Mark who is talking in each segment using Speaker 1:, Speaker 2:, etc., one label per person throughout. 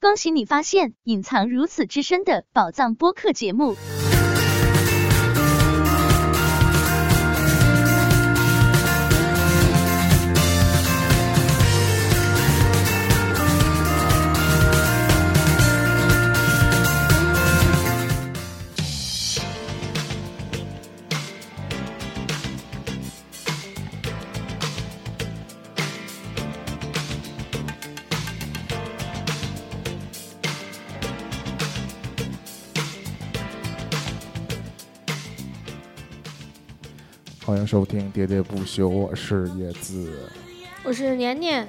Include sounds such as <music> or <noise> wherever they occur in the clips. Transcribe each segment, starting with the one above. Speaker 1: 恭喜你发现隐藏如此之深的宝藏播客节目。
Speaker 2: 欢迎收听《喋喋不休》，我是叶子。
Speaker 3: 我是年年，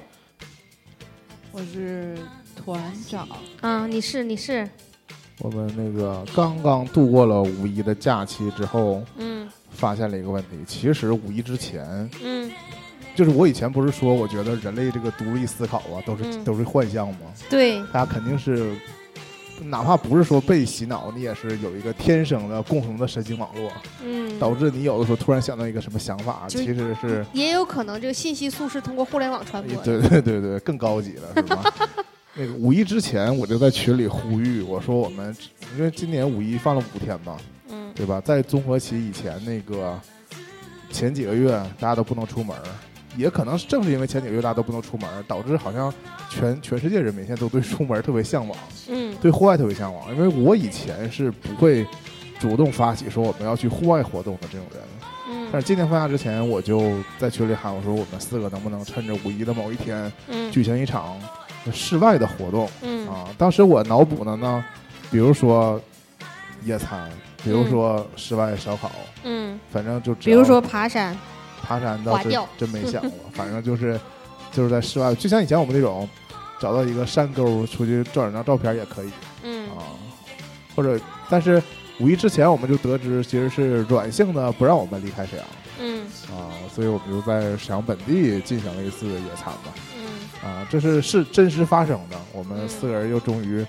Speaker 4: 我是团长，
Speaker 3: 嗯，你是你是，
Speaker 2: 我们那个刚刚度过了五一的假期之后，
Speaker 3: 嗯
Speaker 2: 发现了一个问题。其实五一之前，
Speaker 3: 嗯
Speaker 2: 就是我以前不是说，我觉得人类这个独立思考啊，都是、
Speaker 3: 嗯
Speaker 2: 都是幻象吗？
Speaker 3: 对，
Speaker 2: 大家肯定是，哪怕不是说被洗脑，你也是有一个天生的共同的神经网络，
Speaker 3: 嗯，
Speaker 2: 导致你有的时候突然想到一个什么想法，
Speaker 3: 就是
Speaker 2: 其实是，
Speaker 3: 也有可能这个信息素是通过互联网传播的，
Speaker 2: 对对对对，更高级了，是吧？那个五一之前，我就在群里呼吁，我说我们因为今年五一放了五天嘛，
Speaker 3: 嗯
Speaker 2: 对吧？在综合起以前那个前几个月，大家都不能出门儿，也可能正是因为前几个月大家都不能出门儿，导致好像全全世界人民现在都对出门儿特别向往，
Speaker 3: 嗯
Speaker 2: 对户外特别向往。因为我以前是不会主动发起说我们要去户外活动的这种人，但是
Speaker 3: 嗯
Speaker 2: 今年放假之前，我就在群里喊我说我们四个能不能趁着五一的某一天
Speaker 3: 嗯
Speaker 2: 举行一场室外的活动。
Speaker 3: 嗯
Speaker 2: 啊，当时我脑补的呢，比如说野餐，比如说室外烧烤，
Speaker 3: 嗯，
Speaker 2: 反正就只
Speaker 3: 比如
Speaker 2: 要
Speaker 3: 说爬山，
Speaker 2: 爬山倒
Speaker 3: 划
Speaker 2: 是
Speaker 3: 掉
Speaker 2: 真
Speaker 3: <laughs>
Speaker 2: 没想过，反正就是就是在室外，就像以前我们那种找到一个山沟出去照两张照片也可以
Speaker 3: 嗯
Speaker 2: 啊，或者但是五一之前我们就得知其实是软性的不让我们离开沈阳
Speaker 3: 嗯
Speaker 2: 啊，所以我们就在沈阳本地进行了一次野餐吧。
Speaker 3: 嗯，
Speaker 2: 啊，这是是真实发生的。我们
Speaker 3: 嗯
Speaker 2: 四个人又终于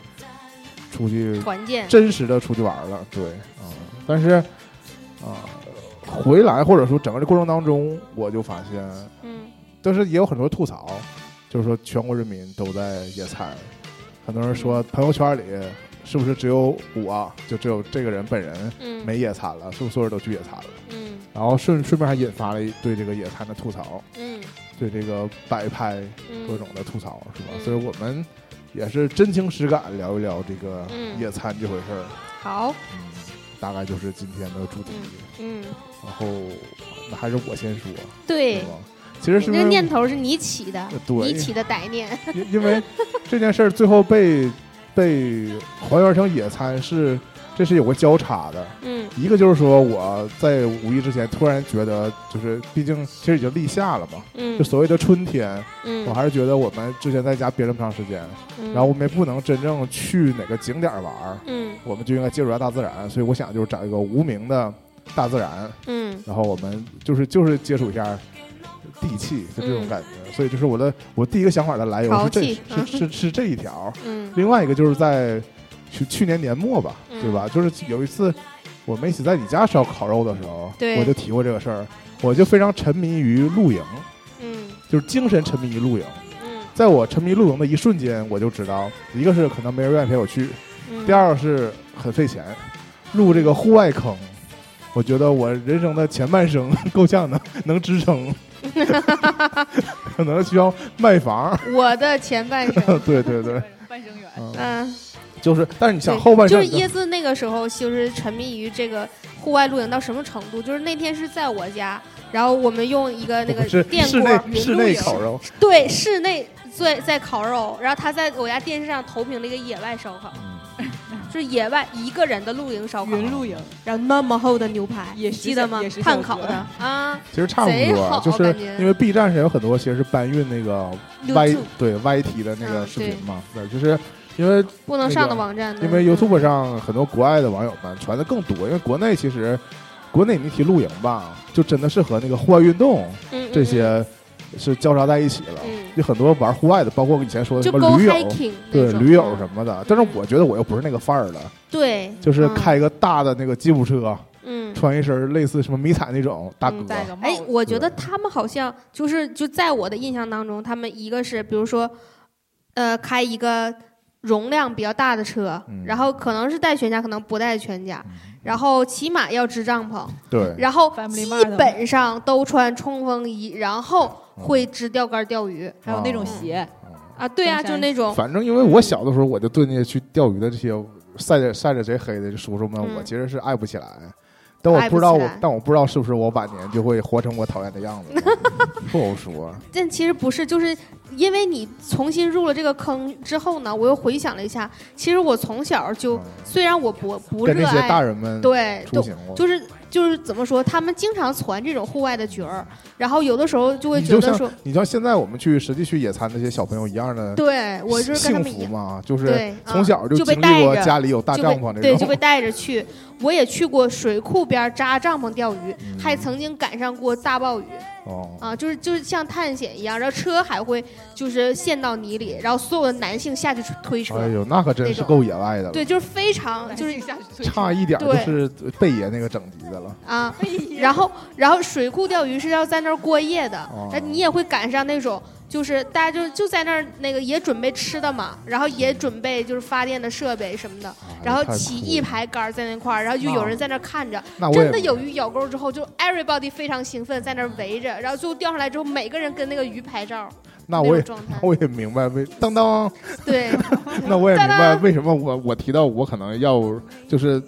Speaker 2: 出去
Speaker 3: 团建，
Speaker 2: 真实的出去玩了，对啊、但是啊、回来或者说整个这过程当中，我就发现，
Speaker 3: 嗯
Speaker 2: 但是也有很多吐槽，就是说全国人民都在野餐，很多人说
Speaker 3: 嗯
Speaker 2: 朋友圈里是不是只有我啊，就只有这个人本人
Speaker 3: 嗯
Speaker 2: 没野餐了，是不是所有人都去野餐了？
Speaker 3: 嗯
Speaker 2: 然后顺顺便还引发了一对这个野餐的吐槽，
Speaker 3: 嗯
Speaker 2: 对这个摆拍
Speaker 3: 嗯，
Speaker 2: 各种的吐槽，是吧？
Speaker 3: 嗯
Speaker 2: 所以我们也是真情实感聊一聊这个
Speaker 3: 嗯
Speaker 2: 野餐这回事儿，
Speaker 3: 好，
Speaker 2: 嗯，大概就是今天的主题。
Speaker 3: 嗯
Speaker 2: 然后那还是我先说，
Speaker 3: 对
Speaker 2: 对吧，？其实是
Speaker 3: 这
Speaker 2: 不
Speaker 3: 个
Speaker 2: 是呃
Speaker 3: 念头是你起的，
Speaker 2: 对
Speaker 3: 你起的歹
Speaker 2: <laughs>
Speaker 3: 念，
Speaker 2: 因因为这件事儿最后被被还原成野餐是这是有个交叉的。
Speaker 3: 嗯
Speaker 2: 一个就是说，我在五一之前突然觉得，就是毕竟其实已经立夏了嘛，
Speaker 3: 嗯
Speaker 2: 就所谓的春天，
Speaker 3: 嗯，
Speaker 2: 我还是觉得我们之前在家憋这么长时间，
Speaker 3: 嗯
Speaker 2: 然后我们也不能真正去哪个景点玩儿，
Speaker 3: 嗯
Speaker 2: 我们就应该接触一下大自然。所以我想就是找一个无名的大自然，
Speaker 3: 嗯
Speaker 2: 然后我们就是就是接触一下地气，就这种
Speaker 3: 嗯
Speaker 2: 感觉。所以就是我的我第一个想法的来由
Speaker 3: 潮
Speaker 2: 是这
Speaker 3: 气
Speaker 2: 是是是这一条，
Speaker 3: 嗯
Speaker 2: 另外一个就是在去去年年末吧，
Speaker 3: 嗯
Speaker 2: 对吧？就是有一次我们一起在你家烧烤肉的时候，
Speaker 3: 对
Speaker 2: 我就提过这个事儿，我就非常沉迷于露营，
Speaker 3: 嗯
Speaker 2: 就是精神沉迷于露营。
Speaker 3: 嗯
Speaker 2: 在我沉迷露营的一瞬间，我就知道，一个是可能没人愿意陪我去，
Speaker 3: 嗯，
Speaker 2: 第二个是很费钱，入这个户外坑，我觉得我人生的前半生够呛能能支撑，可能需要卖房。
Speaker 3: 我的前半
Speaker 2: <laughs>
Speaker 3: 生，
Speaker 2: 对对对，
Speaker 4: 半生缘。
Speaker 2: 嗯，
Speaker 3: 嗯。
Speaker 2: 就是，但是你想
Speaker 3: 对
Speaker 2: 后半
Speaker 3: 就是
Speaker 2: 生你
Speaker 3: 椰子那个时候就是沉迷于这个户外露营到什么程度？就是那天是在我家，然后我们用一个那
Speaker 2: 都
Speaker 3: 个
Speaker 2: 是
Speaker 3: 电
Speaker 2: 室
Speaker 3: 锅
Speaker 2: 内
Speaker 3: 云
Speaker 2: 室
Speaker 3: 露
Speaker 2: 内
Speaker 3: 营
Speaker 2: 烤肉，
Speaker 3: 对室内在在烤肉，然后他在我家电视上投屏了一个野外烧烤，就是野外一个人的露营烧烤，
Speaker 4: <laughs> 云露营，
Speaker 3: 然后那么厚的牛排，
Speaker 4: 也是
Speaker 3: 记得吗
Speaker 4: 也是？小
Speaker 3: 炭
Speaker 4: 哥
Speaker 3: 烤的啊
Speaker 2: 其实差不
Speaker 3: 贼好
Speaker 2: 多，就
Speaker 3: 感
Speaker 2: 是
Speaker 3: 觉
Speaker 2: 因为 B 站上有很多其实是搬运那个 Y
Speaker 3: ，YouTube
Speaker 2: 对 YT 的那个
Speaker 3: 嗯
Speaker 2: 视
Speaker 3: 对
Speaker 2: 频嘛，对，就是因为
Speaker 3: 不能上
Speaker 2: 那
Speaker 3: 的
Speaker 2: 个
Speaker 3: 网站的，
Speaker 2: 因为 YouTube 上很多国外的网友们传的更多，因为国内其实，国内你一提露营吧，就真的是和那个户外运动
Speaker 3: 嗯嗯
Speaker 2: 这些是交叉在一起了。
Speaker 3: 嗯
Speaker 2: 有很多玩户外的，包括以前说
Speaker 3: 嗯
Speaker 2: 的
Speaker 3: 就
Speaker 2: 什
Speaker 3: 勾
Speaker 2: 么驴友，
Speaker 3: hiking
Speaker 2: 对
Speaker 3: 那种
Speaker 2: 驴友
Speaker 3: 嗯
Speaker 2: 什么的。但是我觉得我又不是那个范儿了，
Speaker 3: 对，
Speaker 2: 就是
Speaker 3: 嗯
Speaker 2: 开一个大的那个吉普车，
Speaker 3: 嗯
Speaker 2: 穿一身类似什么迷彩那种大哥
Speaker 3: 嗯，
Speaker 4: 戴个帽
Speaker 3: 哎，
Speaker 4: 子，
Speaker 3: 我觉得他们好像就是就在我的印象当中，他们一个是比如说，呃，开一个容量比较大的车，
Speaker 2: 嗯
Speaker 3: 然后可能是带全家，可能不带全家，然后起码要支帐篷，
Speaker 2: 对，
Speaker 3: 然后
Speaker 4: Family
Speaker 3: 基
Speaker 4: Mart 的
Speaker 3: 本上都穿冲锋衣，然后
Speaker 2: 嗯
Speaker 3: 会支钓竿钓鱼
Speaker 4: 还有那种
Speaker 2: 哦
Speaker 4: 鞋，
Speaker 3: 啊，对啊，
Speaker 4: 登山
Speaker 3: 就那种
Speaker 2: 反正因为我小的时候，我就对那些去钓鱼的这些晒着晒着贼黑的叔叔们，
Speaker 3: 嗯
Speaker 2: 我其实是爱不起来。但我不知道
Speaker 3: 爱不
Speaker 2: 我
Speaker 3: 起来，
Speaker 2: 但我不知道是不是我晚年就会活成我讨厌的样子，
Speaker 3: <laughs>
Speaker 2: 不好说。
Speaker 3: 但其实不是，就是因为你重新入了这个坑之后呢，我又回想了一下，其实我从小就
Speaker 2: 嗯
Speaker 3: 虽然我不不
Speaker 2: 跟
Speaker 3: 热
Speaker 2: 这些大
Speaker 3: 爱，
Speaker 2: 人们
Speaker 3: 对，
Speaker 2: 出
Speaker 3: 就
Speaker 2: 行过，
Speaker 3: 就是就是怎么说，他们经常传这种户外的角儿，然后有的时候就会
Speaker 2: 你
Speaker 3: 觉
Speaker 2: 就
Speaker 3: 得
Speaker 2: 像
Speaker 3: 说，
Speaker 2: 你像现在我们去实际去野餐那些小朋友一样的，
Speaker 3: 对我就是跟
Speaker 2: 幸
Speaker 3: 他们一
Speaker 2: 福
Speaker 3: 样，
Speaker 2: 嘛，就是
Speaker 3: 对，啊
Speaker 2: 从小
Speaker 3: 就
Speaker 2: 经
Speaker 3: 被
Speaker 2: 历过
Speaker 3: 带着
Speaker 2: 家里有大
Speaker 3: 就
Speaker 2: 帐
Speaker 3: 被
Speaker 2: 篷这
Speaker 3: 对，就被
Speaker 2: 种，哦
Speaker 3: 带着去。我也去过水库边扎帐篷钓鱼，
Speaker 2: 嗯
Speaker 3: 还曾经赶上过大暴雨
Speaker 2: 哦，
Speaker 3: 啊，就是就是像探险一样，然后车还会就是陷到泥里，然后所有的男性下去推车，
Speaker 2: 哎呦，那可真
Speaker 3: 那
Speaker 2: 是
Speaker 3: 种
Speaker 2: 够野外的了，
Speaker 3: 对，就是非常
Speaker 4: <laughs>
Speaker 3: 就是
Speaker 4: 下去
Speaker 2: 差一点就
Speaker 3: 对
Speaker 2: 是贝爷那个整级的了，
Speaker 3: 啊，然后然后水库钓鱼是要在那儿过夜的
Speaker 2: 哦，
Speaker 3: 那、你也会赶上那种就是大家就就在那儿那个也准备吃的嘛，然后也准备就是发电的设备什么的，
Speaker 2: 哎
Speaker 3: 然后
Speaker 2: 太
Speaker 3: 起
Speaker 2: 酷
Speaker 3: 一
Speaker 2: 了
Speaker 3: 排杆儿在那块儿，然后就有人在那儿看着，
Speaker 2: 那我
Speaker 3: 真
Speaker 2: 也
Speaker 3: 的有鱼咬钩之后，就 everybody 非常兴奋在那儿围着，然后最后钓上来之后，每个人跟那个鱼拍照，
Speaker 2: 那
Speaker 3: 那
Speaker 2: 我
Speaker 3: 种
Speaker 2: 也
Speaker 3: 状态，
Speaker 2: <laughs> 我也明白为当当，
Speaker 3: 对，
Speaker 2: 那我也明白
Speaker 3: 当当
Speaker 2: 为什么我我提到我可能要就是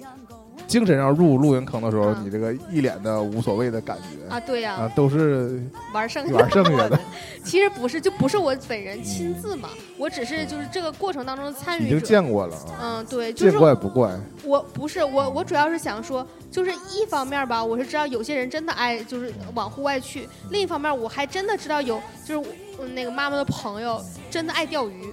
Speaker 2: 精神上入露营坑的时候，
Speaker 3: 嗯
Speaker 2: 你这个一脸的无所谓的感觉
Speaker 3: 啊对呀、
Speaker 2: <laughs> 啊，都
Speaker 3: <laughs>
Speaker 2: 是
Speaker 3: 玩剩下
Speaker 2: 玩剩下的，
Speaker 3: 其实不是，就不是我本人亲自嘛，我只是就是这个过程当中的
Speaker 2: 嗯
Speaker 3: 参
Speaker 2: 已
Speaker 3: 与
Speaker 2: 经
Speaker 3: 者。
Speaker 2: 见过了啊，
Speaker 3: 嗯，对，就
Speaker 2: 见
Speaker 3: 是
Speaker 2: 怪不怪，
Speaker 3: 我不是我，我主要是想说，就是一方面吧，我是知道有些人真的爱就是往户外去；另一方面，我还真的知道有就是我那个妈妈的朋友真的爱钓鱼，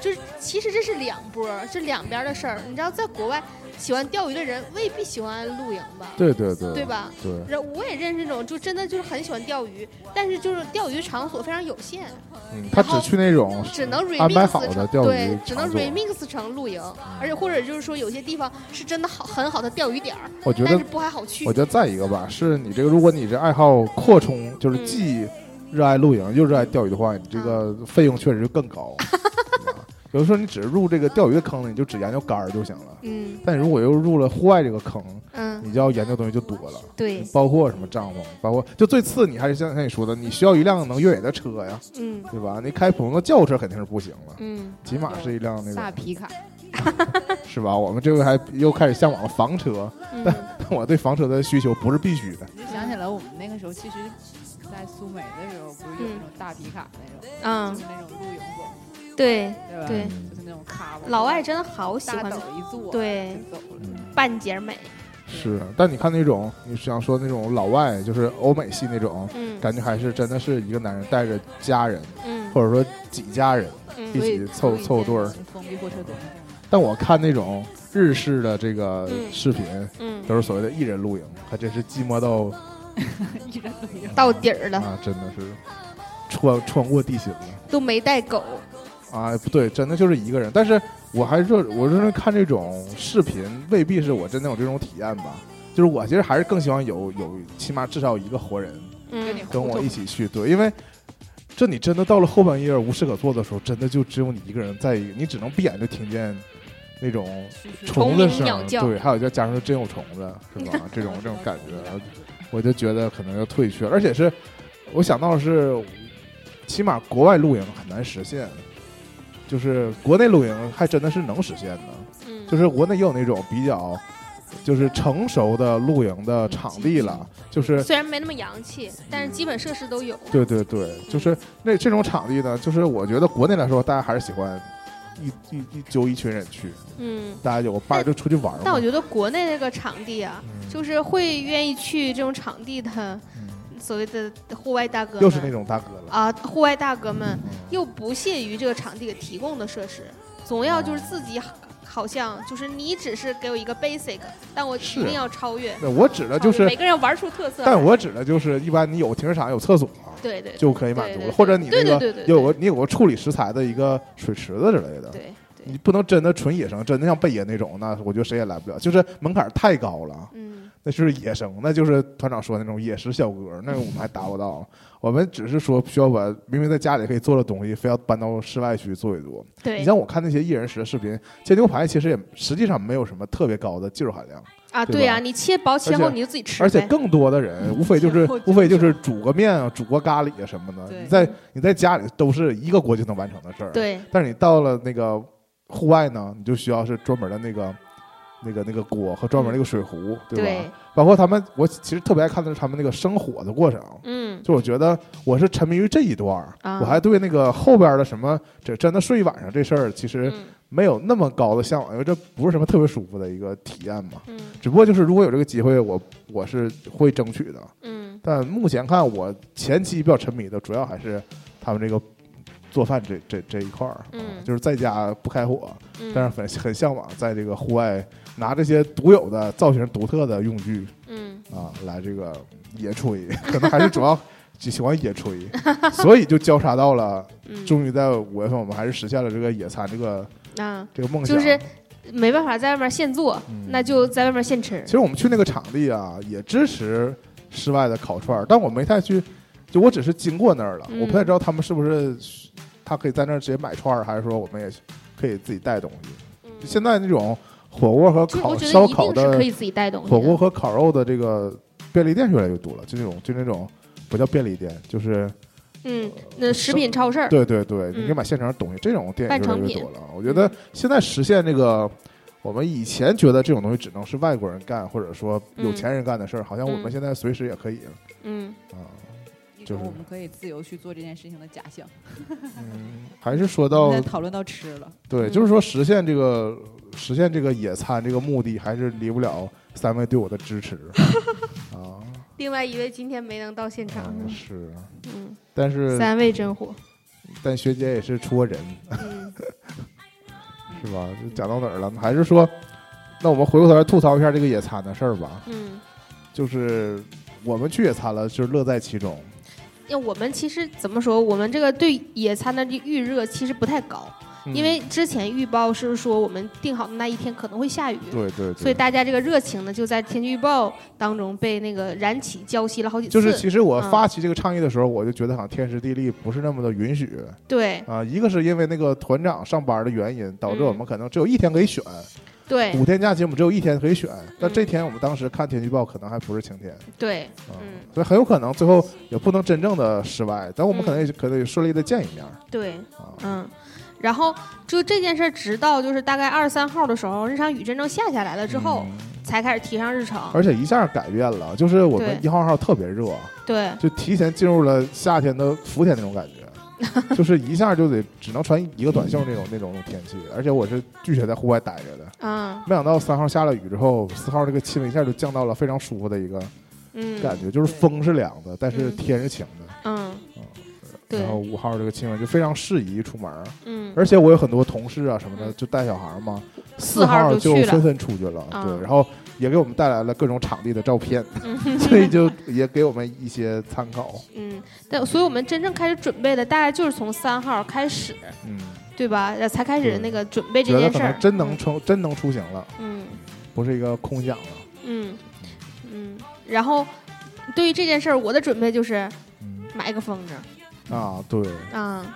Speaker 3: 就是其实这是两波儿，这两边儿的事儿。你知道，在国外喜欢钓鱼的人未必喜欢露营吧，
Speaker 2: 对对对，
Speaker 3: 对？吧？
Speaker 2: 对，
Speaker 3: 然后我也认识那种就真的就是很喜欢钓鱼，但是就是钓鱼场所非常有限，
Speaker 2: 嗯，他只去那种
Speaker 3: 只能
Speaker 2: 安排
Speaker 3: remix
Speaker 2: 好的
Speaker 3: 成
Speaker 2: 钓鱼
Speaker 3: 对，只
Speaker 2: 场
Speaker 3: 能
Speaker 2: 所。
Speaker 3: remix 成露营，而且或者就是说有些地方是真的好很好的钓鱼点儿。
Speaker 2: 我觉
Speaker 3: 但
Speaker 2: 得
Speaker 3: 是，不还好去
Speaker 2: 我。觉得再一个吧，是你这个，如果你这爱好扩充，就是
Speaker 3: 嗯
Speaker 2: 既热爱露营又热爱钓鱼的话，你这个费用确实更
Speaker 3: <laughs>
Speaker 2: 高。对吧有的时候你只入这个钓鱼的坑呢，你就只研究杆儿就行了。
Speaker 3: 嗯
Speaker 2: 但你如果又入了户外这个坑，
Speaker 3: 嗯，
Speaker 2: 你就要研究东西就多了，
Speaker 3: 对，
Speaker 2: 包括什么帐篷，包括就最次你还是像像你说的，你需要一辆能越野的车呀，
Speaker 3: 嗯
Speaker 2: 对吧？你开普通的轿车肯定是不行了，
Speaker 3: 嗯，
Speaker 2: 起码是一辆那
Speaker 4: 大
Speaker 2: 种
Speaker 4: 皮卡，
Speaker 2: 是吧？我们这回还又开始向往了房车， <laughs>
Speaker 3: 嗯，
Speaker 2: 我对房车的需求不是必须的，
Speaker 4: 我就想起来我们那个时候其实，在苏梅的时候不是有那种大皮卡那种，
Speaker 3: 嗯
Speaker 4: 就是那种露营风，
Speaker 3: 对，
Speaker 4: 对吧？
Speaker 3: 对
Speaker 4: 就是那种卡
Speaker 3: 老外真的好喜
Speaker 4: 大
Speaker 3: 欢
Speaker 4: 斗一坐，
Speaker 3: 对
Speaker 4: 就走了。
Speaker 2: 嗯，
Speaker 3: 半截美，
Speaker 2: 是。啊但你看那种你想说那种老外，就是欧美系那种，
Speaker 3: 嗯
Speaker 2: 感觉还是真的是一个男人带着家人，
Speaker 3: 嗯
Speaker 2: 或者说几家人一
Speaker 3: 嗯
Speaker 4: 所以
Speaker 2: 起凑凑对儿。，
Speaker 4: 封闭货车多。
Speaker 2: 但我看那种日式的这个
Speaker 3: 嗯
Speaker 2: 视频，
Speaker 3: 嗯，
Speaker 2: 都是所谓的一人露营，还真是寂寞到
Speaker 4: <laughs> 一人都一样。
Speaker 3: 到底儿了，
Speaker 2: 啊，真的是穿穿过地形了
Speaker 3: 都没带狗，
Speaker 2: 啊！不对，真的就是一个人。但是我还是我就是看这种视频，未必是我真的有这种体验吧。就是我其实还是更希望有有起码至少一个活人
Speaker 4: 跟你
Speaker 3: 嗯
Speaker 4: 互
Speaker 2: 跟我
Speaker 4: 动
Speaker 2: 一起去，对，因为。这你真的到了后半夜无事可做的时候，真的就只有你一个人在一个，你只能闭眼就听见那种
Speaker 4: 嘘嘘
Speaker 2: 虫子
Speaker 3: 鸣
Speaker 2: 声
Speaker 3: 鸟
Speaker 2: 儿，
Speaker 3: 叫
Speaker 2: 对，还有就加上真有虫子，是
Speaker 3: <laughs>
Speaker 2: 吧？这种这种感觉，我就觉得可能要退却，而且是我想到的是，起码国外露营很难实现，就是国内露营还真的是能实现的，
Speaker 3: 嗯，
Speaker 2: 就是国内也有那种比较就是成熟的露营的场地了，就是
Speaker 3: 虽然没那么洋气，但是基本设施都有。
Speaker 2: 对对对，就是那这种场地呢，就是我觉得国内来说，大家还是喜欢一一一揪一群人去，
Speaker 3: 嗯，
Speaker 2: 大家有个伴儿就出去玩儿嘛。
Speaker 3: 但我觉得国内那个场地啊，
Speaker 2: 嗯
Speaker 3: 就是会愿意去这种场地的
Speaker 2: 嗯
Speaker 3: 所谓的户外大哥
Speaker 2: 又是那
Speaker 3: 们
Speaker 2: 种大哥了。
Speaker 3: 啊，户外大哥们
Speaker 2: 嗯
Speaker 3: 又不屑于这个场地提供的设施，总要就是自己好好像就是你只是给我一个 basic，但我一
Speaker 2: 是
Speaker 3: 定要超越，
Speaker 2: 那我指的就
Speaker 3: 啊
Speaker 2: 是
Speaker 3: 每，个人玩出特色来。
Speaker 2: 但我指的就是，一般你有停车场、有厕所啊
Speaker 3: 对对
Speaker 2: 就可以满
Speaker 3: 对
Speaker 2: 足
Speaker 3: 对
Speaker 2: 了，
Speaker 3: 对
Speaker 2: 或者你那
Speaker 3: 对对
Speaker 2: 个
Speaker 3: 对对对
Speaker 2: 有个你有个处理食材的一个水池子之类的。
Speaker 3: 对
Speaker 2: 你
Speaker 3: 对，
Speaker 2: 不能真的纯野生，真的像贝爷那种，那我觉得谁也来不了，就是门槛太高了。
Speaker 3: 嗯，
Speaker 2: 那是野生，那就是团长说的那种野食小哥，那个我们还达不
Speaker 3: <laughs>
Speaker 2: 到。我们只是说需要把明明在家里可以做的东西，非要搬到室外去做一做。你
Speaker 3: 对
Speaker 2: 像我看那些一人食的视频，切牛排其实也实际上没有什么特别高的技术含量，
Speaker 3: 啊，
Speaker 2: 对
Speaker 3: 对
Speaker 2: 吧
Speaker 3: 呀，你切薄切
Speaker 2: 而且
Speaker 3: 厚你就自己吃呗。
Speaker 2: 而且更多的人无非
Speaker 3: <laughs>
Speaker 2: 就是
Speaker 4: 然后就
Speaker 2: 无非就是煮个面啊，煮个咖喱啊什么的。
Speaker 4: 对
Speaker 2: 你在你在家里都是一个锅就能完成的事儿，
Speaker 3: 对
Speaker 2: 但是你到了那个户外呢，你就需要是专门的那个那个那个锅和专门那个水壶，对吧？
Speaker 3: 对，
Speaker 2: 包括他们，我其实特别爱看的是他们那个生火的过程。
Speaker 3: 嗯，
Speaker 2: 就我觉得我是沉迷于这一段儿，
Speaker 3: 啊
Speaker 2: 我还对那个后边的什么这真的睡一晚上这事儿，其实
Speaker 3: 嗯
Speaker 2: 没有那么高的向往，因为这不是什么特别舒服的一个体验嘛。
Speaker 3: 嗯
Speaker 2: 只不过就是如果有这个机会，我我是会争取的。
Speaker 3: 嗯
Speaker 2: 但目前看，我前期比较沉迷的主要还是他们这个做饭这这这一块儿，啊
Speaker 3: 嗯
Speaker 2: 就是在家不开火，
Speaker 3: 嗯，
Speaker 2: 但是很很向往在这个户外拿这些独有的造型独特的用具
Speaker 3: 嗯
Speaker 2: 啊来这个野炊， <laughs> 可能还是主要只喜欢野炊，所以就交叉到了，
Speaker 3: 嗯
Speaker 2: 终于在五月份我们还是实现了这个野餐这个
Speaker 3: 啊，
Speaker 2: 这个梦想。
Speaker 3: 就是没办法在外面现做，
Speaker 2: 嗯
Speaker 3: 那就在外面现吃
Speaker 2: 其。实我们去那个场地啊，也支持室外的烤串儿，但我没太去，就我只是经过那儿了，
Speaker 3: 嗯
Speaker 2: 我不太知道他们是不是他可以在那儿直接买串儿，还是说我们也可以自己带东西。
Speaker 3: 嗯
Speaker 2: 现在那种火锅和
Speaker 3: 就是
Speaker 2: 烤烧
Speaker 3: 我觉得一
Speaker 2: 烤
Speaker 3: 定是可
Speaker 2: 的
Speaker 3: 以自己带东西的。
Speaker 2: 火锅和烤肉的这个便利店越来越多了，就那种就那种不叫便利店，就是
Speaker 3: 嗯，那食品超市儿，
Speaker 2: 对对对，
Speaker 3: 嗯
Speaker 2: 你可以买现成的东西，这种店
Speaker 3: 半
Speaker 2: 越来
Speaker 3: 成
Speaker 2: 越
Speaker 3: 品嗯
Speaker 2: 多了。啊我觉得现在实现这个，我们以前觉得这种东西只能是外国人干，或者说有钱人干的事儿，好像我们
Speaker 3: 嗯
Speaker 2: 现在随时也可以了
Speaker 3: 嗯
Speaker 2: 啊。
Speaker 4: 一
Speaker 2: 就
Speaker 4: 种
Speaker 2: 是
Speaker 4: 我们可以自由去做这件事情的假象。
Speaker 2: 嗯，还是说
Speaker 4: 我
Speaker 2: 到
Speaker 4: 们在讨论到吃
Speaker 2: <laughs>
Speaker 4: 了，
Speaker 2: 对，
Speaker 3: 嗯
Speaker 2: 就是说实现这个实现这个野餐这个目的，还是离不了三位对我的支
Speaker 3: <laughs>
Speaker 2: 持啊。
Speaker 3: 另外一位今天没能到现场，
Speaker 2: 嗯，是，
Speaker 3: 嗯，
Speaker 2: 但是
Speaker 3: 啊三位真火，
Speaker 2: 但学姐也是出过人，
Speaker 3: 嗯，
Speaker 2: <laughs> 是吧？就讲到哪儿了？还是说，那我们回过头来吐槽一下这个野餐的事儿吧。
Speaker 3: 嗯，
Speaker 2: 就是我们去野餐了，就是乐在其中。
Speaker 3: 那我们其实怎么说，我们这个对野餐的预热其实不太高，因为之前预报是说我们定好的那一天可能会下雨，
Speaker 2: 对对对，
Speaker 3: 所以大家这个热情呢就在天气预报当中被那个燃起、浇熄了好几次。
Speaker 2: 就是其实我
Speaker 3: 嗯
Speaker 2: 发起这个倡议的时候，我就觉得好像天时地利不是那么的允许
Speaker 3: 对
Speaker 2: 啊。一个是因为那个团长上班的原因，导致
Speaker 3: 嗯
Speaker 2: 我们可能只有一天可以选，
Speaker 3: 对嗯
Speaker 2: 五天假期我们只有一天可以选。但这天我们当时看天气预报，可能还不是晴天
Speaker 3: 对，
Speaker 2: 啊
Speaker 3: 嗯，
Speaker 2: 所以很有可能最后也不能真正的室外，但我们
Speaker 3: 嗯
Speaker 2: 可能也可能也顺利的见一面
Speaker 3: 对，
Speaker 2: 啊。
Speaker 3: 嗯。然后就这件事儿，直到就是大概二十三号的时候，那场雨真正下下来了之后，
Speaker 2: 嗯
Speaker 3: 才开始提上日程。
Speaker 2: 而且一下改变了，就是我们
Speaker 3: 对
Speaker 2: 一号号特别热，
Speaker 3: 对，
Speaker 2: 就提前进入了夏天的伏天那种
Speaker 3: <laughs>
Speaker 2: 感觉，就是一下就得只能穿一个短袖那种那种天气，而且我是拒绝在户外待着的。
Speaker 3: 嗯
Speaker 2: 没想到三号下了雨之后，四号这个气温一下就降到了非常舒服的一个感
Speaker 3: 嗯
Speaker 2: 觉，就是风是凉的，但是天是晴的。
Speaker 3: 嗯，对
Speaker 2: 然，后五号这个气温就非常适宜出门，
Speaker 3: 嗯
Speaker 2: 而且我有很多同事啊什么的
Speaker 3: 嗯
Speaker 2: 就带小孩嘛，
Speaker 3: 四
Speaker 2: 四
Speaker 3: 号就
Speaker 2: 就
Speaker 3: 去了
Speaker 2: 纷纷出去了，
Speaker 3: 啊
Speaker 2: 对，然后也给我们带来了各种场地的照片， <laughs>
Speaker 3: 嗯
Speaker 2: 所以就也给我们一些参考，
Speaker 3: 嗯，但所以我们真正开始准备的，大概就是从三号开始，
Speaker 2: 嗯。
Speaker 3: 对吧？呃才开始
Speaker 2: 对
Speaker 3: 那个准备这
Speaker 2: 觉得
Speaker 3: 件
Speaker 2: 可
Speaker 3: 事儿
Speaker 2: 能。真能出真能出行了，
Speaker 3: 嗯
Speaker 2: 不是一个空想了。
Speaker 3: 嗯嗯，然后对于这件事儿，我的准备就是
Speaker 2: 嗯
Speaker 3: 买个风筝
Speaker 2: 啊，对，
Speaker 3: 啊，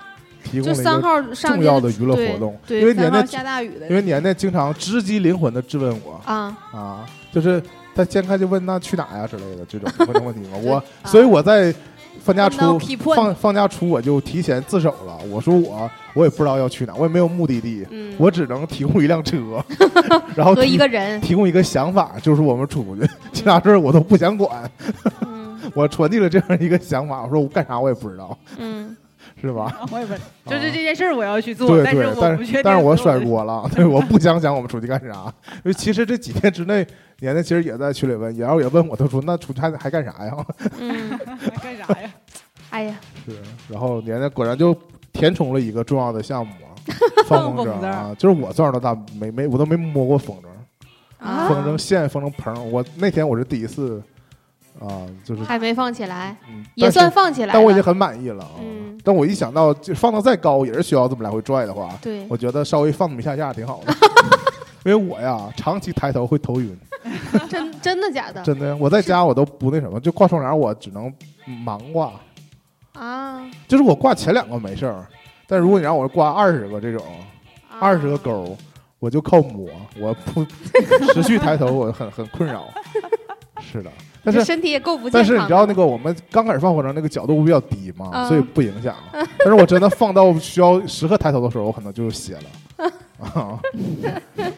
Speaker 2: 提供
Speaker 3: 就
Speaker 2: 了一
Speaker 3: 三
Speaker 2: 个
Speaker 3: 号上
Speaker 2: 重
Speaker 3: 街
Speaker 2: 要的娱乐活动。
Speaker 3: 对对
Speaker 2: 因为年
Speaker 4: 三
Speaker 2: 年
Speaker 4: 号下大雨的，
Speaker 2: 因为年年经常直击灵魂的质问我
Speaker 3: 啊，
Speaker 2: 啊，就是他先开就问那去哪呀之类的这种会这问题
Speaker 3: <laughs>
Speaker 2: 吗？我
Speaker 4: 啊
Speaker 2: 所以我在放假
Speaker 4: 碰到
Speaker 2: 初
Speaker 4: 批判
Speaker 2: 放放假初我就提前自首了，我说我我也不知道要去哪，我也没有目的地，
Speaker 3: 嗯，
Speaker 2: 我只能提供一辆
Speaker 3: <laughs>
Speaker 2: 车，然后
Speaker 3: 和一
Speaker 2: 提
Speaker 3: 个人，
Speaker 2: 提供一个想法，就是我们出去，其他事儿我都不想管。
Speaker 3: 嗯
Speaker 2: 我传递了这样一个想法，我说我干啥我也不知道， <laughs>
Speaker 3: 嗯
Speaker 2: 是吧？
Speaker 4: 啊我也不
Speaker 2: 啊
Speaker 4: <laughs> 就是这件事儿我要去做，
Speaker 2: 对
Speaker 4: 但
Speaker 2: 对，
Speaker 4: 我不
Speaker 2: 但
Speaker 4: 确定，
Speaker 2: 但是我甩，锅了，对，我不想想我们出去干啥。因为其实这几天之内，年年其实也在群里问，然后也问我，他说那出去还还干啥呀？ <laughs>
Speaker 3: 嗯，
Speaker 4: 干啥呀？
Speaker 3: 哎呀，
Speaker 2: 是，然后年年果然就填充了一个重要的项目啊，放
Speaker 4: <laughs>
Speaker 2: 风
Speaker 4: 放
Speaker 2: 筝
Speaker 4: 风
Speaker 2: 啊
Speaker 4: 筝，
Speaker 2: 就是我从小到大没没我都没摸过风筝，
Speaker 3: 啊
Speaker 2: 风筝线、风筝棚，我那天我是第一次啊，就是
Speaker 3: 还没放起来，
Speaker 2: 嗯
Speaker 3: 也
Speaker 2: 但是
Speaker 3: 算放起来了，
Speaker 2: 但我已经很满意了啊。
Speaker 3: 嗯
Speaker 2: 但我一想到就放到再高也是需要这么来回拽的话，
Speaker 3: 对 <laughs>
Speaker 2: 我觉得稍微放那么一下下挺好的。因为我呀长期抬头会头晕， <laughs>
Speaker 3: 真真的假的？
Speaker 2: 真的，我在家我都不那什么，就挂窗帘我只能盲挂，
Speaker 3: 啊
Speaker 2: 就是我挂前两个没事儿，但如果你让我挂二十个这种，
Speaker 3: 啊
Speaker 2: 二十个勾儿，我就靠抹，我不 <laughs> 持续抬头，我很很困
Speaker 3: <laughs>
Speaker 2: 扰。是的，但
Speaker 3: 这
Speaker 2: 是
Speaker 3: 身体也够不健康。
Speaker 2: 但是你知道那，个我们刚开始放火绳那个角度比较低嘛，
Speaker 3: 嗯
Speaker 2: 所以不影响。但是我真的放到需要时刻抬头的时候，我可能就歇了。
Speaker 3: <laughs>
Speaker 2: 啊，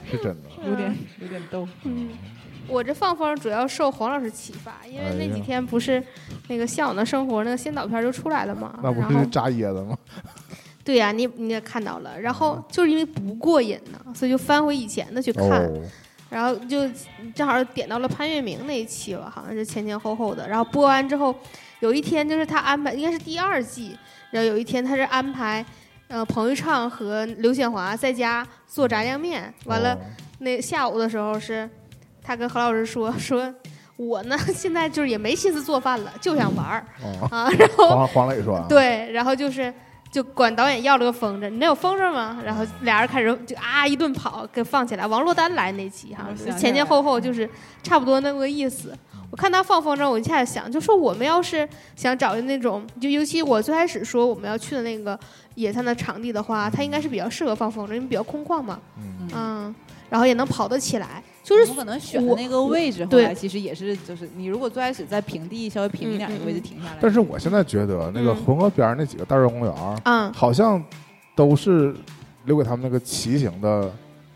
Speaker 2: 是真的。
Speaker 4: 有点有点逗。
Speaker 3: 嗯，我这放风主要受黄老师启发，因为
Speaker 2: 哎
Speaker 3: 那
Speaker 2: 呀
Speaker 3: 几天不是那个《向往的生活》那个先导片就出来了嘛，
Speaker 2: 那不
Speaker 3: 然后
Speaker 2: 是扎椰子吗？
Speaker 3: 对呀、你你也看到了，然后就是因为不过瘾呢，所以就翻回以前的去看，
Speaker 2: 嗯哦，
Speaker 3: 然后就正好点到了潘粤明那一期吧，好像是前前后后的。然后播完之后，有一天就是他安排，应该是第二季，然后有一天他是安排，呃，彭昱畅和刘宪华在家做炸酱面，
Speaker 2: 哦
Speaker 3: 完了、那下午的时候是， <laughs> 他跟何老师说说。我呢，现在就是也没心思做饭了，就想玩儿
Speaker 2: 哦，
Speaker 3: 啊。然后
Speaker 2: 黄黄磊说啊，
Speaker 3: 对，然后就是就管导演要了个风筝，你那有风筝吗？然后俩人开始就啊一顿跑，给放起来。王珞丹来那期哈
Speaker 2: 嗯
Speaker 4: 我想，起
Speaker 3: 前前
Speaker 4: 来
Speaker 3: 后后就是差不多那么个意思。我看他放风筝，我一下想，就说我们要是想找那种，就尤其我最开始说我们要去的那个野餐的场地的话，它应该是比较适合放风筝，因为比较空旷嘛，
Speaker 2: 嗯，
Speaker 4: 嗯，
Speaker 3: 嗯，然后也能跑得起来，就
Speaker 4: 我
Speaker 3: 是
Speaker 4: 们可能选的
Speaker 3: 我
Speaker 4: 那个位置，后
Speaker 3: 对
Speaker 4: 来其实也是，就是你如果最开始在平地稍微平一点
Speaker 3: 嗯嗯
Speaker 4: 的位置
Speaker 3: 嗯
Speaker 4: 停下来，
Speaker 2: 但是我现在觉得那个
Speaker 3: 嗯
Speaker 2: 浑河边儿那几个大院公园儿
Speaker 3: 嗯
Speaker 2: 好像都是留给他们那个骑行的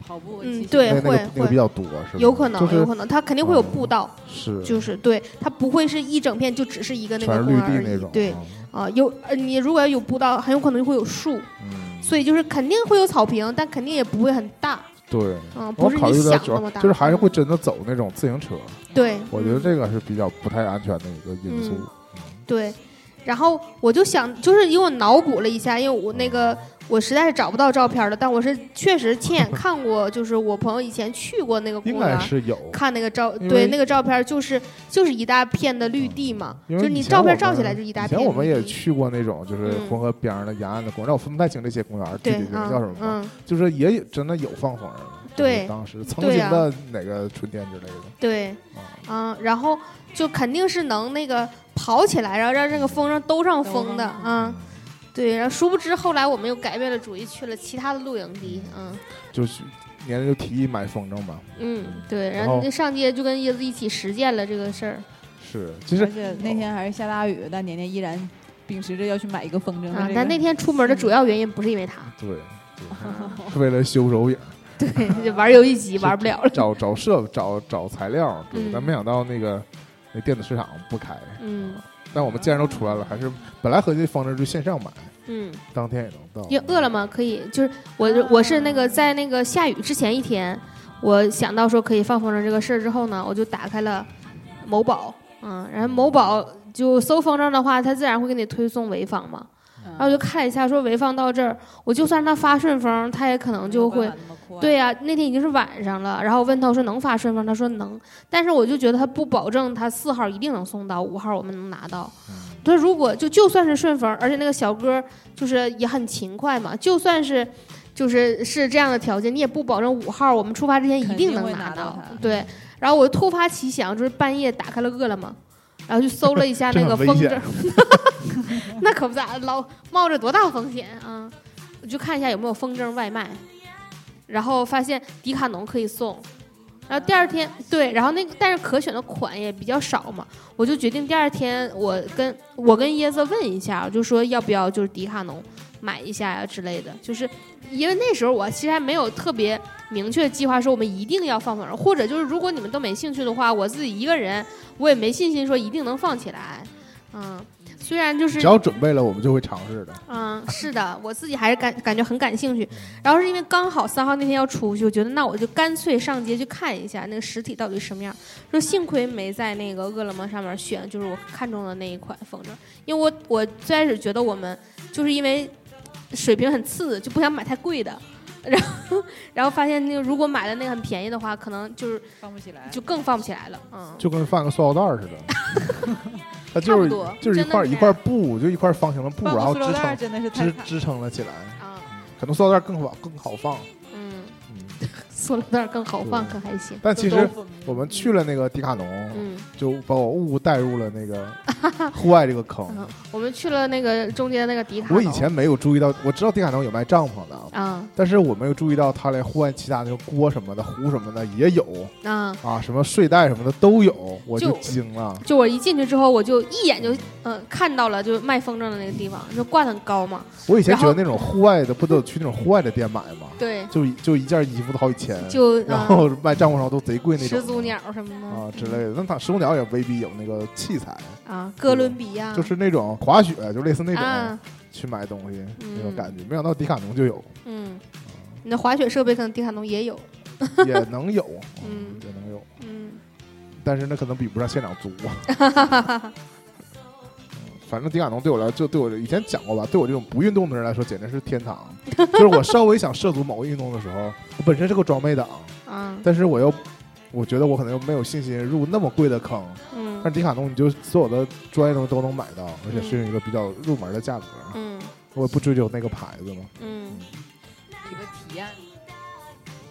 Speaker 4: 跑步
Speaker 3: 嗯
Speaker 4: 其实
Speaker 2: 那
Speaker 3: 对
Speaker 2: 那
Speaker 3: 会
Speaker 2: 个那个
Speaker 3: 会
Speaker 2: 比较多，是吧？
Speaker 3: 有可能、
Speaker 2: 就
Speaker 3: 有
Speaker 2: 是
Speaker 3: 可能，它肯定会有
Speaker 2: 嗯
Speaker 3: 步道，
Speaker 2: 是
Speaker 3: 就是对它不会是一整片就只是一个那
Speaker 2: 全
Speaker 3: 个
Speaker 2: 是
Speaker 3: 公
Speaker 2: 绿
Speaker 3: 园而
Speaker 2: 地
Speaker 3: 已，
Speaker 2: 那种，
Speaker 3: 对。啊，有呃，你如果要有步道，很有可能会有树，
Speaker 2: 嗯，
Speaker 3: 所以就是肯定会有草坪，但肯定也不会很大，
Speaker 2: 对。
Speaker 3: 嗯，
Speaker 2: 我
Speaker 3: 不是
Speaker 2: 考虑
Speaker 3: 你
Speaker 2: 的
Speaker 3: 想
Speaker 2: 主
Speaker 3: 那
Speaker 2: 要
Speaker 3: 么大，嗯
Speaker 2: 就是还是会真的走那种自行车，
Speaker 3: 对
Speaker 2: 我觉得这个是比较不太安全的一个因素。
Speaker 3: 嗯对。然后我就想，就是因为我脑补了一下，因为我那个我实在是找不到照片了，但我是确实亲眼看过，就是我朋友以前去过那个公
Speaker 2: 应该
Speaker 3: 园。
Speaker 2: 是有，
Speaker 3: 看那个照，
Speaker 2: 因
Speaker 3: 对
Speaker 2: 为
Speaker 3: 那个照片就是就是一大片的绿地嘛，
Speaker 2: 嗯因
Speaker 3: 就
Speaker 2: 为
Speaker 3: 是
Speaker 2: 以
Speaker 3: 你
Speaker 2: 前
Speaker 3: 照片
Speaker 2: 我
Speaker 3: 照起
Speaker 2: 们
Speaker 3: 来就一大
Speaker 2: 以
Speaker 3: 片
Speaker 2: 前
Speaker 3: 绿地。
Speaker 2: 我们也去过那种就是
Speaker 3: 嗯
Speaker 2: 浑河边儿的沿岸的公园，但我分不太清这些公园具
Speaker 3: 对
Speaker 2: 体名
Speaker 3: 啊
Speaker 2: 叫什么，嘛，
Speaker 3: 嗯，
Speaker 2: 就是也有真的有放风儿的。就是
Speaker 3: 对
Speaker 2: 当时曾
Speaker 3: 对
Speaker 2: 经
Speaker 3: 啊
Speaker 2: 的哪个春天之类的
Speaker 3: 对，
Speaker 2: 啊，
Speaker 3: 嗯，然后就肯定是能那个跑起来，然后让这个风筝兜上风的
Speaker 4: 兜上
Speaker 3: 啊、嗯。对，然后殊不知后来我们又改变了主意，去了其他的露营地，嗯
Speaker 2: 就是年龄就提议买风筝嘛，
Speaker 3: 嗯，对，
Speaker 2: 然
Speaker 3: 然
Speaker 2: 后
Speaker 3: 后那上街就跟椰子一起实践了这个事儿
Speaker 2: 是，其实
Speaker 4: 而且那天还是下大雨，但年年依然秉持着要去买一个风筝的
Speaker 3: 啊
Speaker 4: 这。个嗯
Speaker 3: 但那天出门的主要原因不是因 <laughs> 为他，
Speaker 2: 对，对是为了修手影，
Speaker 3: 对，就玩游戏机玩不了了，
Speaker 2: 找找设备，找找材料，对
Speaker 3: 嗯
Speaker 2: 但没想到那个那电子市场不开，
Speaker 3: <laughs> 嗯
Speaker 2: 但我们既然都出来了，还是本来合计方针就线上买，
Speaker 3: 嗯，
Speaker 2: 当天也能到。
Speaker 3: 因为饿了么可以，就是我我是那个在那个下雨之前一天，我想到说可以放风筝这个事儿之后呢，我就打开了某宝，嗯，然后某宝就搜风筝的话，它自然会给你推送潍坊嘛，然后我就看了一下说潍坊到这儿，我就算让它发顺风，它也可能就会。对呀、那天已经是晚上了，然后我问他我说能发顺丰，他说能，但是我就觉得他不保证他四号一定能送到，五号我们能拿到。
Speaker 2: 嗯，
Speaker 3: 他如果就就算是顺丰，而且那个小哥就是也很勤快嘛，就算是就是是这样的条件，你也不保证五号我们出发之前一
Speaker 4: 肯
Speaker 3: 定
Speaker 4: 定
Speaker 3: 能
Speaker 4: 会拿
Speaker 3: 拿
Speaker 4: 到它
Speaker 2: 嗯
Speaker 3: 对，然后我突发奇想，就是半夜打开了饿了么，然后就搜了一
Speaker 2: <laughs>
Speaker 3: 下
Speaker 2: 这
Speaker 3: 那
Speaker 2: 很
Speaker 3: 个
Speaker 2: 危
Speaker 3: 风筝 <laughs>
Speaker 2: 险，
Speaker 3: 那可不咋，老冒着多大风险啊！我就看一下有没有风筝外卖，然后发现迪卡侬可以送。然后第二天，对，然后那个但是可选的款也比较少嘛，我就决定第二天我跟我跟椰子问一下，我就说要不要就是迪卡侬买一下呀、之类的，就是因为那时候我其实还没有特别明确计划说我们一定要放风筝，或者就是如果你们都没兴趣的话，我自己一个人我也没信心说一定能放起来，嗯，虽然就是
Speaker 2: 只要准备了，我们就会尝试的。
Speaker 3: 嗯，是的，我自己还是感感觉很感兴趣。然后是因为刚好三号那天要出去，我觉得那我就干脆上街去看一下那个实体到底什么样。说幸亏没在那个饿了么上面选，就是我看中的那一款风筝，因为我我最开始觉得我们就是因为水平很次，就不想买太贵的。然后，然后发现那个如果买了那个很便宜的话，可能就是
Speaker 4: 放不起来，
Speaker 3: 就更放不起来了。嗯，
Speaker 2: 就跟放个塑料袋儿似的， <laughs> 它
Speaker 3: 差
Speaker 2: 就
Speaker 3: 不
Speaker 2: 是
Speaker 3: 多
Speaker 2: 就是一
Speaker 3: 真的
Speaker 2: 块
Speaker 3: 是
Speaker 2: 一块布，就一块方形的布，
Speaker 4: 放个
Speaker 2: 然后
Speaker 4: 塑料
Speaker 2: 支
Speaker 4: 袋儿
Speaker 2: 撑
Speaker 4: 真的是太
Speaker 2: 支
Speaker 4: 惨
Speaker 2: 支撑了起来。
Speaker 3: 啊，
Speaker 2: 可能塑料袋儿更好更好放，
Speaker 3: <laughs> 嗯，
Speaker 2: 嗯，
Speaker 3: 塑料袋儿更好放，
Speaker 2: 对
Speaker 3: 可还行。
Speaker 2: 但其实
Speaker 4: 都
Speaker 2: 我们去了那个迪卡侬，
Speaker 3: 嗯，
Speaker 2: 就把我误误带入了那个户外这个坑
Speaker 3: <laughs> 嗯。我们去了那个中间那个迪卡侬。
Speaker 2: 我以前没有注意到，我知道迪卡侬有卖帐篷的，
Speaker 3: 啊
Speaker 2: 但是我没有注意到它连户外其他那个锅什么的、壶什么的也有
Speaker 3: 啊！
Speaker 2: 啊，什么睡袋什么的都有，我就
Speaker 3: 就
Speaker 2: 惊了。
Speaker 3: 就我一进去之后，我就一眼就嗯、呃看到了，就卖风筝的那个地方，就挂得很高嘛。
Speaker 2: 我以前
Speaker 3: 然
Speaker 2: 觉
Speaker 3: 后
Speaker 2: 得那种户外的不都有去那种户外的店买吗？
Speaker 3: 对，
Speaker 2: 就就一件衣服都好几千，
Speaker 3: 就嗯、
Speaker 2: 然后卖帐篷上都贼贵那种。
Speaker 3: 始祖鸟什么的
Speaker 2: 啊之类的，那它始祖鸟也未必有那个器材，
Speaker 3: 啊，哥伦比亚
Speaker 2: 就是那种滑雪，就类似那种、
Speaker 3: 啊，
Speaker 2: 去买东西
Speaker 3: 嗯
Speaker 2: 那种感觉。没想到迪卡侬就
Speaker 3: <laughs>
Speaker 2: 有，
Speaker 3: 嗯，你的滑雪设备可能迪卡侬也有，
Speaker 2: 也能有，
Speaker 3: 嗯
Speaker 2: 也能有，
Speaker 3: 嗯，
Speaker 2: 但是那可能比不上现场租。反正迪卡侬对我来，就对我以前讲过吧，对我这种不运动的人来说，简直是天堂。就是我稍微想涉足某个运动的时候，我本身是个装备党，
Speaker 3: 啊，
Speaker 2: 但是我又，我觉得我可能又没有信心入那么贵的坑。但是
Speaker 3: 嗯
Speaker 2: 迪卡侬，你就所有的专业东西都能买到，而且是一个比较入门的价格。
Speaker 3: 嗯
Speaker 2: 我也不追求那个牌子嘛，
Speaker 3: 嗯
Speaker 4: 一个体验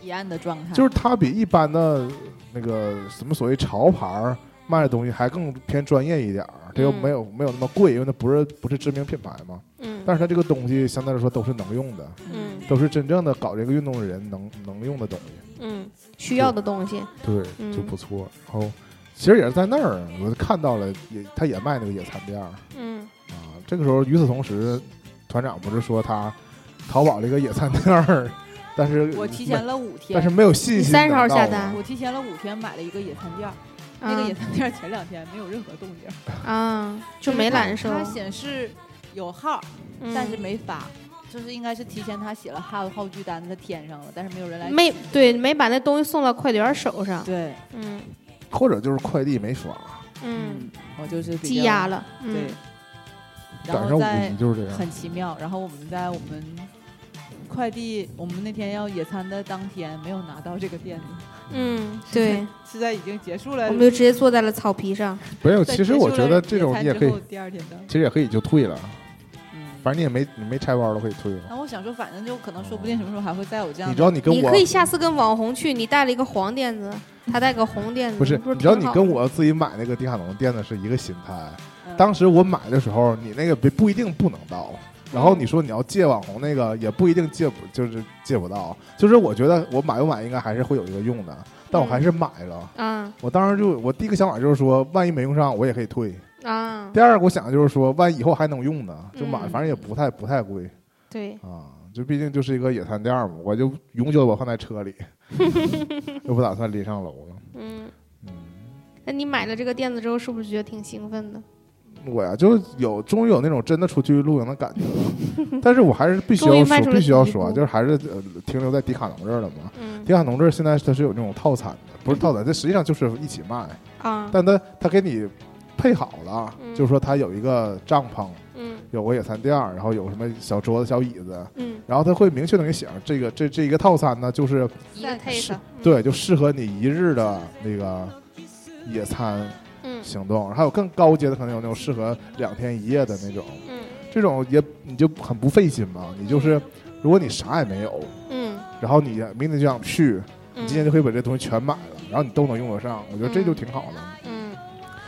Speaker 4: 体验的
Speaker 3: 嗯
Speaker 4: 状态，
Speaker 2: 就是它比一般的那个什么所谓潮牌儿卖的东西还更偏专业一点儿，这又
Speaker 3: 嗯
Speaker 2: 没有、没有那么贵，因为它不是不是知名品牌嘛。
Speaker 3: 嗯，
Speaker 2: 但是它这个东西相对来说都是能用的，
Speaker 3: 嗯
Speaker 2: 都是真正的搞这个运动的人能能用的东西，
Speaker 3: 嗯，需要的东西，
Speaker 2: 对
Speaker 3: 嗯
Speaker 2: 就不错。然后其实也是在那儿，我就看到了也他也卖那个野餐垫儿啊。
Speaker 3: 嗯
Speaker 2: 这个时候与此同时，团长不是说他淘宝了一个野餐垫儿，但是
Speaker 4: 我提前了五
Speaker 2: 但是
Speaker 4: 天，
Speaker 2: 没有信心
Speaker 3: 30号
Speaker 2: 能到
Speaker 3: 下
Speaker 2: 嘛
Speaker 3: 单
Speaker 4: 我提前了五天买了一个野餐垫儿，
Speaker 3: 啊
Speaker 4: 那个野餐垫儿前两天没有任何动静，
Speaker 3: 啊，就没揽收，
Speaker 4: 它显示有号，
Speaker 3: 嗯
Speaker 4: 但是没发，就是应该是提前他写了号号据单子，他填上了，但是没有人来。
Speaker 3: 没对，没把那东西送到快递员手上，
Speaker 4: 对，
Speaker 3: 嗯
Speaker 2: 或者就是快递没发，
Speaker 3: 嗯，，
Speaker 4: 我就是比较
Speaker 3: 积压，了，
Speaker 4: 对
Speaker 3: 嗯，
Speaker 4: 然
Speaker 2: 赶
Speaker 4: 后
Speaker 2: 上五
Speaker 4: 在
Speaker 2: 一就是这样。
Speaker 4: 很奇妙，然后我们在我们快递，我们那天要野餐的当天没有拿到这个垫子，
Speaker 3: 嗯对，
Speaker 4: 是在已经结束
Speaker 2: 呃
Speaker 4: 了
Speaker 3: 我，们就直接坐在了草皮上，
Speaker 2: 没有，
Speaker 4: 在
Speaker 2: 其实
Speaker 4: 结束
Speaker 2: 我
Speaker 4: 了
Speaker 2: 觉得这
Speaker 4: 野
Speaker 2: 种
Speaker 4: 餐
Speaker 2: 你也
Speaker 4: 之
Speaker 2: 可以
Speaker 4: 后，第二天的，
Speaker 2: 其实也可以就退了，
Speaker 4: 嗯。
Speaker 2: 反正你也没你没拆包都可以退了。
Speaker 4: 然后我想说，反正就可能说不定什么时候还会再有这样
Speaker 2: 你
Speaker 4: 的。
Speaker 2: 知道你跟
Speaker 3: 你
Speaker 2: 我
Speaker 3: 可以下次跟网红去，你带了一个黄垫子，他带个红垫子，
Speaker 2: 不是，
Speaker 3: 不是
Speaker 2: 你知道
Speaker 3: 挺
Speaker 2: 你
Speaker 3: 好
Speaker 2: 跟我自己买那个迪卡侬垫子是一个心态。
Speaker 4: 嗯
Speaker 2: 当时我买的时候，你那个不不一定不能到，然后
Speaker 3: 嗯
Speaker 2: 你说你要借网红那个也不一定借不就是借不到，就是我觉得我买不买应该还是会有一个用的，但
Speaker 4: 嗯
Speaker 2: 我还是买了。
Speaker 3: 啊
Speaker 2: 我当时就我第一个想法就是说，万一没用上我也可以退。
Speaker 3: 啊，
Speaker 2: 第二个我想的就是说，万一以后还能用呢，就买，
Speaker 3: 嗯
Speaker 2: 反正也不太不太贵
Speaker 3: 对，
Speaker 2: 啊。就毕竟就是一个野餐垫儿嘛，我就永久我放在车
Speaker 3: <laughs>
Speaker 2: 里，又不打算拎上楼了。
Speaker 3: 嗯，
Speaker 2: 嗯，
Speaker 3: 那你买了这个垫子之后，是不是觉得挺兴奋的？
Speaker 2: 我呀就有终于有那种真的出去露营的感觉
Speaker 3: <laughs>
Speaker 2: 了，但是我还是必须
Speaker 3: 终于
Speaker 2: 要
Speaker 3: 迈出
Speaker 2: 说
Speaker 3: 了
Speaker 2: 必须要
Speaker 3: 第一
Speaker 2: 说，
Speaker 3: 步
Speaker 2: 就是还是呃停留在迪卡侬这儿了嘛。
Speaker 3: 嗯
Speaker 2: 迪卡侬这儿现在它是有那种套餐的，不是套餐，这实际上就是一起卖，
Speaker 3: 啊，
Speaker 2: 但它它给你配好了，
Speaker 3: 嗯
Speaker 2: 就是说它有一个帐篷，
Speaker 3: 嗯
Speaker 2: 有个野餐垫儿，然后有什么小桌子、小椅子，
Speaker 3: 嗯，
Speaker 2: 然后它会明确的给你写上这个这这一个套餐呢，就是
Speaker 3: 一个 taste，嗯，
Speaker 2: 对，就适合你一日的那个野餐
Speaker 3: 嗯
Speaker 2: 行动，还有更高阶的，可能有那种适合两天一夜的那种，
Speaker 3: 嗯
Speaker 2: 这种也你就很不费心嘛，你就是如果你啥也没有，
Speaker 3: 嗯
Speaker 2: 然后你明天就想去，你
Speaker 3: 嗯，
Speaker 2: 今天就可以把这东西全买了，然后你都能用得上，我觉得这就挺好的。
Speaker 3: 嗯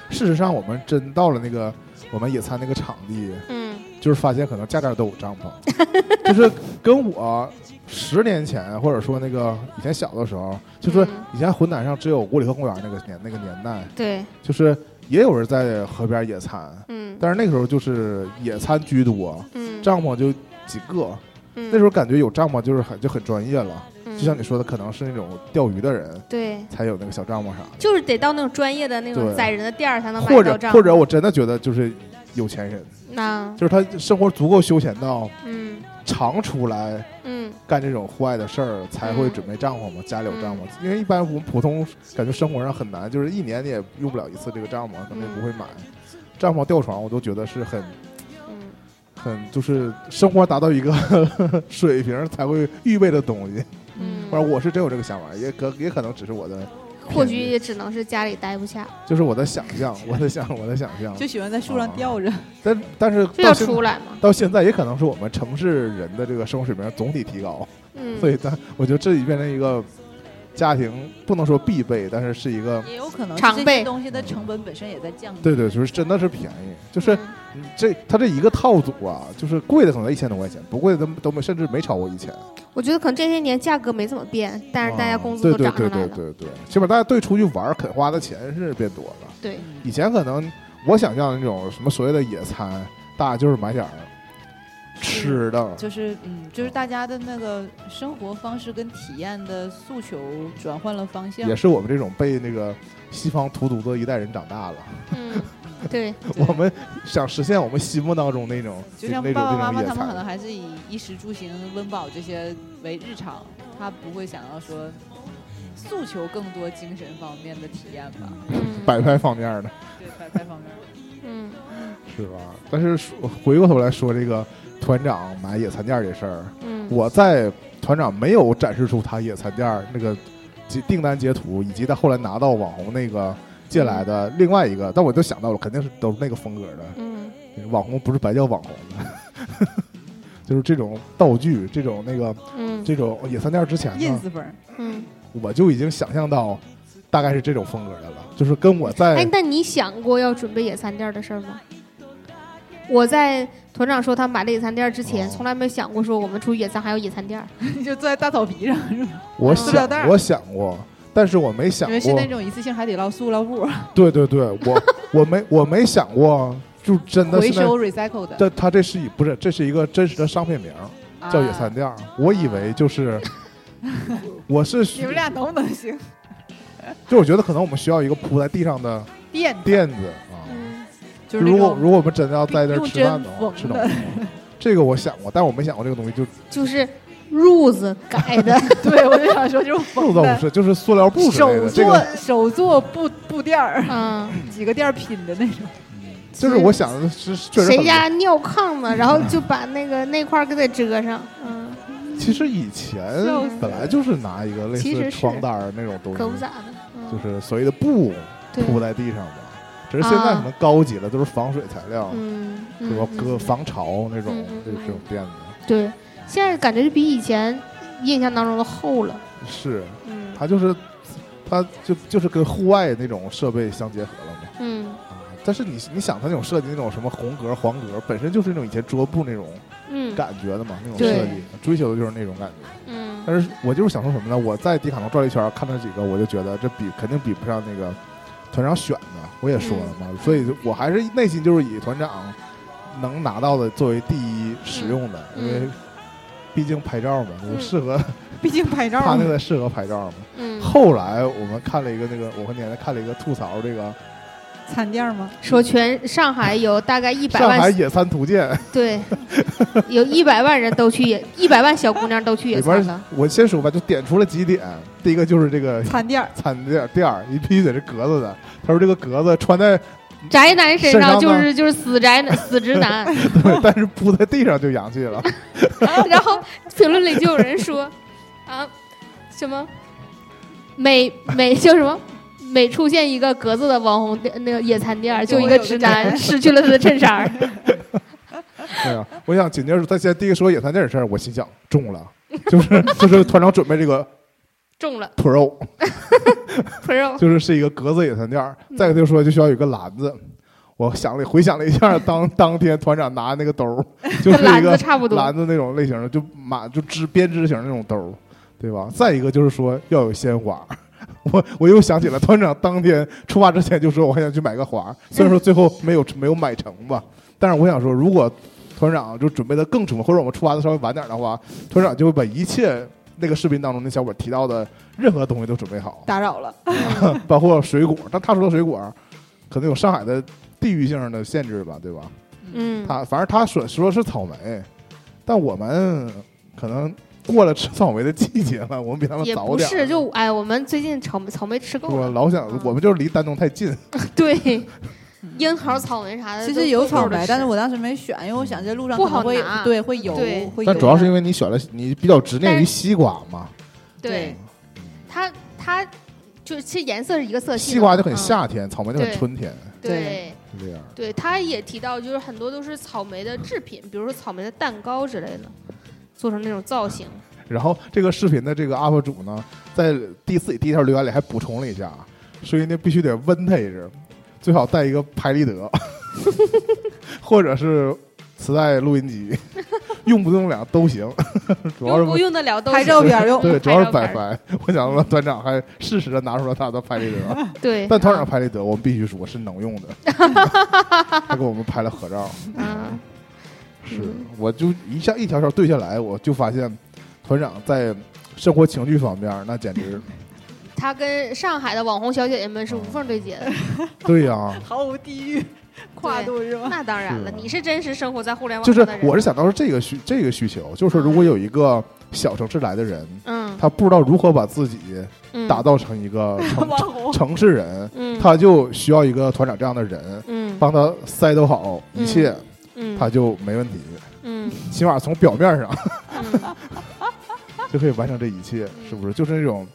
Speaker 2: 事实上，我们真到了那个我们野餐那个场地，
Speaker 3: 嗯
Speaker 2: 就是发现可能家家都有帐篷，就是跟我十年前或者说那个以前小的时候，就是
Speaker 3: 嗯
Speaker 2: 以前浑南上只有五里河公园那个年那个年代，
Speaker 3: 对，
Speaker 2: 就是也有人在河边野餐，
Speaker 3: 嗯
Speaker 2: 但是那个时候就是野餐居多，
Speaker 3: 嗯，
Speaker 2: 帐篷就几个。
Speaker 3: 那
Speaker 2: 那时候感觉有帐篷就是很就很专业了，
Speaker 3: 候
Speaker 2: 就像你说的，可能是那种钓鱼的人
Speaker 3: 嗯对，
Speaker 2: 才有那个小帐篷啥的，
Speaker 3: 就是得到那种专业的那种
Speaker 2: 对
Speaker 3: 宰人的店儿才能买
Speaker 2: 或
Speaker 3: 到
Speaker 2: 者
Speaker 3: 账，
Speaker 2: 或者我真的觉得就是有钱人，
Speaker 3: 那
Speaker 2: 就是他生活足够休闲到
Speaker 3: 嗯
Speaker 2: 常出来
Speaker 3: 嗯
Speaker 2: 干这种户外的事儿才会准备帐篷嘛，家里有帐篷，因为一般我们普通感觉生活上很难，就是一年你也用不了一次这个帐篷，可能也不会买。帐篷、吊床我都觉得是很
Speaker 3: 嗯
Speaker 2: 很就是生活达到一个 <laughs> 水平才会预备的东西。
Speaker 3: 嗯，
Speaker 2: 反正我是真有这个想法，也可也可能只是我的，
Speaker 3: 或许也只能是家里待不下，
Speaker 2: 就是我的想象，我的想我的想象。
Speaker 4: 就喜欢在树上吊着，
Speaker 2: 但但是
Speaker 3: 这
Speaker 2: 到
Speaker 3: 要
Speaker 2: 现
Speaker 3: 出来嘛，
Speaker 2: 到现在也可能是我们城市人的这个生活水平总体提高，
Speaker 3: 嗯，
Speaker 2: 所以它我觉得这已变成一个家庭不能说必备，但是是一个
Speaker 4: 也有可能是
Speaker 3: 常
Speaker 4: 这
Speaker 3: 备
Speaker 4: 些东西的成本本身也在降低。
Speaker 2: 对对，就是真的是便宜，就是嗯这它这一个套组啊，就是贵的可能一千多块钱，不贵的都都没甚至没超过一千。
Speaker 3: 我觉得可能这些年价格没怎么变，但是大家
Speaker 2: 啊
Speaker 3: 工资都
Speaker 2: 对
Speaker 3: 涨
Speaker 2: 对
Speaker 3: 上来
Speaker 2: 对对
Speaker 3: 了。
Speaker 2: 对对，起码大家对出去玩儿肯花的钱是变多了。
Speaker 3: 对，
Speaker 2: 以前可能我想象的那种什么所谓的野餐，大家就是买点儿吃的，
Speaker 4: 就是嗯，就是大家的那个生活方式跟体验的诉求转换了方向
Speaker 2: 也。是我们这种被那个西方荼毒的一代人长大了，
Speaker 3: 嗯，对，
Speaker 4: 对
Speaker 2: <laughs> 我们想实现我们心目当中那种
Speaker 4: <laughs> 就像
Speaker 2: 那种
Speaker 4: 爸爸
Speaker 2: 那
Speaker 4: 妈
Speaker 2: 种
Speaker 4: 妈
Speaker 2: 野
Speaker 4: 他们可能
Speaker 2: 餐。
Speaker 4: 还是以衣食住行、温饱这些为日常，他不会想要说诉求更多精神方面的体验吧？
Speaker 3: <laughs> 嗯
Speaker 2: 摆拍方面的
Speaker 4: 对，摆拍方面。
Speaker 3: 嗯，
Speaker 2: 是吧？但是说回过头来说这个团长买野餐垫儿这事儿，
Speaker 3: 嗯，
Speaker 2: 我在团长没有展示出他野餐垫儿那个截订单截图，以及他后来拿到网红那个借来
Speaker 4: 嗯
Speaker 2: 的另外一个，但我就想到了，肯定是都是那个风格的
Speaker 3: 嗯，
Speaker 2: 网红，不是白叫网红的， <laughs> 就是这种道具，这种那个
Speaker 3: 嗯，
Speaker 2: 这种野餐垫儿之前呢，
Speaker 4: ins 风，
Speaker 3: 嗯，
Speaker 2: 我就已经想象到大概是这种风格的了，就是跟我在、
Speaker 3: 哎，那你想过要准备野餐垫儿的事儿吗？我在团长说他买了野餐垫儿之前，
Speaker 2: 哦
Speaker 3: 从来没想过说我们出去野餐还有野餐垫儿。
Speaker 4: 你 <laughs> 就坐在大草皮上是吧？
Speaker 2: 我
Speaker 4: 塑料
Speaker 2: 想
Speaker 4: 袋儿
Speaker 2: 我想过，但是我没想
Speaker 4: 因
Speaker 2: 过
Speaker 4: 为是那种一次性海底捞塑料布，
Speaker 2: 对对对，我我没我没想过，就真的
Speaker 4: 回
Speaker 2: 是那
Speaker 4: 收 recycle 的，
Speaker 2: 这它这是一不是这是一个真实的商品名儿，叫野餐
Speaker 4: 啊。
Speaker 2: 垫儿。我以为就是，我是
Speaker 4: 你们俩能不能行？
Speaker 2: 就我觉得可能我们需要一个铺在地上的
Speaker 4: 垫
Speaker 2: 垫子啊。
Speaker 4: 嗯
Speaker 3: 嗯
Speaker 4: 就是那
Speaker 2: 如果
Speaker 4: 种
Speaker 2: 如果我们真的要在这儿
Speaker 4: 用
Speaker 2: 吃饭的
Speaker 4: 针
Speaker 2: 话，
Speaker 4: 缝
Speaker 2: 吃
Speaker 4: 的
Speaker 2: 东
Speaker 4: <laughs>
Speaker 2: 西的话，这个我想过，但我没想过这个东西就
Speaker 3: 就是褥子改 <laughs> 的，
Speaker 4: 对，我就想说就是
Speaker 2: 不
Speaker 4: 缝
Speaker 2: 倒不
Speaker 4: 的，
Speaker 2: 是，就是塑料布之类
Speaker 4: 手
Speaker 2: 的。这
Speaker 4: 做
Speaker 2: 个
Speaker 4: 手做布布垫儿，
Speaker 3: 嗯，
Speaker 4: 几个垫儿拼的那种，
Speaker 2: 就是我想的是确实
Speaker 3: 谁
Speaker 2: 很嗯
Speaker 3: 家尿炕呢？然后就把那个那块儿给它遮上，嗯，
Speaker 2: 其实以前
Speaker 4: 笑死
Speaker 2: 本来就是拿一个类
Speaker 3: 其实
Speaker 2: 似
Speaker 3: 是
Speaker 2: 床单儿那种东
Speaker 3: 可不
Speaker 2: 西，
Speaker 3: 咋的，嗯
Speaker 2: 就是所谓的布
Speaker 3: 对，
Speaker 2: 铺在地上的，只是现在
Speaker 3: 啊
Speaker 2: 可能高级了，都是防水材料。
Speaker 3: 嗯，
Speaker 2: 什么
Speaker 3: 嗯，嗯
Speaker 2: 隔防潮那种
Speaker 3: 嗯嗯，
Speaker 2: 这
Speaker 3: 嗯
Speaker 2: 这种垫子
Speaker 3: 对，现在感觉就比以前印象当中的厚了，
Speaker 2: 是，
Speaker 3: 嗯
Speaker 2: 它就是，它就就是跟户外那种设备相结合了嘛。
Speaker 3: 嗯
Speaker 2: 啊，但是你你想它那种设计，那种什么红格、黄格，本身就是那种以前桌布那种
Speaker 3: 嗯
Speaker 2: 感觉的嘛，那种
Speaker 3: 对
Speaker 2: 设计追求的就是那种感觉。
Speaker 3: 嗯
Speaker 2: 但是我就是想说什么呢？我在迪卡侬转了一圈，看到几个，我就觉得这比肯定比不上那个团长选的。我也说了嘛，
Speaker 3: 嗯
Speaker 2: 所以就我还是内心就是以团长能拿到的作为第一使用的，
Speaker 3: 嗯
Speaker 2: 因为毕竟拍照嘛，就
Speaker 3: 嗯
Speaker 2: 适合
Speaker 4: 毕竟拍照
Speaker 2: 他
Speaker 4: 嘛。
Speaker 2: 那个适合拍照嘛。
Speaker 3: 嗯，
Speaker 2: 后来我们看了一个那个，我和年年看了一个吐槽这个
Speaker 4: 餐垫儿吗？
Speaker 3: 说全上海有大概一
Speaker 2: 《
Speaker 3: 百
Speaker 2: 上海
Speaker 3: 万，
Speaker 2: 野餐图鉴》
Speaker 3: 对，有一百万人都去野，一百万小姑娘都去野
Speaker 2: 里
Speaker 3: 餐
Speaker 2: 边
Speaker 3: 了，，
Speaker 2: 我先说吧，就点出了几点。第一个就是这个
Speaker 4: 餐垫儿，
Speaker 2: 餐垫垫儿，你必须得是格子的。他说这个格子穿在， <laughs>
Speaker 3: 宅男身
Speaker 2: 身
Speaker 3: 上
Speaker 2: 上
Speaker 3: 就
Speaker 2: 呢
Speaker 3: 是就是死宅男死直男，
Speaker 2: 对，但是铺在地上就洋气了。
Speaker 3: <laughs> 啊然后评论里就有人说啊什么每每就什么。每出现一个格子的网红店那个野餐店，就一个直男失去了他的衬衫儿。 <laughs>
Speaker 2: <laughs> 对啊，我想紧接着他先第一个说野餐垫儿的事儿，我心想中了，就是 <laughs> 就是团长准备这个
Speaker 3: 中了
Speaker 2: Pro，
Speaker 3: ，Pro
Speaker 2: 就是是一个格子野餐垫儿。
Speaker 3: 嗯
Speaker 2: 再一个就说就需要有一个篮子。我想了回想了一下，当当天团长拿那个兜
Speaker 3: <laughs>
Speaker 2: 儿，就
Speaker 3: 跟
Speaker 2: 是一
Speaker 3: 篮
Speaker 2: 个
Speaker 3: 子差不多
Speaker 2: 篮。子那种类型的，就马就织编织型那种兜儿，对吧？再一个就是说要有鲜花。 <laughs> 我我又想起了团长当天出发之前就说我还想去买个花，虽然说最后没有没有买成吧，但是我想说，如果团长就准备的更充分，或者我们出发的稍微晚点的话，团长就会把一切那个视频当中那小伙提到的任何东西都准备好，
Speaker 4: 打扰了。
Speaker 2: 包括水果。但他说的水果，可能有上海的地域性的限制吧，对吧？
Speaker 3: 嗯，
Speaker 2: 他反正他说说是草莓，但我们可能过了吃草莓的季节了，我们比他们
Speaker 3: 也
Speaker 2: 早
Speaker 3: 不
Speaker 2: 点儿。
Speaker 3: 是，就嗯哎，我们最近草莓草莓吃够
Speaker 2: 我
Speaker 3: 了。
Speaker 2: 老想，我们就是离丹东太近， <laughs>
Speaker 3: 对，樱桃、草莓啥的
Speaker 4: 其
Speaker 3: 都够够的吃。
Speaker 4: 实有草莓，但是我当时没选，因为我想这路上
Speaker 3: 不
Speaker 4: 可能
Speaker 3: 好
Speaker 4: 会
Speaker 3: 拿
Speaker 4: 对会有
Speaker 3: 对
Speaker 4: 会有。
Speaker 2: 但主要是因为你选了，你比较执念于西瓜嘛，
Speaker 3: 对它它就是其实颜色是一个色系嘛，
Speaker 2: 西瓜就很
Speaker 3: 嗯。
Speaker 2: 夏天，草莓就很
Speaker 3: 对
Speaker 2: 春天，
Speaker 3: 对
Speaker 2: 是这样。
Speaker 3: 对，它也提到就是很多都是草莓的制品，比如说草莓的蛋糕之类的，做成那种造型。
Speaker 2: 然后这个视频的这个 UP 主呢，在第四第一条留言里还补充了一下，啊说人家必须得温他一阵，最好带一个拍立得， <laughs> 或者是磁带录音
Speaker 3: <laughs>
Speaker 2: 机，用不用俩都行， <laughs> 主要是
Speaker 3: 用不用得了都
Speaker 5: 拍
Speaker 3: 行
Speaker 5: 照片用
Speaker 2: 对，主要是摆
Speaker 3: 拍照
Speaker 2: 拍。我想说，团长还适时的拿出了他的拍立
Speaker 3: <laughs>
Speaker 2: 得，
Speaker 3: 对，
Speaker 2: 但团长拍立得，我们必须说是能用
Speaker 3: <laughs>
Speaker 2: 的，他给我们拍了合照。
Speaker 3: 嗯，
Speaker 2: 是
Speaker 3: 嗯，
Speaker 2: 我就一下一条条对下来，我就发现团长在生活情趣方面，那简
Speaker 3: <laughs>
Speaker 2: 直
Speaker 3: 他跟上海的网红小姐姐们是无缝
Speaker 2: <laughs>
Speaker 3: 对接的。
Speaker 2: 对呀、
Speaker 3: <laughs>
Speaker 4: 毫无地域跨度是
Speaker 2: <laughs>
Speaker 4: 吗？
Speaker 3: 那当然了，
Speaker 2: 是
Speaker 3: 你是真实生活在互联网
Speaker 2: 就是
Speaker 3: 上的人，
Speaker 2: 我是想到是这个需这个需求，就是说如果有一个小城市来的人，
Speaker 3: 嗯
Speaker 2: 他不知道如何把自己
Speaker 3: 嗯
Speaker 2: 打造成一
Speaker 3: <laughs>
Speaker 2: 个城
Speaker 4: 网红
Speaker 2: 城市人，
Speaker 3: 嗯
Speaker 2: 他就需要一个团长这样的人。
Speaker 3: 嗯
Speaker 2: 帮他塞都好一切，
Speaker 3: 嗯
Speaker 2: 他就没问题。
Speaker 5: <laughs>
Speaker 3: 嗯
Speaker 2: 起码从表面上 <laughs>
Speaker 3: 嗯
Speaker 2: 就可以完成这一切，是不是？就是那种，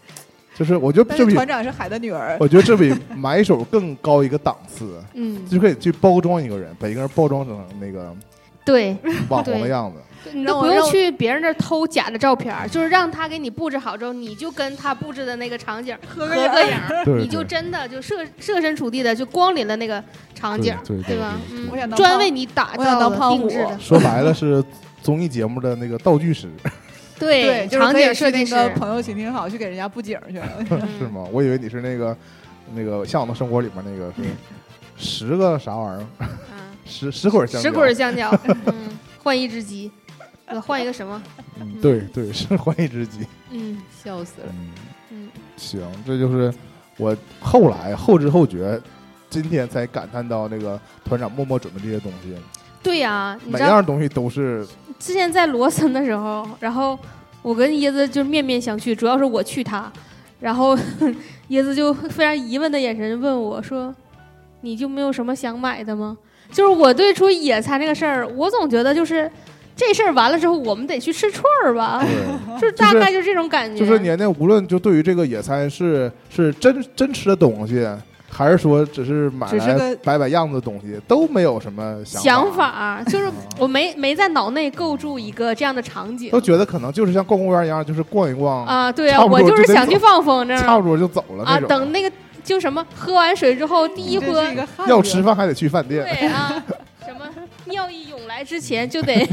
Speaker 2: 就是我觉得
Speaker 5: 但
Speaker 2: 这哦
Speaker 5: 是
Speaker 2: 比
Speaker 5: 团长是海的女儿，
Speaker 2: 我觉得这比买一手更高一个档次，
Speaker 3: 嗯，
Speaker 2: 就可以去包装一个人，把一个人包装成那
Speaker 3: <laughs>
Speaker 2: 个
Speaker 5: <laughs>
Speaker 3: 对，
Speaker 2: 网红的
Speaker 3: 对
Speaker 2: 样子。
Speaker 3: 你
Speaker 5: 让
Speaker 3: 都
Speaker 5: 我
Speaker 3: 不
Speaker 5: 让
Speaker 3: 用
Speaker 5: 我
Speaker 3: 去别人那儿偷假的照片儿，就是让他给你布置好之后，你就跟他布置的那个场景儿
Speaker 5: 合
Speaker 3: 合个影儿，
Speaker 2: 对，
Speaker 3: 你就
Speaker 2: 对
Speaker 3: 真的就设设身处地的就光临了那个场景儿，
Speaker 2: 对对对
Speaker 3: 吧？
Speaker 2: 对
Speaker 3: 嗯
Speaker 5: 我想当
Speaker 3: 专
Speaker 5: 胖
Speaker 3: 为你打
Speaker 5: 我想
Speaker 3: 造
Speaker 5: 当
Speaker 3: 的
Speaker 5: 胖
Speaker 3: 定制
Speaker 5: 虎
Speaker 3: 的，
Speaker 2: 说白了是综艺节目的那个道具师，
Speaker 5: 对，就是
Speaker 3: 场
Speaker 5: 可以
Speaker 3: 景
Speaker 5: 去
Speaker 3: 设
Speaker 5: 那
Speaker 3: 计师
Speaker 5: 个 <laughs> 朋友请听好去给人家布景去了。
Speaker 3: 嗯
Speaker 2: 是吗？我以为你是那个那个《向往的生活》里面那个是十个啥玩意儿，
Speaker 3: 嗯
Speaker 2: 十十捆 <laughs> 香蕉，
Speaker 3: 十捆
Speaker 2: <laughs>
Speaker 3: 香蕉，嗯，换一只鸡，呃换一个什么？
Speaker 2: 嗯对对， <laughs> 是换一只鸡。
Speaker 3: 嗯
Speaker 4: <laughs> 笑死了！
Speaker 2: 嗯
Speaker 3: 嗯，
Speaker 2: 行，这就是我后来后知后觉，今天才感叹到那个团长默默准备这些东西，
Speaker 3: 对呀、你
Speaker 2: 每
Speaker 3: 知道
Speaker 2: 样东西都
Speaker 3: <laughs>
Speaker 2: 是
Speaker 3: 之前在罗森的时候，然后我跟椰子就面面相觑，主要是我去他，然后 <laughs> 椰子就非常疑问的眼神问我说：“你就没有什么想买的吗？”就是我对出野餐这个事儿，我总觉得就是这事儿完了之后，我们得去吃串儿吧，
Speaker 2: 对。
Speaker 3: 就是大概就是这种感觉。
Speaker 2: 就是年年无论就对于这个野餐是是真真吃的东西，还是说只是买
Speaker 5: 只是
Speaker 2: 来
Speaker 5: 个
Speaker 2: 摆摆样子的东西，都没有什么想
Speaker 3: 想
Speaker 2: 法，哦
Speaker 3: 法，就是我没没在脑内构筑一个这样的场景
Speaker 2: 都觉得可能就是像逛公园一样，就是逛一逛，
Speaker 3: 啊。对啊，
Speaker 2: 差不
Speaker 3: 我
Speaker 2: 多
Speaker 3: 就是
Speaker 2: 就得
Speaker 3: 想去
Speaker 2: 走
Speaker 3: 放风筝
Speaker 2: 差不多就走了
Speaker 3: 啊，
Speaker 2: 那种。
Speaker 3: 等那个就什么喝完水之后，第一
Speaker 5: 真
Speaker 3: 波
Speaker 5: 是一个汉子
Speaker 2: 要吃饭还得去饭店，
Speaker 3: 对啊，什么尿意涌来之前就
Speaker 2: <laughs>
Speaker 3: 得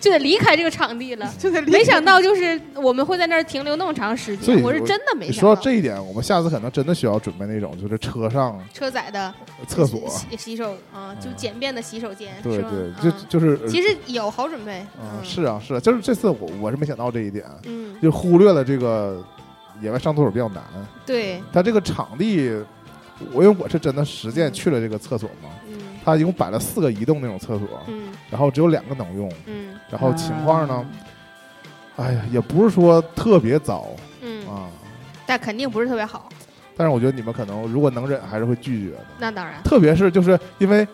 Speaker 3: 就得离开这个场地了。
Speaker 5: 就得
Speaker 3: 没想到就是我们会在那儿停留那么长时
Speaker 2: 所以
Speaker 3: 间，我是
Speaker 2: 我
Speaker 3: 真的没
Speaker 2: 你
Speaker 3: 想
Speaker 2: 说到
Speaker 3: 到。
Speaker 2: 这一点，我们下次可能真的需要准备那种，就是车上
Speaker 3: 车载的
Speaker 2: 厕所，嗯
Speaker 3: 洗洗手啊，就简便的洗手间，
Speaker 2: 对
Speaker 3: 是吧
Speaker 2: 对，
Speaker 3: 啊
Speaker 2: 就就是，呃
Speaker 3: 其实有好准备，
Speaker 2: 嗯，
Speaker 3: 嗯
Speaker 2: 是啊是啊，就是这次我我是没想到这一点，
Speaker 3: 嗯，
Speaker 2: 就忽略了这个野外上厕所比较难，
Speaker 3: 对，
Speaker 2: 它这个场地，我因为我是真的实践去了这个厕所嘛，
Speaker 3: 嗯
Speaker 2: 它一共摆了四个移动那种厕所，
Speaker 3: 嗯啊
Speaker 2: 然后只有两个能用，
Speaker 3: 嗯
Speaker 2: 然后情况呢，哎呀，也不是说特别糟
Speaker 3: 嗯，
Speaker 2: 啊，
Speaker 3: 但肯定不是特别好，
Speaker 2: 但是我觉得你们可能如果能忍，还是会拒绝的，
Speaker 3: 那当然，
Speaker 2: 特别是就是因为。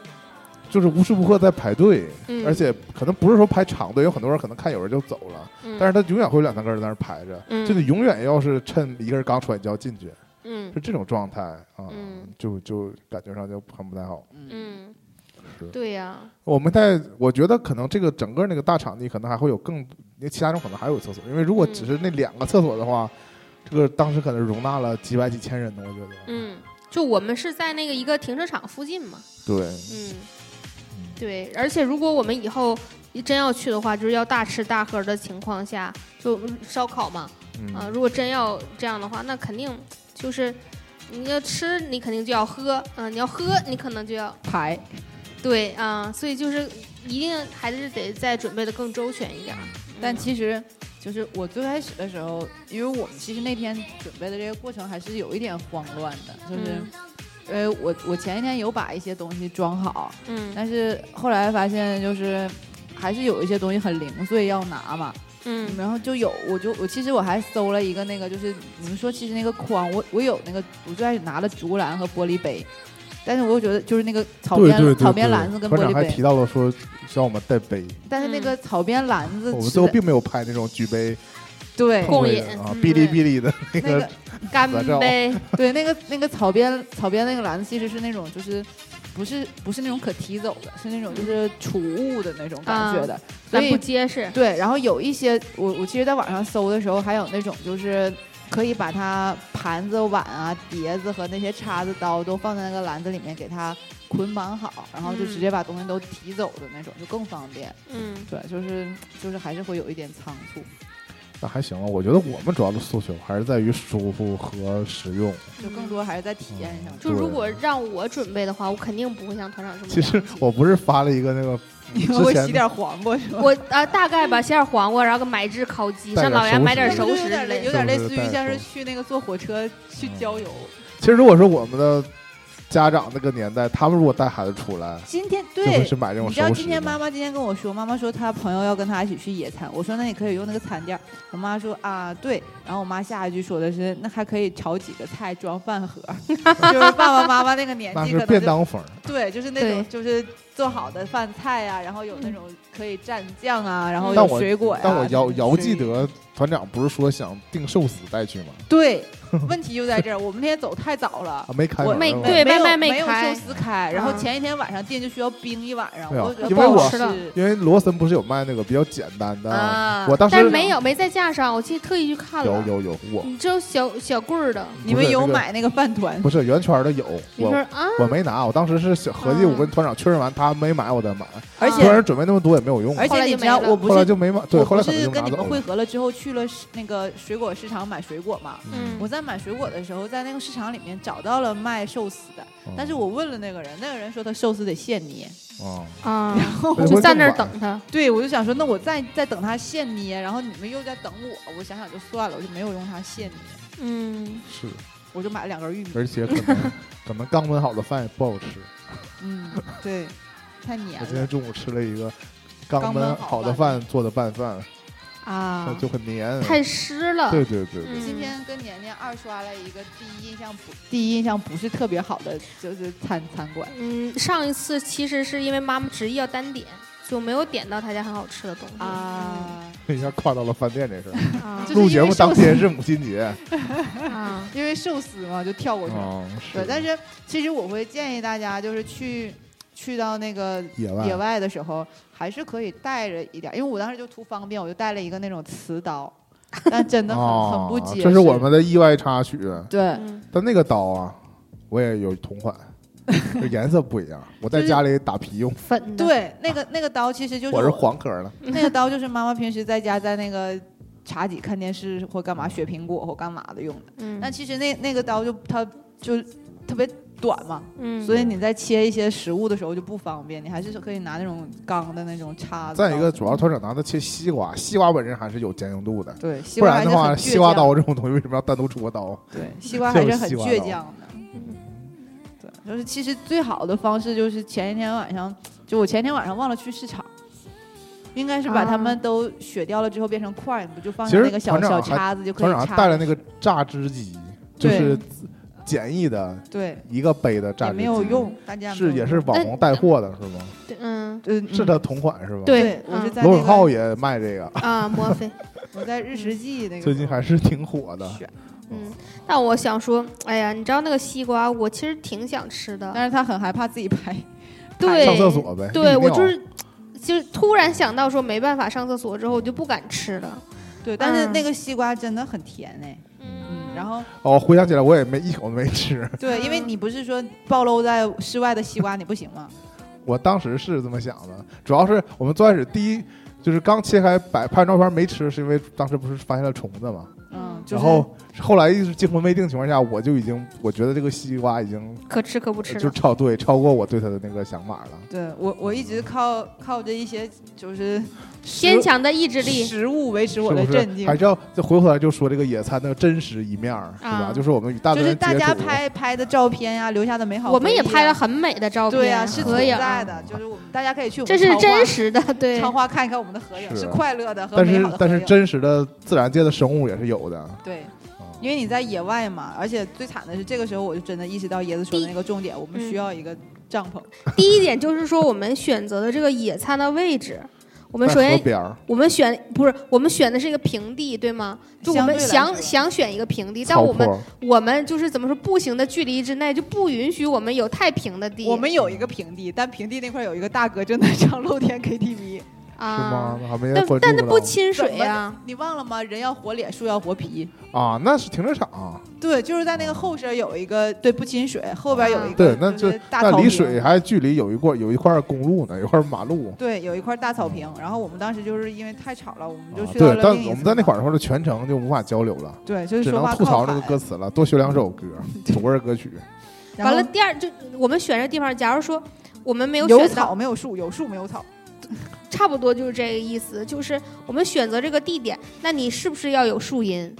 Speaker 2: 就是无时无刻在排队，
Speaker 3: 嗯
Speaker 2: 而且可能不是说排长队，有很多人可能看有人就走了，
Speaker 3: 嗯
Speaker 2: 但是他永远会有两三个人在那儿排着，
Speaker 3: 嗯
Speaker 2: 就你永远要是趁一个人刚出来你就要进去，
Speaker 3: 嗯
Speaker 2: 是这种状态啊，
Speaker 3: 嗯
Speaker 2: 就就感觉上就很不太好。
Speaker 3: 嗯
Speaker 2: 是，
Speaker 3: 对呀，
Speaker 2: 我们在我觉得可能这个整个那个大场地可能还会有更，那其他种可能还有厕所，因为如果
Speaker 3: 嗯
Speaker 2: 只是那两个厕所的话，这个当时可能容纳了几百几千人呢，我觉得。，
Speaker 3: 嗯，就我们是在那个一个停车场附近嘛，
Speaker 2: 对，
Speaker 3: 嗯，对，而且如果我们以后真要去的话，就是要大吃大喝的情况下，就嗯烧烤嘛，啊，
Speaker 2: 嗯，
Speaker 3: 如果真要这样的话，那肯定就是你要吃，你肯定就要喝，嗯、你要喝，你可能就要
Speaker 4: 排
Speaker 3: 对啊、所以就是一定还是得再准备的更周全一点儿。
Speaker 4: 但
Speaker 3: 嗯
Speaker 4: 其实就是我最开始的时候，因为我们其实那天准备的这个过程还是有一点慌乱的，就是
Speaker 3: 嗯
Speaker 4: 因为我我前一天有把一些东西装好，
Speaker 3: 嗯
Speaker 4: 但是后来发现就是还是有一些东西很零碎要拿嘛，
Speaker 3: 嗯
Speaker 4: 然后就有我就我其实我还搜了一个那个就是你们说其实那个筐，我我有那个我最开始拿了竹篮和玻璃杯。但是我又觉得就是那个草
Speaker 2: 对
Speaker 4: 编
Speaker 2: 对对，
Speaker 4: 草编
Speaker 2: 对
Speaker 4: 篮子跟玻
Speaker 2: 馆长
Speaker 4: 璃
Speaker 2: 还
Speaker 4: 杯
Speaker 2: 提，到了说需要我们带杯，
Speaker 4: 但是那
Speaker 3: 嗯
Speaker 4: 个草编篮子
Speaker 2: 我们
Speaker 4: 实
Speaker 2: 最后
Speaker 4: 在
Speaker 2: 并没有拍那种举杯
Speaker 4: 对
Speaker 2: 碰杯的
Speaker 3: 共饮
Speaker 2: 啊
Speaker 3: 嗯，
Speaker 2: 哔哩哔哩的
Speaker 4: 那
Speaker 2: 那
Speaker 4: 个
Speaker 2: 个
Speaker 3: 干
Speaker 2: 合照
Speaker 3: 杯，
Speaker 4: 对，那个那个草编草编那个篮子其实是那种就是不是不是那种可提走的，是那种就是储物的那种感觉的，
Speaker 5: 所
Speaker 3: 嗯咱不
Speaker 5: 以
Speaker 3: 结实，
Speaker 5: 对，然后有一些我我其实在网上搜的时候，还有那种就是可以把它盘子、碗啊、碟子和那些叉子、刀都放在那个篮子里面，给它捆绑好，然后就直接把东西都提走的那种，就更方便。
Speaker 3: 嗯，
Speaker 5: 对，就是就是还是会有一点仓促，
Speaker 2: 那还行吧。啊我觉得我们主要的诉求还是在于舒服和实用。
Speaker 3: 嗯
Speaker 5: 就更多还是在体验
Speaker 2: 哦
Speaker 5: 上。
Speaker 3: 就如果让我准备的话，我肯定不会像团长这么
Speaker 2: 其
Speaker 3: 讲。
Speaker 2: 实我不是发了一
Speaker 3: <laughs>
Speaker 2: 个那个 <laughs>
Speaker 5: 你
Speaker 2: 之
Speaker 5: 们会
Speaker 2: 前
Speaker 5: 洗点黄瓜是 <laughs> 吧？
Speaker 3: 我啊，大概吧，写点黄瓜，然后给买一只烤鸡，
Speaker 2: 带
Speaker 3: 上
Speaker 2: 点
Speaker 3: 老
Speaker 2: 熟
Speaker 3: 袁买
Speaker 2: 食
Speaker 3: 点
Speaker 2: 是
Speaker 3: 熟
Speaker 5: 不是
Speaker 3: 食
Speaker 5: 有
Speaker 3: 之
Speaker 5: 点类
Speaker 3: 类
Speaker 5: 有
Speaker 3: 的。
Speaker 5: 点类
Speaker 2: 是不
Speaker 5: 似
Speaker 2: 是
Speaker 5: 于像
Speaker 2: 带
Speaker 5: 是
Speaker 2: 风
Speaker 5: 去那个坐火车去郊游。
Speaker 2: 其实如果说我们的家长那个年代，他们如果带孩子出来，
Speaker 5: 今天
Speaker 2: 就会
Speaker 5: 对
Speaker 2: 去买这种
Speaker 5: 你知道
Speaker 2: 熟
Speaker 5: 今
Speaker 2: 食
Speaker 5: 天妈
Speaker 2: 的。
Speaker 5: 妈今天跟我说，妈妈说她朋友要跟她一起去野餐，我说那你可以用那个餐垫儿。我妈说啊对，然后我妈下一句说的是那还可以炒几个菜装饭
Speaker 2: <laughs>
Speaker 5: 盒，就是爸爸妈妈那个年
Speaker 2: 那 <laughs>
Speaker 5: 纪
Speaker 2: 是
Speaker 5: 可能
Speaker 2: 便
Speaker 5: 就
Speaker 2: 当风，
Speaker 5: 对，就是那种就是做好的饭菜呀、然后有那种可以蘸酱啊，然后
Speaker 2: 但
Speaker 5: 有
Speaker 2: 我
Speaker 5: 水果呀、嗯
Speaker 2: 但我
Speaker 5: 什
Speaker 2: 遥
Speaker 5: 么
Speaker 2: 遥
Speaker 5: 之类
Speaker 2: 记
Speaker 5: 的
Speaker 2: 得团长不是说想订寿司带去吗？ <laughs>
Speaker 5: 对，问题就在这儿，我们那天走太早了
Speaker 2: 啊，。没开
Speaker 5: 我
Speaker 2: 门
Speaker 3: 没
Speaker 2: 是吧
Speaker 3: 对
Speaker 5: 没有
Speaker 3: 外卖没
Speaker 5: 没有
Speaker 3: 开
Speaker 5: 寿司开，然后
Speaker 3: 嗯
Speaker 5: 前一天晚上店就需要冰一晚上，
Speaker 2: 对啊
Speaker 5: 我觉得
Speaker 2: 因
Speaker 5: 不
Speaker 2: 为
Speaker 5: 好
Speaker 2: 我
Speaker 5: 吃
Speaker 2: 因为罗森不是有卖那个比较简单的，
Speaker 5: 啊
Speaker 2: 我当时
Speaker 3: 但是没有没在架上，我记得特意去看
Speaker 2: 有
Speaker 3: 了。
Speaker 2: 有有我
Speaker 3: 你只有小小棍儿的，
Speaker 5: 你们
Speaker 2: 不是
Speaker 5: 有
Speaker 2: 那个
Speaker 5: 买那个饭团
Speaker 2: 不是圆圈的有
Speaker 3: 你说
Speaker 2: 我。
Speaker 3: 啊，
Speaker 2: 我没拿，我当时是想合计，
Speaker 3: 啊
Speaker 2: 我跟团长确认完，他没买，我再买。
Speaker 5: 嗯而
Speaker 2: 突然
Speaker 5: 且
Speaker 2: 准备那么多也没有用，
Speaker 5: 而
Speaker 3: 后
Speaker 5: 且
Speaker 3: 来
Speaker 5: 你
Speaker 3: 就
Speaker 5: 知道，
Speaker 3: 没了
Speaker 5: 我不
Speaker 2: 后来
Speaker 5: 是
Speaker 2: 就没买。对，
Speaker 5: 我
Speaker 2: 后来
Speaker 5: 不
Speaker 2: 可能
Speaker 5: 是
Speaker 2: 就
Speaker 5: 跟
Speaker 2: 拿走
Speaker 5: 你们汇
Speaker 2: 了。
Speaker 5: 合了之后去了市那个水果市场买水果嘛？
Speaker 3: 嗯
Speaker 5: 我在买水果的时候，在那个市场里面找到了卖寿司的，
Speaker 2: 嗯
Speaker 5: 但是我问了那个人，那个人说他寿司得现捏。
Speaker 2: 啊，
Speaker 3: 啊，
Speaker 2: 我
Speaker 3: 就在那儿等他。
Speaker 5: 对，我就想说，那我再再等他现捏，然后你们又在等我，我想想就算了，我就没有用它现捏，
Speaker 3: 嗯，
Speaker 2: 是，
Speaker 5: 我就买了两根玉米。
Speaker 2: 而且可能可能刚焖好的饭也不好吃。
Speaker 5: 嗯，对，太黏
Speaker 2: 我今天
Speaker 5: 了
Speaker 2: 中午吃了一个刚
Speaker 5: 刚
Speaker 2: 焖
Speaker 5: 焖
Speaker 2: 好
Speaker 5: 好
Speaker 2: 的
Speaker 5: 的
Speaker 2: 饭做的拌饭，
Speaker 5: 啊！
Speaker 2: 就很黏。
Speaker 3: 嗯太湿了。
Speaker 2: 对对对对，
Speaker 3: 嗯
Speaker 5: 今天跟年年二刷了一个第一印象不第一印象不是特别好的，就是餐餐馆。
Speaker 3: 嗯，上一次其实是因为妈妈执意要单点，就没有点到她家很好吃的东西。
Speaker 5: 啊，
Speaker 2: 一下跨到了饭店这事儿。
Speaker 5: 嗯 <laughs>
Speaker 3: 啊
Speaker 5: 就是
Speaker 2: 录节
Speaker 5: 因为
Speaker 2: 目
Speaker 5: 上
Speaker 2: 当
Speaker 5: 次
Speaker 2: 天是母亲节，
Speaker 5: <laughs>
Speaker 3: 啊！
Speaker 5: 因为寿司嘛，就跳过去了。
Speaker 2: 啊，
Speaker 5: 对，但是其实我会建议大家，就是去去到那个
Speaker 2: 野外
Speaker 5: 野外的时候，还是可以带着一点，因为我当时就图方便，我就带了一个那种瓷刀，但真的很、
Speaker 2: 啊
Speaker 5: 很不结实。
Speaker 2: 这是我们的意外插曲。
Speaker 5: 对。
Speaker 3: 嗯
Speaker 2: 但那个刀啊，我也有同
Speaker 5: <laughs>
Speaker 2: 款，就颜色不一样。我在
Speaker 5: 就是
Speaker 2: 家里打皮用，
Speaker 3: 粉的，
Speaker 5: 对，那个那个刀其实就是
Speaker 2: 我是黄壳的。
Speaker 3: <laughs>
Speaker 5: 那个刀就是妈妈平时在家在那个茶几看电视或干嘛削苹果或干嘛的用的。
Speaker 3: 嗯
Speaker 5: 但其实那那个刀就它就特别短嘛，
Speaker 3: 嗯，
Speaker 5: 所以你在切一些食物的时候就不方便，你还是可以拿那种钢的那种叉子。
Speaker 2: 再一个，主要团长拿它切西瓜，西瓜本身还是有坚硬度的，
Speaker 5: 对，西
Speaker 2: 不
Speaker 5: 瓜还
Speaker 2: 然
Speaker 5: 是
Speaker 2: 的
Speaker 5: 很
Speaker 2: 话，
Speaker 5: 倔
Speaker 2: 西瓜
Speaker 5: 强，
Speaker 2: 刀这种东西为什么要单独出个刀？
Speaker 5: 对，西瓜还是很
Speaker 2: 就是西
Speaker 5: 倔
Speaker 2: 瓜
Speaker 5: 强的。嗯对，就是其实最好的方式就是前一天晚上，就我前一天晚上忘了去市场。应该是把它
Speaker 3: 啊
Speaker 5: 们都削掉了之后变成块儿，你不就放
Speaker 2: 其
Speaker 5: 上
Speaker 2: 实
Speaker 5: 那个小
Speaker 2: 团长
Speaker 5: 小
Speaker 2: 还
Speaker 5: 叉子就可
Speaker 2: 团
Speaker 5: 以
Speaker 2: 长还
Speaker 5: 插
Speaker 2: 带了那个榨汁机，就
Speaker 5: 对
Speaker 2: 是简易的
Speaker 5: 对，
Speaker 2: 一个杯的榨
Speaker 5: 也
Speaker 2: 汁机，
Speaker 5: 没有用，大家
Speaker 2: 是
Speaker 5: 没有
Speaker 2: 也是网红带货的是吗？
Speaker 3: 对嗯
Speaker 5: 用，嗯
Speaker 2: 是他同款是吧？
Speaker 3: 对
Speaker 5: 对，我
Speaker 3: 嗯
Speaker 5: 是在
Speaker 2: 罗
Speaker 5: 那
Speaker 2: 永浩
Speaker 5: 个
Speaker 2: 也卖这个， <laughs>
Speaker 3: 啊，莫非？
Speaker 5: 我在日食记那个
Speaker 2: 最近还是挺火的。
Speaker 5: 选，
Speaker 3: 嗯，但我想说，哎呀，你知道那个西瓜，我其实挺想吃的，
Speaker 5: 但是他很害怕自己拍，
Speaker 3: 对
Speaker 2: 上厕所呗。
Speaker 3: 对
Speaker 2: 利
Speaker 3: 我
Speaker 2: 尿
Speaker 3: 就是，就是突然想到说没办法上厕所之后，我就不敢吃了。
Speaker 5: <laughs> 对，但是
Speaker 3: 嗯
Speaker 5: 那个西瓜真的很甜哎，
Speaker 3: 嗯
Speaker 5: 嗯，然后
Speaker 2: 哦，回想起来我也没一口都没吃。
Speaker 5: 对，因为
Speaker 3: 嗯
Speaker 5: 你不是说暴露在室外的西瓜你不行吗？
Speaker 2: 我当时是这么想的，主要是我们最开始第一就是刚切开摆拍完照片没吃，是因为当时不是发现了虫子嘛。
Speaker 5: 嗯，就是
Speaker 2: 然后后来一直惊魂未定情况下，我就已经我觉得这个西瓜已经
Speaker 3: 可吃可不吃
Speaker 2: 呃就
Speaker 3: 了。
Speaker 2: 超对超过我对它的那个想法了。
Speaker 5: 对我我一直靠靠着一些就是
Speaker 3: 坚
Speaker 5: 食
Speaker 3: 强的意志力，
Speaker 5: 食物维持
Speaker 2: 是
Speaker 5: 我的
Speaker 2: 不
Speaker 5: 镇
Speaker 2: 是？
Speaker 5: 静
Speaker 2: 还。是要再回过头来就说这个野餐的真实一面儿，是吧？
Speaker 3: 啊
Speaker 2: 就是我们与大
Speaker 5: 就
Speaker 2: 自
Speaker 5: 是
Speaker 2: 然
Speaker 5: 大
Speaker 2: 接
Speaker 5: 家
Speaker 2: 触，
Speaker 5: 拍拍的照片呀、留下的美好回忆啊、
Speaker 3: 我们也拍了很美的照片，啊
Speaker 5: 对呀、是存
Speaker 3: 合影，
Speaker 5: 在的，就是我们大家可以去我
Speaker 3: 嗯这
Speaker 5: 们
Speaker 3: 是
Speaker 5: 超话
Speaker 3: 真实的，对
Speaker 5: 超话看一看我们的合影，
Speaker 2: 是
Speaker 5: 是快乐的和
Speaker 2: 但
Speaker 5: 美
Speaker 2: 是
Speaker 5: 好的合
Speaker 2: 但是
Speaker 5: 影。
Speaker 2: 真实的自然界的生物也是有的。
Speaker 5: 对，
Speaker 2: 啊
Speaker 5: 因为你在野外嘛，而且最惨的是，这个时候我就真的意识到椰子说的那个重点，我们需要一个帐篷。
Speaker 3: 第一点就是说，我们选择的这个野餐的位置，我们首
Speaker 2: 在河
Speaker 3: 先
Speaker 2: 边儿，
Speaker 3: 我们选不是我们选的是一个平地，对吗？就我
Speaker 5: 相对
Speaker 3: 们
Speaker 5: 来
Speaker 3: 想
Speaker 5: 说
Speaker 3: 想选一个平地，但
Speaker 2: 草
Speaker 3: 我们
Speaker 2: 坡，
Speaker 3: 我们就是怎么说，步行的距离之内就不允许我们有太平的地。
Speaker 5: <laughs> 我们有一个平地，但平地那块有一个大哥正在唱露天 KTV，
Speaker 3: 啊，
Speaker 2: 吗？那还没
Speaker 3: 但
Speaker 2: 关注
Speaker 3: 但那
Speaker 2: 到
Speaker 3: 不亲水呀、
Speaker 5: 你忘了吗？人要活脸，树要活皮。
Speaker 2: 啊，那是停车场，
Speaker 5: 对，就是在那个后身有一个，对，不亲水，后边有一个，
Speaker 2: 对，那就
Speaker 5: 就
Speaker 2: 是
Speaker 5: 大
Speaker 2: 那
Speaker 5: 草
Speaker 2: 离
Speaker 5: 坪。
Speaker 2: 水还距离有一块有一块公路呢，有一块马路。
Speaker 5: 对，有一块大草坪。然后我们当时就是因为太吵了，我们就
Speaker 2: 啊
Speaker 5: 去到
Speaker 2: 对，
Speaker 5: 了
Speaker 2: 但
Speaker 5: 另一
Speaker 2: 我们在那
Speaker 5: 侧
Speaker 2: 块儿的话，就全程就无法交流了，
Speaker 5: 对，就是
Speaker 2: 只
Speaker 5: 说
Speaker 2: 能
Speaker 5: 话
Speaker 2: 吐槽
Speaker 5: 靠
Speaker 2: 那个
Speaker 5: 海
Speaker 2: 歌词了，多学两首
Speaker 5: <laughs>
Speaker 2: 歌，土味歌曲。
Speaker 5: 然
Speaker 3: 完
Speaker 5: 后
Speaker 3: 了，第二就我们选这地方，假如说我们没有
Speaker 5: 有
Speaker 3: 选到
Speaker 5: 草，没有树，有树没有草。
Speaker 3: 差不多就是这个意思，就是我们选择这个地点，那你是不是要有树荫，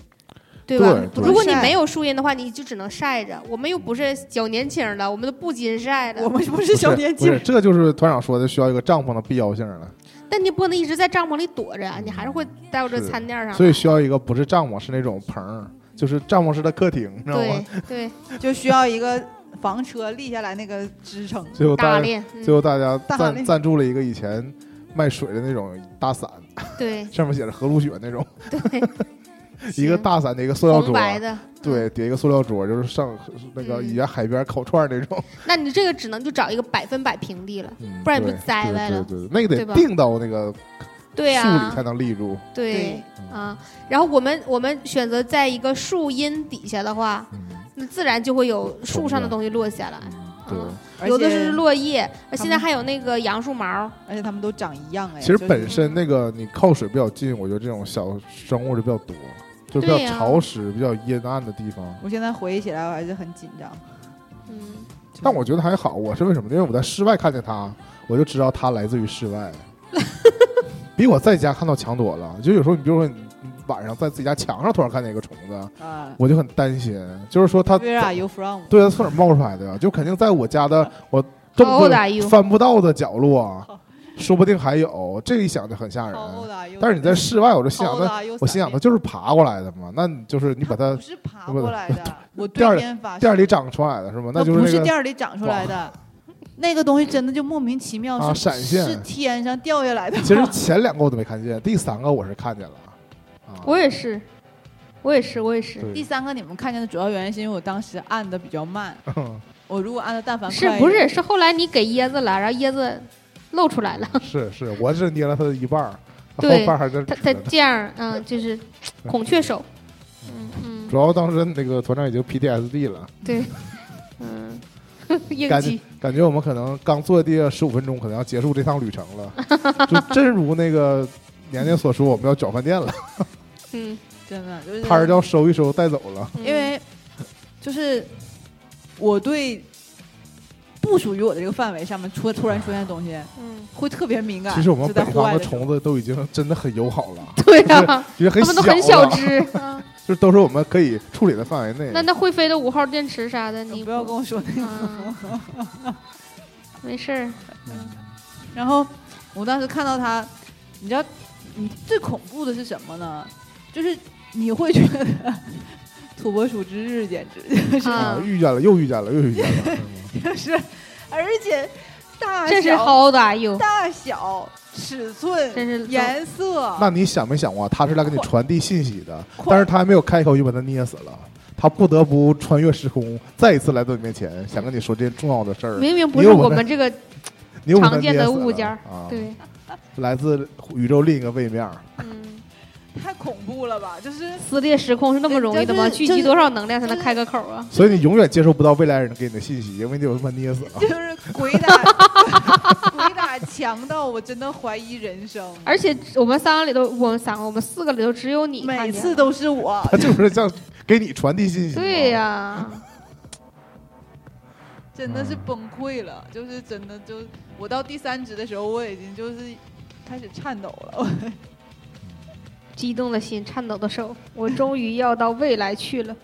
Speaker 3: 对吧？
Speaker 2: 对对
Speaker 3: 如果你
Speaker 5: 晒
Speaker 3: 没有树荫的话，你就只能晒着。我们又不是小年轻的，我们都不禁晒
Speaker 5: 我
Speaker 3: 的。
Speaker 5: 们不是小
Speaker 2: 不
Speaker 5: 年
Speaker 2: 不
Speaker 5: 轻
Speaker 2: 是，，这就是团长说的需要一个帐篷的必要性了，
Speaker 3: 但你不能一直在帐篷里躲着啊，你还是会到这
Speaker 2: 是
Speaker 3: 餐垫上。嗯
Speaker 2: 所以需要一个不是帐篷，是那种棚儿，就是帐篷式的客厅，你知道吗
Speaker 3: 对？对，
Speaker 5: 就需要一个房车立下来那个支撑。
Speaker 2: <laughs> 最后
Speaker 3: 打
Speaker 2: 大
Speaker 3: 猎，嗯
Speaker 2: 最后大家
Speaker 5: 大
Speaker 2: 赞
Speaker 5: 力
Speaker 2: 赞助了一个以前卖水的那种大伞， <laughs>
Speaker 3: 对
Speaker 2: 上面写着“和路雪”那
Speaker 3: <laughs>
Speaker 2: 种，，
Speaker 3: 对
Speaker 2: 一个
Speaker 3: 行
Speaker 2: 大伞的一个塑料
Speaker 3: 红
Speaker 2: 桌，
Speaker 3: 白的，
Speaker 2: 对，叠一个塑料桌，就是上那个
Speaker 3: 嗯
Speaker 2: 以前海边烤串儿那
Speaker 3: <laughs>
Speaker 2: 种，
Speaker 3: 那你这个只能就找一个百分百平地了，
Speaker 2: 嗯
Speaker 3: 不然你
Speaker 2: 对
Speaker 3: 不栽歪了
Speaker 2: 对对对，那个
Speaker 3: 对
Speaker 2: 得
Speaker 3: 吧
Speaker 2: 定到那个
Speaker 3: 对啊呀、
Speaker 2: 树里才能立住。
Speaker 3: 对
Speaker 2: 嗯
Speaker 3: 啊，然后我们我们选择在一个树荫底下的话，
Speaker 2: 嗯
Speaker 3: 那自然就会有树上的
Speaker 2: 虫子
Speaker 3: 东西落下来，
Speaker 2: 嗯对，
Speaker 3: 嗯
Speaker 5: 而
Speaker 3: 有的
Speaker 5: 且
Speaker 3: 是落叶，呃
Speaker 5: 他
Speaker 3: 现在
Speaker 5: 们
Speaker 3: 还有那个杨树毛，
Speaker 5: 而且它们都长一样哎。
Speaker 2: 其实
Speaker 5: 就是
Speaker 2: 本身那个你靠水比较近，我觉得这种小生物就比较多，就比较
Speaker 3: 对呀
Speaker 2: 潮湿、比较阴暗的地方。
Speaker 5: 我现在回忆起来我还是很紧张。
Speaker 3: 嗯，
Speaker 5: 就是
Speaker 2: 但我觉得还好，我是为什么呢？因为我在室外看见它，我就知道它来自于室外，比我在家看到强多了。就有时候你比如说你晚上在自己家墙上突然看见一个虫子，
Speaker 5: 啊
Speaker 2: 我就很担心，就是说它
Speaker 5: ，Where are you from？
Speaker 2: 对它从哪儿冒出来的呀？就肯定在我家的我这
Speaker 3: 好
Speaker 2: 么
Speaker 3: 大一
Speaker 2: 多
Speaker 3: 窝
Speaker 2: 翻不到的角落，说不定还有。这一想就很吓人。
Speaker 5: How old are you？
Speaker 2: 啊但是你在室外，我就心
Speaker 5: How
Speaker 2: 想
Speaker 5: old
Speaker 2: 它，
Speaker 5: are you？
Speaker 2: 我心想它就是爬过来的嘛。那你就是你把它
Speaker 5: 不是爬过来的，我对
Speaker 2: 店儿里
Speaker 5: 天发誓
Speaker 2: 店儿里长出来的是吗？那就
Speaker 5: 不
Speaker 2: 是
Speaker 5: 是
Speaker 2: 那个
Speaker 5: 店儿里长出来的，那个东西真的就莫名其妙
Speaker 2: 啊
Speaker 5: 是
Speaker 2: 闪现
Speaker 5: 是天上掉下来 <laughs> 的。
Speaker 2: 其实前两个我都没看见，第三个我是看见了。啊，
Speaker 3: 我也是，我也是，我也是，
Speaker 5: 第
Speaker 2: 对，
Speaker 5: 三个你们看见的主要原因是因为我当时按的比较慢，
Speaker 2: 嗯
Speaker 5: 我如果按的但凡
Speaker 3: 是
Speaker 5: 快一
Speaker 3: 不
Speaker 5: 点
Speaker 3: 是？是后来你给椰子了，然后椰子露出来了，
Speaker 2: 是是，我只捏了它的一半儿，后
Speaker 3: 对
Speaker 2: 半儿还在
Speaker 3: 它它
Speaker 2: 扯着
Speaker 3: 这样，嗯，就是
Speaker 2: <laughs>
Speaker 3: 孔雀手，嗯嗯，
Speaker 2: 主要当时那个团长已经 PTSD 了，
Speaker 3: 对，嗯， <laughs> 应
Speaker 2: 感觉
Speaker 3: 激，
Speaker 2: 感觉我们可能刚坐地十五分钟，可能要结束这趟旅程
Speaker 3: <laughs>
Speaker 2: 了。就真如那个年年所说，我们要找饭店了，
Speaker 3: 嗯，
Speaker 5: 真的就是
Speaker 2: 摊儿要收一收带走了。
Speaker 3: 嗯
Speaker 5: 因为就是我对不属于我的这个范围上面突突然出现的东西
Speaker 3: 嗯，
Speaker 5: 会特别敏感。
Speaker 2: 其实我们
Speaker 5: 就
Speaker 2: 北
Speaker 5: 在户
Speaker 2: 方
Speaker 5: 外
Speaker 2: 的
Speaker 5: 的时候
Speaker 2: 虫子都已经真的很友好
Speaker 3: <laughs>
Speaker 2: 了，
Speaker 3: 对啊，
Speaker 2: 也很
Speaker 3: 它们都很小
Speaker 2: 了
Speaker 3: 只，啊
Speaker 2: 就是都是我们可以处理的范围内。
Speaker 3: 那那会飞的五号电池啥的，你
Speaker 5: 不要跟我说那个。
Speaker 3: 嗯， <laughs> 没事儿，
Speaker 5: 然后我当时看到他，你知道，你最恐怖的是什么呢？就是你会觉得土拨鼠之日简直 <laughs> 就是
Speaker 2: 啊，
Speaker 3: 嗯
Speaker 2: 遇见了，又遇见了，又遇见了。嗯
Speaker 5: 就是，而且大
Speaker 3: 啊这是哎
Speaker 5: 小
Speaker 3: how are you？
Speaker 5: 大小、尺
Speaker 3: 真
Speaker 5: 寸、
Speaker 3: 是
Speaker 5: 颜色，
Speaker 2: 那你想没想过啊，他是来给你
Speaker 5: 快
Speaker 2: 传递信息
Speaker 3: <laughs>
Speaker 2: 的，
Speaker 5: 快
Speaker 2: 但是他还没有开口就把他捏死了，他不得不穿越时空，再一次来到你面前，想跟你说这件重要的事儿。
Speaker 3: 明明不
Speaker 2: 你
Speaker 3: 是
Speaker 2: 又把
Speaker 3: 我
Speaker 2: 它
Speaker 3: 们这个，
Speaker 2: 你又把它
Speaker 3: 常见的
Speaker 2: 捏死了
Speaker 3: 物件儿
Speaker 2: 啊，
Speaker 3: 对，
Speaker 2: 来自宇宙另一个位面儿。
Speaker 3: 嗯，
Speaker 5: 太恐怖了吧？就是
Speaker 3: <laughs> 撕裂时空是那么容易的吗？
Speaker 5: 对就
Speaker 3: 聚
Speaker 5: 是
Speaker 3: 集多少能量才能开个口啊？
Speaker 2: 所以你永远接受不到未来人给你的信息，因为你把他捏
Speaker 3: <laughs>
Speaker 2: 死了。
Speaker 5: <laughs>
Speaker 2: 啊
Speaker 5: 就是鬼打鬼打墙到我真的怀疑人生，
Speaker 3: 而且我们三个里头，我们三个，我们四个里头只有你看见
Speaker 5: 每
Speaker 3: 了
Speaker 5: 次都是我。
Speaker 2: 他就是像给你传递信息。
Speaker 3: 对呀、
Speaker 5: 真的是崩溃了，就是真的就我到第三指的时候，我已经就是开始颤抖了。
Speaker 3: <laughs>
Speaker 5: <laughs>
Speaker 3: 激动的心，颤抖的手，我终于要到未来去了。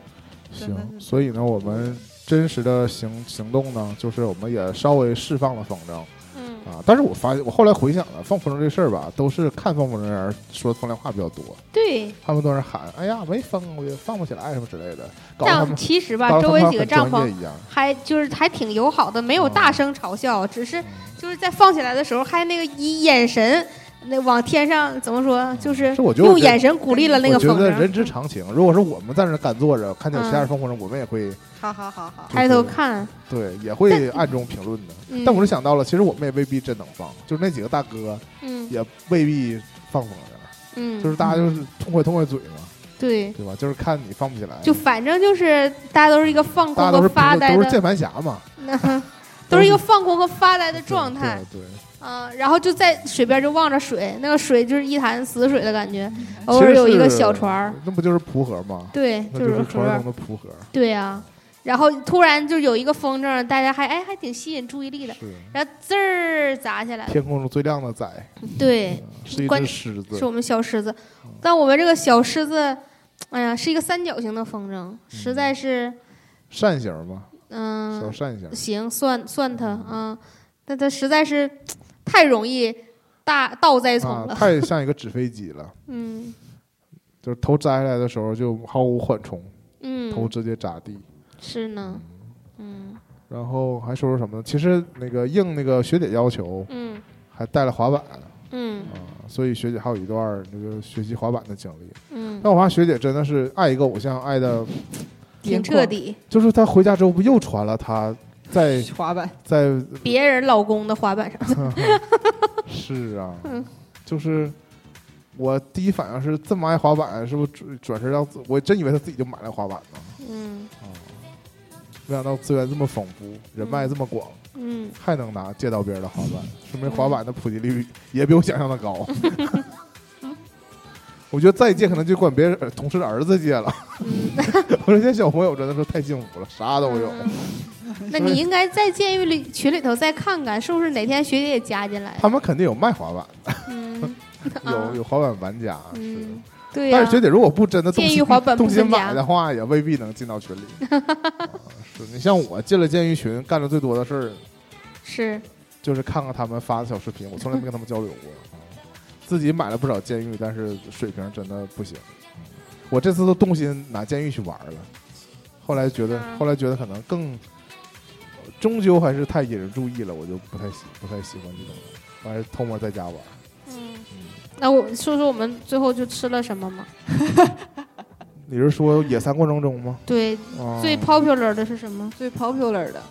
Speaker 5: 真的
Speaker 2: 行，
Speaker 5: 是
Speaker 2: 所以呢，我们真实的行行动呢，就是我们也稍微释放了风筝
Speaker 3: 嗯，
Speaker 2: 啊。但是我发现，我后来回想了，放风筝这事儿吧，都是看放风筝的人说风凉话比较多，
Speaker 3: 对，
Speaker 2: 他们都是喊“哎呀，没风，我也放不起来”什么之类的，搞得他
Speaker 3: 但
Speaker 2: 们
Speaker 3: 其实吧
Speaker 2: 搞，得
Speaker 3: 周
Speaker 2: 他
Speaker 3: 围
Speaker 2: 们
Speaker 3: 几个
Speaker 2: 很
Speaker 3: 帐
Speaker 2: 专
Speaker 3: 篷
Speaker 2: 业哦一样。
Speaker 3: 还就是还挺友好的，没有大声嘲笑，只是
Speaker 2: 嗯
Speaker 3: 就是在放起来的时候，还那个以眼神那往天上怎么说，就是
Speaker 2: 这我觉得我
Speaker 3: 用
Speaker 2: 觉得
Speaker 3: 眼神鼓励了那个
Speaker 2: 我觉
Speaker 3: 风
Speaker 2: 得
Speaker 3: 筝，
Speaker 2: 人之常情。如果是我们在那儿干坐着，看见有其他
Speaker 3: 嗯
Speaker 2: 人风筝，我们也会
Speaker 5: 好好好好，
Speaker 3: 抬头，看，
Speaker 2: 就是对，也会暗中评论的。
Speaker 3: 嗯
Speaker 2: 但我是想到了，其实我们也未必真能放，就是那几个大哥
Speaker 3: 嗯
Speaker 2: 也未必放风筝，
Speaker 3: 嗯，
Speaker 2: 就是大家就是痛快痛快嘴嘛，
Speaker 3: 对，
Speaker 2: 对吧？就是看你放不起来，
Speaker 3: 就反正就是大家都是一个放
Speaker 2: 大家
Speaker 3: 空
Speaker 2: 都
Speaker 3: 和
Speaker 2: 是
Speaker 3: 发呆
Speaker 2: 都是
Speaker 3: 的，
Speaker 2: 键盘侠嘛，
Speaker 3: 都是一个放空和发呆的状态，
Speaker 2: 对。对对
Speaker 3: 嗯，然后就在水边就望着水，那个水就是一潭死水的感觉，偶
Speaker 2: 其
Speaker 3: 尔
Speaker 2: 实
Speaker 3: 有一个
Speaker 2: 是
Speaker 3: 小船儿，，
Speaker 2: 那不就是蒲河吗？
Speaker 3: 对，
Speaker 2: 那
Speaker 3: 是
Speaker 2: 是
Speaker 3: 河
Speaker 2: 传
Speaker 3: 儿
Speaker 2: 说，中的蒲河，
Speaker 3: 对呀、然后突然就有一个风筝，大家还哎还挺吸引注意力的，
Speaker 2: 是
Speaker 3: 然后滋儿砸下来了，
Speaker 2: 天空中最亮的仔，
Speaker 3: 呃对，
Speaker 2: 嗯是一
Speaker 3: 关
Speaker 2: 只狮
Speaker 3: 是
Speaker 2: 子，
Speaker 3: 我们小狮子，但我们这个小狮子，哎呀，是一个三角形的风筝，实在是，
Speaker 2: 扇形嘛，
Speaker 3: 嗯、
Speaker 2: 小扇形，
Speaker 3: 行，算算它，嗯，但它实在是太容易大倒栽葱
Speaker 2: 啊，
Speaker 3: 了，
Speaker 2: 太像一个纸飞机了，
Speaker 3: 嗯
Speaker 2: 就是头摘下来的时候就毫无缓冲，头
Speaker 3: 嗯，
Speaker 2: 直接扎地。
Speaker 3: 是呢，嗯
Speaker 2: 然后还说说什么呢？其实那个应那个学姐要求，
Speaker 3: 嗯
Speaker 2: 还带了滑板
Speaker 3: 嗯
Speaker 2: 啊，所以学姐还有一段儿那个学习滑板的经历。
Speaker 3: 嗯，
Speaker 2: 但我发现学姐真的是爱一个偶像，爱的
Speaker 3: 挺彻底，
Speaker 2: 就是她回家之后不又传了她在
Speaker 4: 滑板
Speaker 2: 在
Speaker 3: 别人老公的滑板上， <laughs>
Speaker 2: 是啊
Speaker 3: 嗯，
Speaker 2: 就是我第一反应是这么爱滑板，是不是转转身让自我真以为他自己就买了滑板呢？
Speaker 3: 嗯
Speaker 2: 啊，没想到资源这么丰富，人脉这么广，
Speaker 3: 嗯，
Speaker 2: 还能拿借到别人的滑
Speaker 3: <laughs>
Speaker 2: 板，说明滑板的普及率也比我想象的高。我觉得再借可能就管别人呃同事的儿子借了。 <laughs> 我说这些小朋友真的是太幸福了，啥都有。
Speaker 3: 嗯 <laughs> 那你应该在监狱里群里头再看看，是不是哪天学姐也加进来？
Speaker 2: 他们肯定有卖滑板
Speaker 3: 嗯，
Speaker 2: 的， <laughs> 有有滑板玩家是。
Speaker 3: 嗯，对呀、
Speaker 2: 但是学姐如果不真的动
Speaker 3: 监
Speaker 2: 心
Speaker 3: 狱滑板
Speaker 2: 动
Speaker 3: 不
Speaker 2: 心
Speaker 3: 分
Speaker 2: 买
Speaker 3: 家
Speaker 2: 的话，也未必能进到群
Speaker 3: <laughs>
Speaker 2: 里。啊是你像我进了监狱群，干的最多的事儿
Speaker 3: 是，
Speaker 2: 就是看看他们发的小视频，我从来没跟他们交流过。啊自己买了不少监狱，但是水平真的不行。嗯我这次都动心拿监狱去玩了，后来觉得，
Speaker 3: 嗯
Speaker 2: 后来觉得可能更，终究还是太引人注意了，我就不太喜不太喜欢这种，我还是偷摸在家玩。
Speaker 3: 嗯
Speaker 2: 嗯，
Speaker 3: 那我说说我们最后就吃了什么吗？
Speaker 2: 你是说野餐过程中吗？
Speaker 3: 对，
Speaker 2: 啊
Speaker 3: 最 popular 的是什么？
Speaker 5: 最 popular 的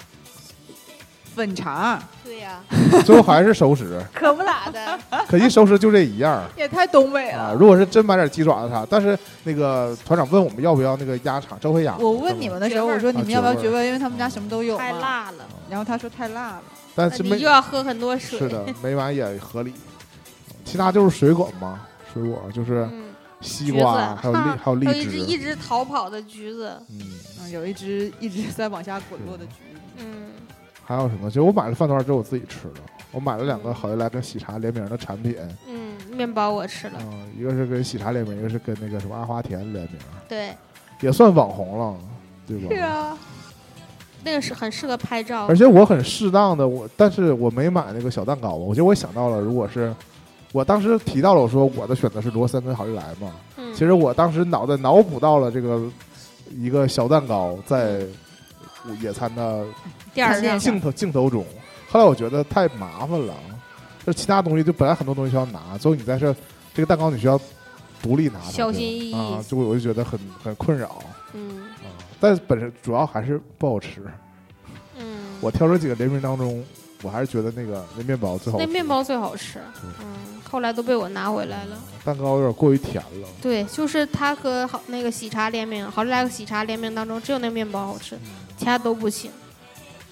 Speaker 4: 粉肠，
Speaker 3: 对呀、
Speaker 2: <laughs> 最后还是收拾。
Speaker 5: 可不咋
Speaker 3: 好 <laughs> 的，
Speaker 2: 可惜收拾就这一样儿
Speaker 5: 也太东北
Speaker 2: 啊！
Speaker 5: 了。
Speaker 2: 如果是真买点鸡爪子啥，但是那个团长问我们要不要那个鸭肠，啊周黑鸭。
Speaker 5: 我问你们的时候，我
Speaker 2: 啊
Speaker 5: 说你们要不要绝味？因为他们家什么都有
Speaker 3: 太
Speaker 5: 嘛。
Speaker 3: 辣了，
Speaker 5: 然后他说太辣了，
Speaker 2: 但
Speaker 3: 那
Speaker 2: 是
Speaker 3: 你
Speaker 2: 没
Speaker 3: 又要喝很多水。
Speaker 2: 是的，没完也合理。其他就是水果嘛，水果就是
Speaker 3: 嗯，
Speaker 2: 西
Speaker 3: <laughs>
Speaker 2: 瓜，还
Speaker 3: 橘子
Speaker 2: 有荔还
Speaker 3: 哈
Speaker 2: 有
Speaker 3: 还有一
Speaker 2: 荔
Speaker 3: 只
Speaker 2: 枝。
Speaker 3: 一直逃跑的橘子。
Speaker 2: 嗯，
Speaker 5: 嗯，有一只一直在往下滚落的橘子。
Speaker 3: 嗯
Speaker 2: 还有什么？就我买了饭团之后我自己吃了，我买了两个好运来跟喜茶联名的产品，
Speaker 3: 嗯，面包我吃了，
Speaker 2: 嗯，一个是跟喜茶联名，一个是跟那个什么阿华田联名，
Speaker 3: 对，
Speaker 2: 也算网红了，对吧？
Speaker 3: 啊，那个是很适合拍照
Speaker 2: 而。且我很适当的，我但是我没买那个小蛋糕嘛，我觉得我想到了，如果是我当时提到了，我说我的选择是罗森跟好利来嘛，
Speaker 3: 嗯，
Speaker 2: 其实我当时脑袋脑补到了这个一个小蛋糕在野餐的
Speaker 3: 第二
Speaker 5: 看
Speaker 3: 天
Speaker 5: 见
Speaker 2: 镜头镜头中，后来我觉得太麻烦了，这其他东西就本来很多东西需要拿，最后你在这这个蛋糕你需要独立拿它，
Speaker 3: 小心翼翼
Speaker 2: 啊，就我就觉得很很困扰
Speaker 3: 嗯
Speaker 2: 啊，但是本身主要还是不好吃。
Speaker 3: 嗯，
Speaker 2: 我挑这几个联名当中，我还是觉得那个那面包最好吃。
Speaker 3: 那面包最好吃，嗯，后来都被我拿回来了。
Speaker 2: 蛋糕有点过于甜了。
Speaker 3: 对，就是它和好那个喜茶联名，好利来和喜茶联名当中，只有那面包好吃，其他都不行，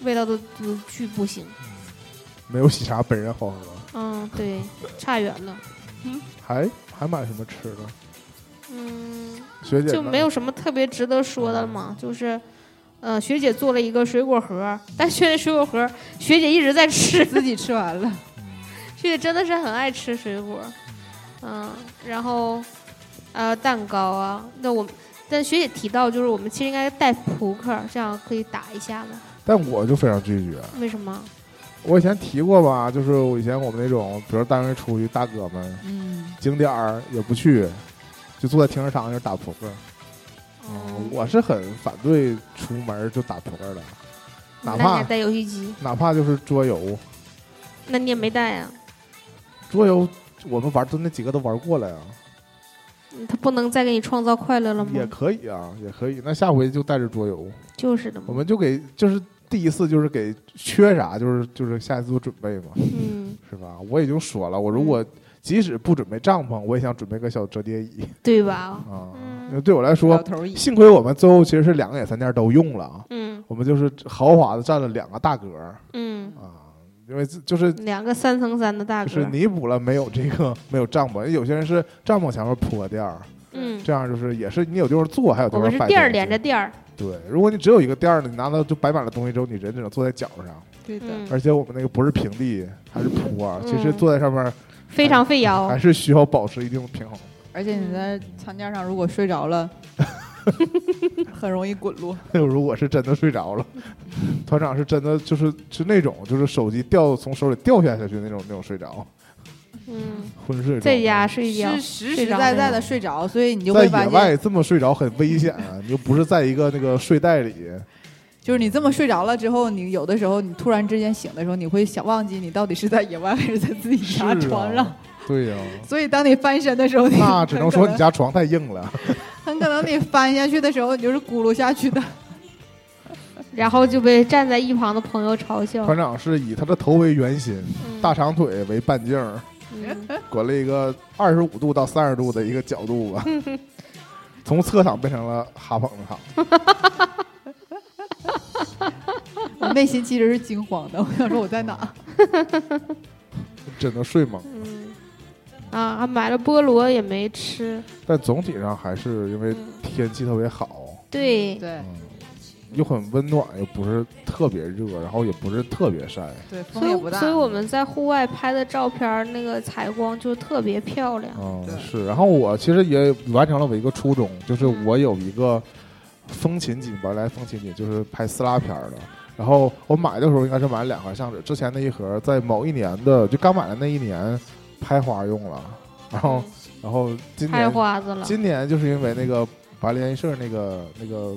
Speaker 3: 味道都都巨不行。
Speaker 2: 没有喜茶本人好喝。
Speaker 3: 嗯，对，差远了。
Speaker 2: 还还买什么吃的？
Speaker 3: 嗯，
Speaker 2: 学姐
Speaker 3: 就
Speaker 2: 呢
Speaker 3: 没有什么特别值得说的嘛，就是。呃，学姐做了一个水果盒，但学姐水果盒，学姐一直在吃， <laughs>
Speaker 5: 自己吃完了，
Speaker 3: 学姐真的是很爱吃水果，嗯，然后呃蛋糕啊，那我但学姐提到就是我们其实应该带扑克，这样可以打一下嘛？
Speaker 2: 但我就非常拒绝。
Speaker 3: 为什么？
Speaker 2: 我以前提过吧，就是我以前我们那种，比如单位出去，大哥们
Speaker 5: 嗯，
Speaker 2: 景点儿也不去，就坐在停车场那儿打扑克。
Speaker 3: 嗯，
Speaker 2: 我是很反对出门就打扑克的，
Speaker 3: 那
Speaker 2: 哪
Speaker 3: 你还
Speaker 2: 怕
Speaker 3: 带游戏机？
Speaker 2: 哪怕就是桌游，
Speaker 3: 啊那你也没带呀、
Speaker 2: 桌游我们玩都那几个都玩过了呀，
Speaker 3: 他不能再给你创造快乐了
Speaker 2: 也
Speaker 3: 吗？
Speaker 2: 可以啊，也可以。那下回就带着桌游，
Speaker 3: 就是的嘛。
Speaker 2: 我们就给就是第一次就是给缺啥就是就是下一次做准备嘛，
Speaker 3: 嗯，
Speaker 2: 是吧？我已经说了，我如果即使不准备帐篷，我也想准备个小折叠椅
Speaker 3: 对吧？
Speaker 2: 啊。
Speaker 3: 嗯
Speaker 2: 因为对我来
Speaker 4: 老
Speaker 2: 说，
Speaker 4: 头椅，
Speaker 2: 幸亏我们最后其实是两个野餐垫都用了啊，
Speaker 3: 嗯
Speaker 2: 我们就是豪华的占了两个大格儿
Speaker 3: 嗯，
Speaker 2: 啊，因为这就是
Speaker 3: 两个三乘三的大
Speaker 2: 就
Speaker 3: 哥，
Speaker 2: 是弥补了没有这
Speaker 3: <laughs>
Speaker 2: 个没有帐篷，有些人是帐篷前面铺个垫儿，
Speaker 3: 嗯，
Speaker 2: 这样就是也是你有地方坐，还有地
Speaker 3: 我
Speaker 2: 方
Speaker 3: 们是
Speaker 2: 摆
Speaker 3: 垫儿
Speaker 2: 东西
Speaker 3: 连着垫儿，
Speaker 2: 对，如果你只有一个垫儿呢，你拿到就摆满了东西之后，你人只能坐在脚上，
Speaker 4: 对的，
Speaker 3: 嗯，
Speaker 2: 而且我们那个不是平地，还是坡儿，其实
Speaker 3: 嗯
Speaker 2: 坐在上面
Speaker 3: 非常费腰
Speaker 2: 还。是需要保持一定的平衡。
Speaker 4: 而且
Speaker 3: 嗯
Speaker 4: 你在餐垫上如果睡着
Speaker 2: <laughs>
Speaker 4: 了，很容易滚落。
Speaker 2: 如果是真的睡着了， <laughs> 团长是真的就是是那种就是手机掉从手里掉下去那种那种睡着，
Speaker 3: 嗯，
Speaker 2: 昏睡中。
Speaker 3: 在家睡觉
Speaker 4: 是，实
Speaker 3: 睡
Speaker 4: 实
Speaker 3: 着
Speaker 4: 在在的睡着，所以你就
Speaker 2: 在
Speaker 4: 会发
Speaker 2: 野
Speaker 4: 现，
Speaker 2: 外这么睡着很危险啊！你又不是在一个那个睡袋里，
Speaker 4: 就是你这么睡着了之后，你有的时候你突然之间醒的时候，你会想忘记你到底是在野外还是在自己
Speaker 2: 是
Speaker 4: 家
Speaker 2: 啊
Speaker 4: 床上。。
Speaker 2: 对呀、
Speaker 4: 所以当你翻身的时候，你
Speaker 2: 那只能说你
Speaker 4: 很可
Speaker 2: 家床太硬
Speaker 4: <laughs>
Speaker 2: 了。
Speaker 4: 很可能你翻下去的时候，你就是咕噜下去
Speaker 2: <laughs>
Speaker 4: 的。
Speaker 3: 然后就被站在一旁的朋友嘲笑。
Speaker 2: 团长是以他的头为圆心，
Speaker 3: 嗯
Speaker 2: 大长腿为半径儿，
Speaker 3: 嗯
Speaker 2: 滚了一个二十五度到三十度的一个角度 <laughs> 吧，从侧躺变成了哈捧的躺。
Speaker 4: 我内心其实是惊慌的，我想说我在
Speaker 3: <laughs>
Speaker 4: 哪？
Speaker 2: 真的睡懵，
Speaker 3: 嗯，啊，还买了菠萝也没吃。嗯
Speaker 2: 但总体上还是因为天气特别好，
Speaker 3: 对，
Speaker 4: 对
Speaker 2: 嗯，又很温暖，又不是特别热，然后也不是特别晒。
Speaker 4: 对，风
Speaker 3: 所
Speaker 4: 也不
Speaker 3: 以
Speaker 4: 大
Speaker 3: 所以。我们在户外拍的照片儿，那个采光就特别漂亮。
Speaker 2: 嗯
Speaker 4: 对，
Speaker 2: 是。然后我其实也完成了我一个初衷，就是
Speaker 3: 嗯
Speaker 2: 我有一个风琴锦，原来风琴锦就是拍撕拉片儿的。然后我买的时候应该是买了两盒相纸，之前那一盒在某一年的就刚买的那一年拍花用了，然后然后今
Speaker 3: 嗯拍
Speaker 2: 年
Speaker 3: 花子了，
Speaker 2: 今年就是因为那个白莲社那个那个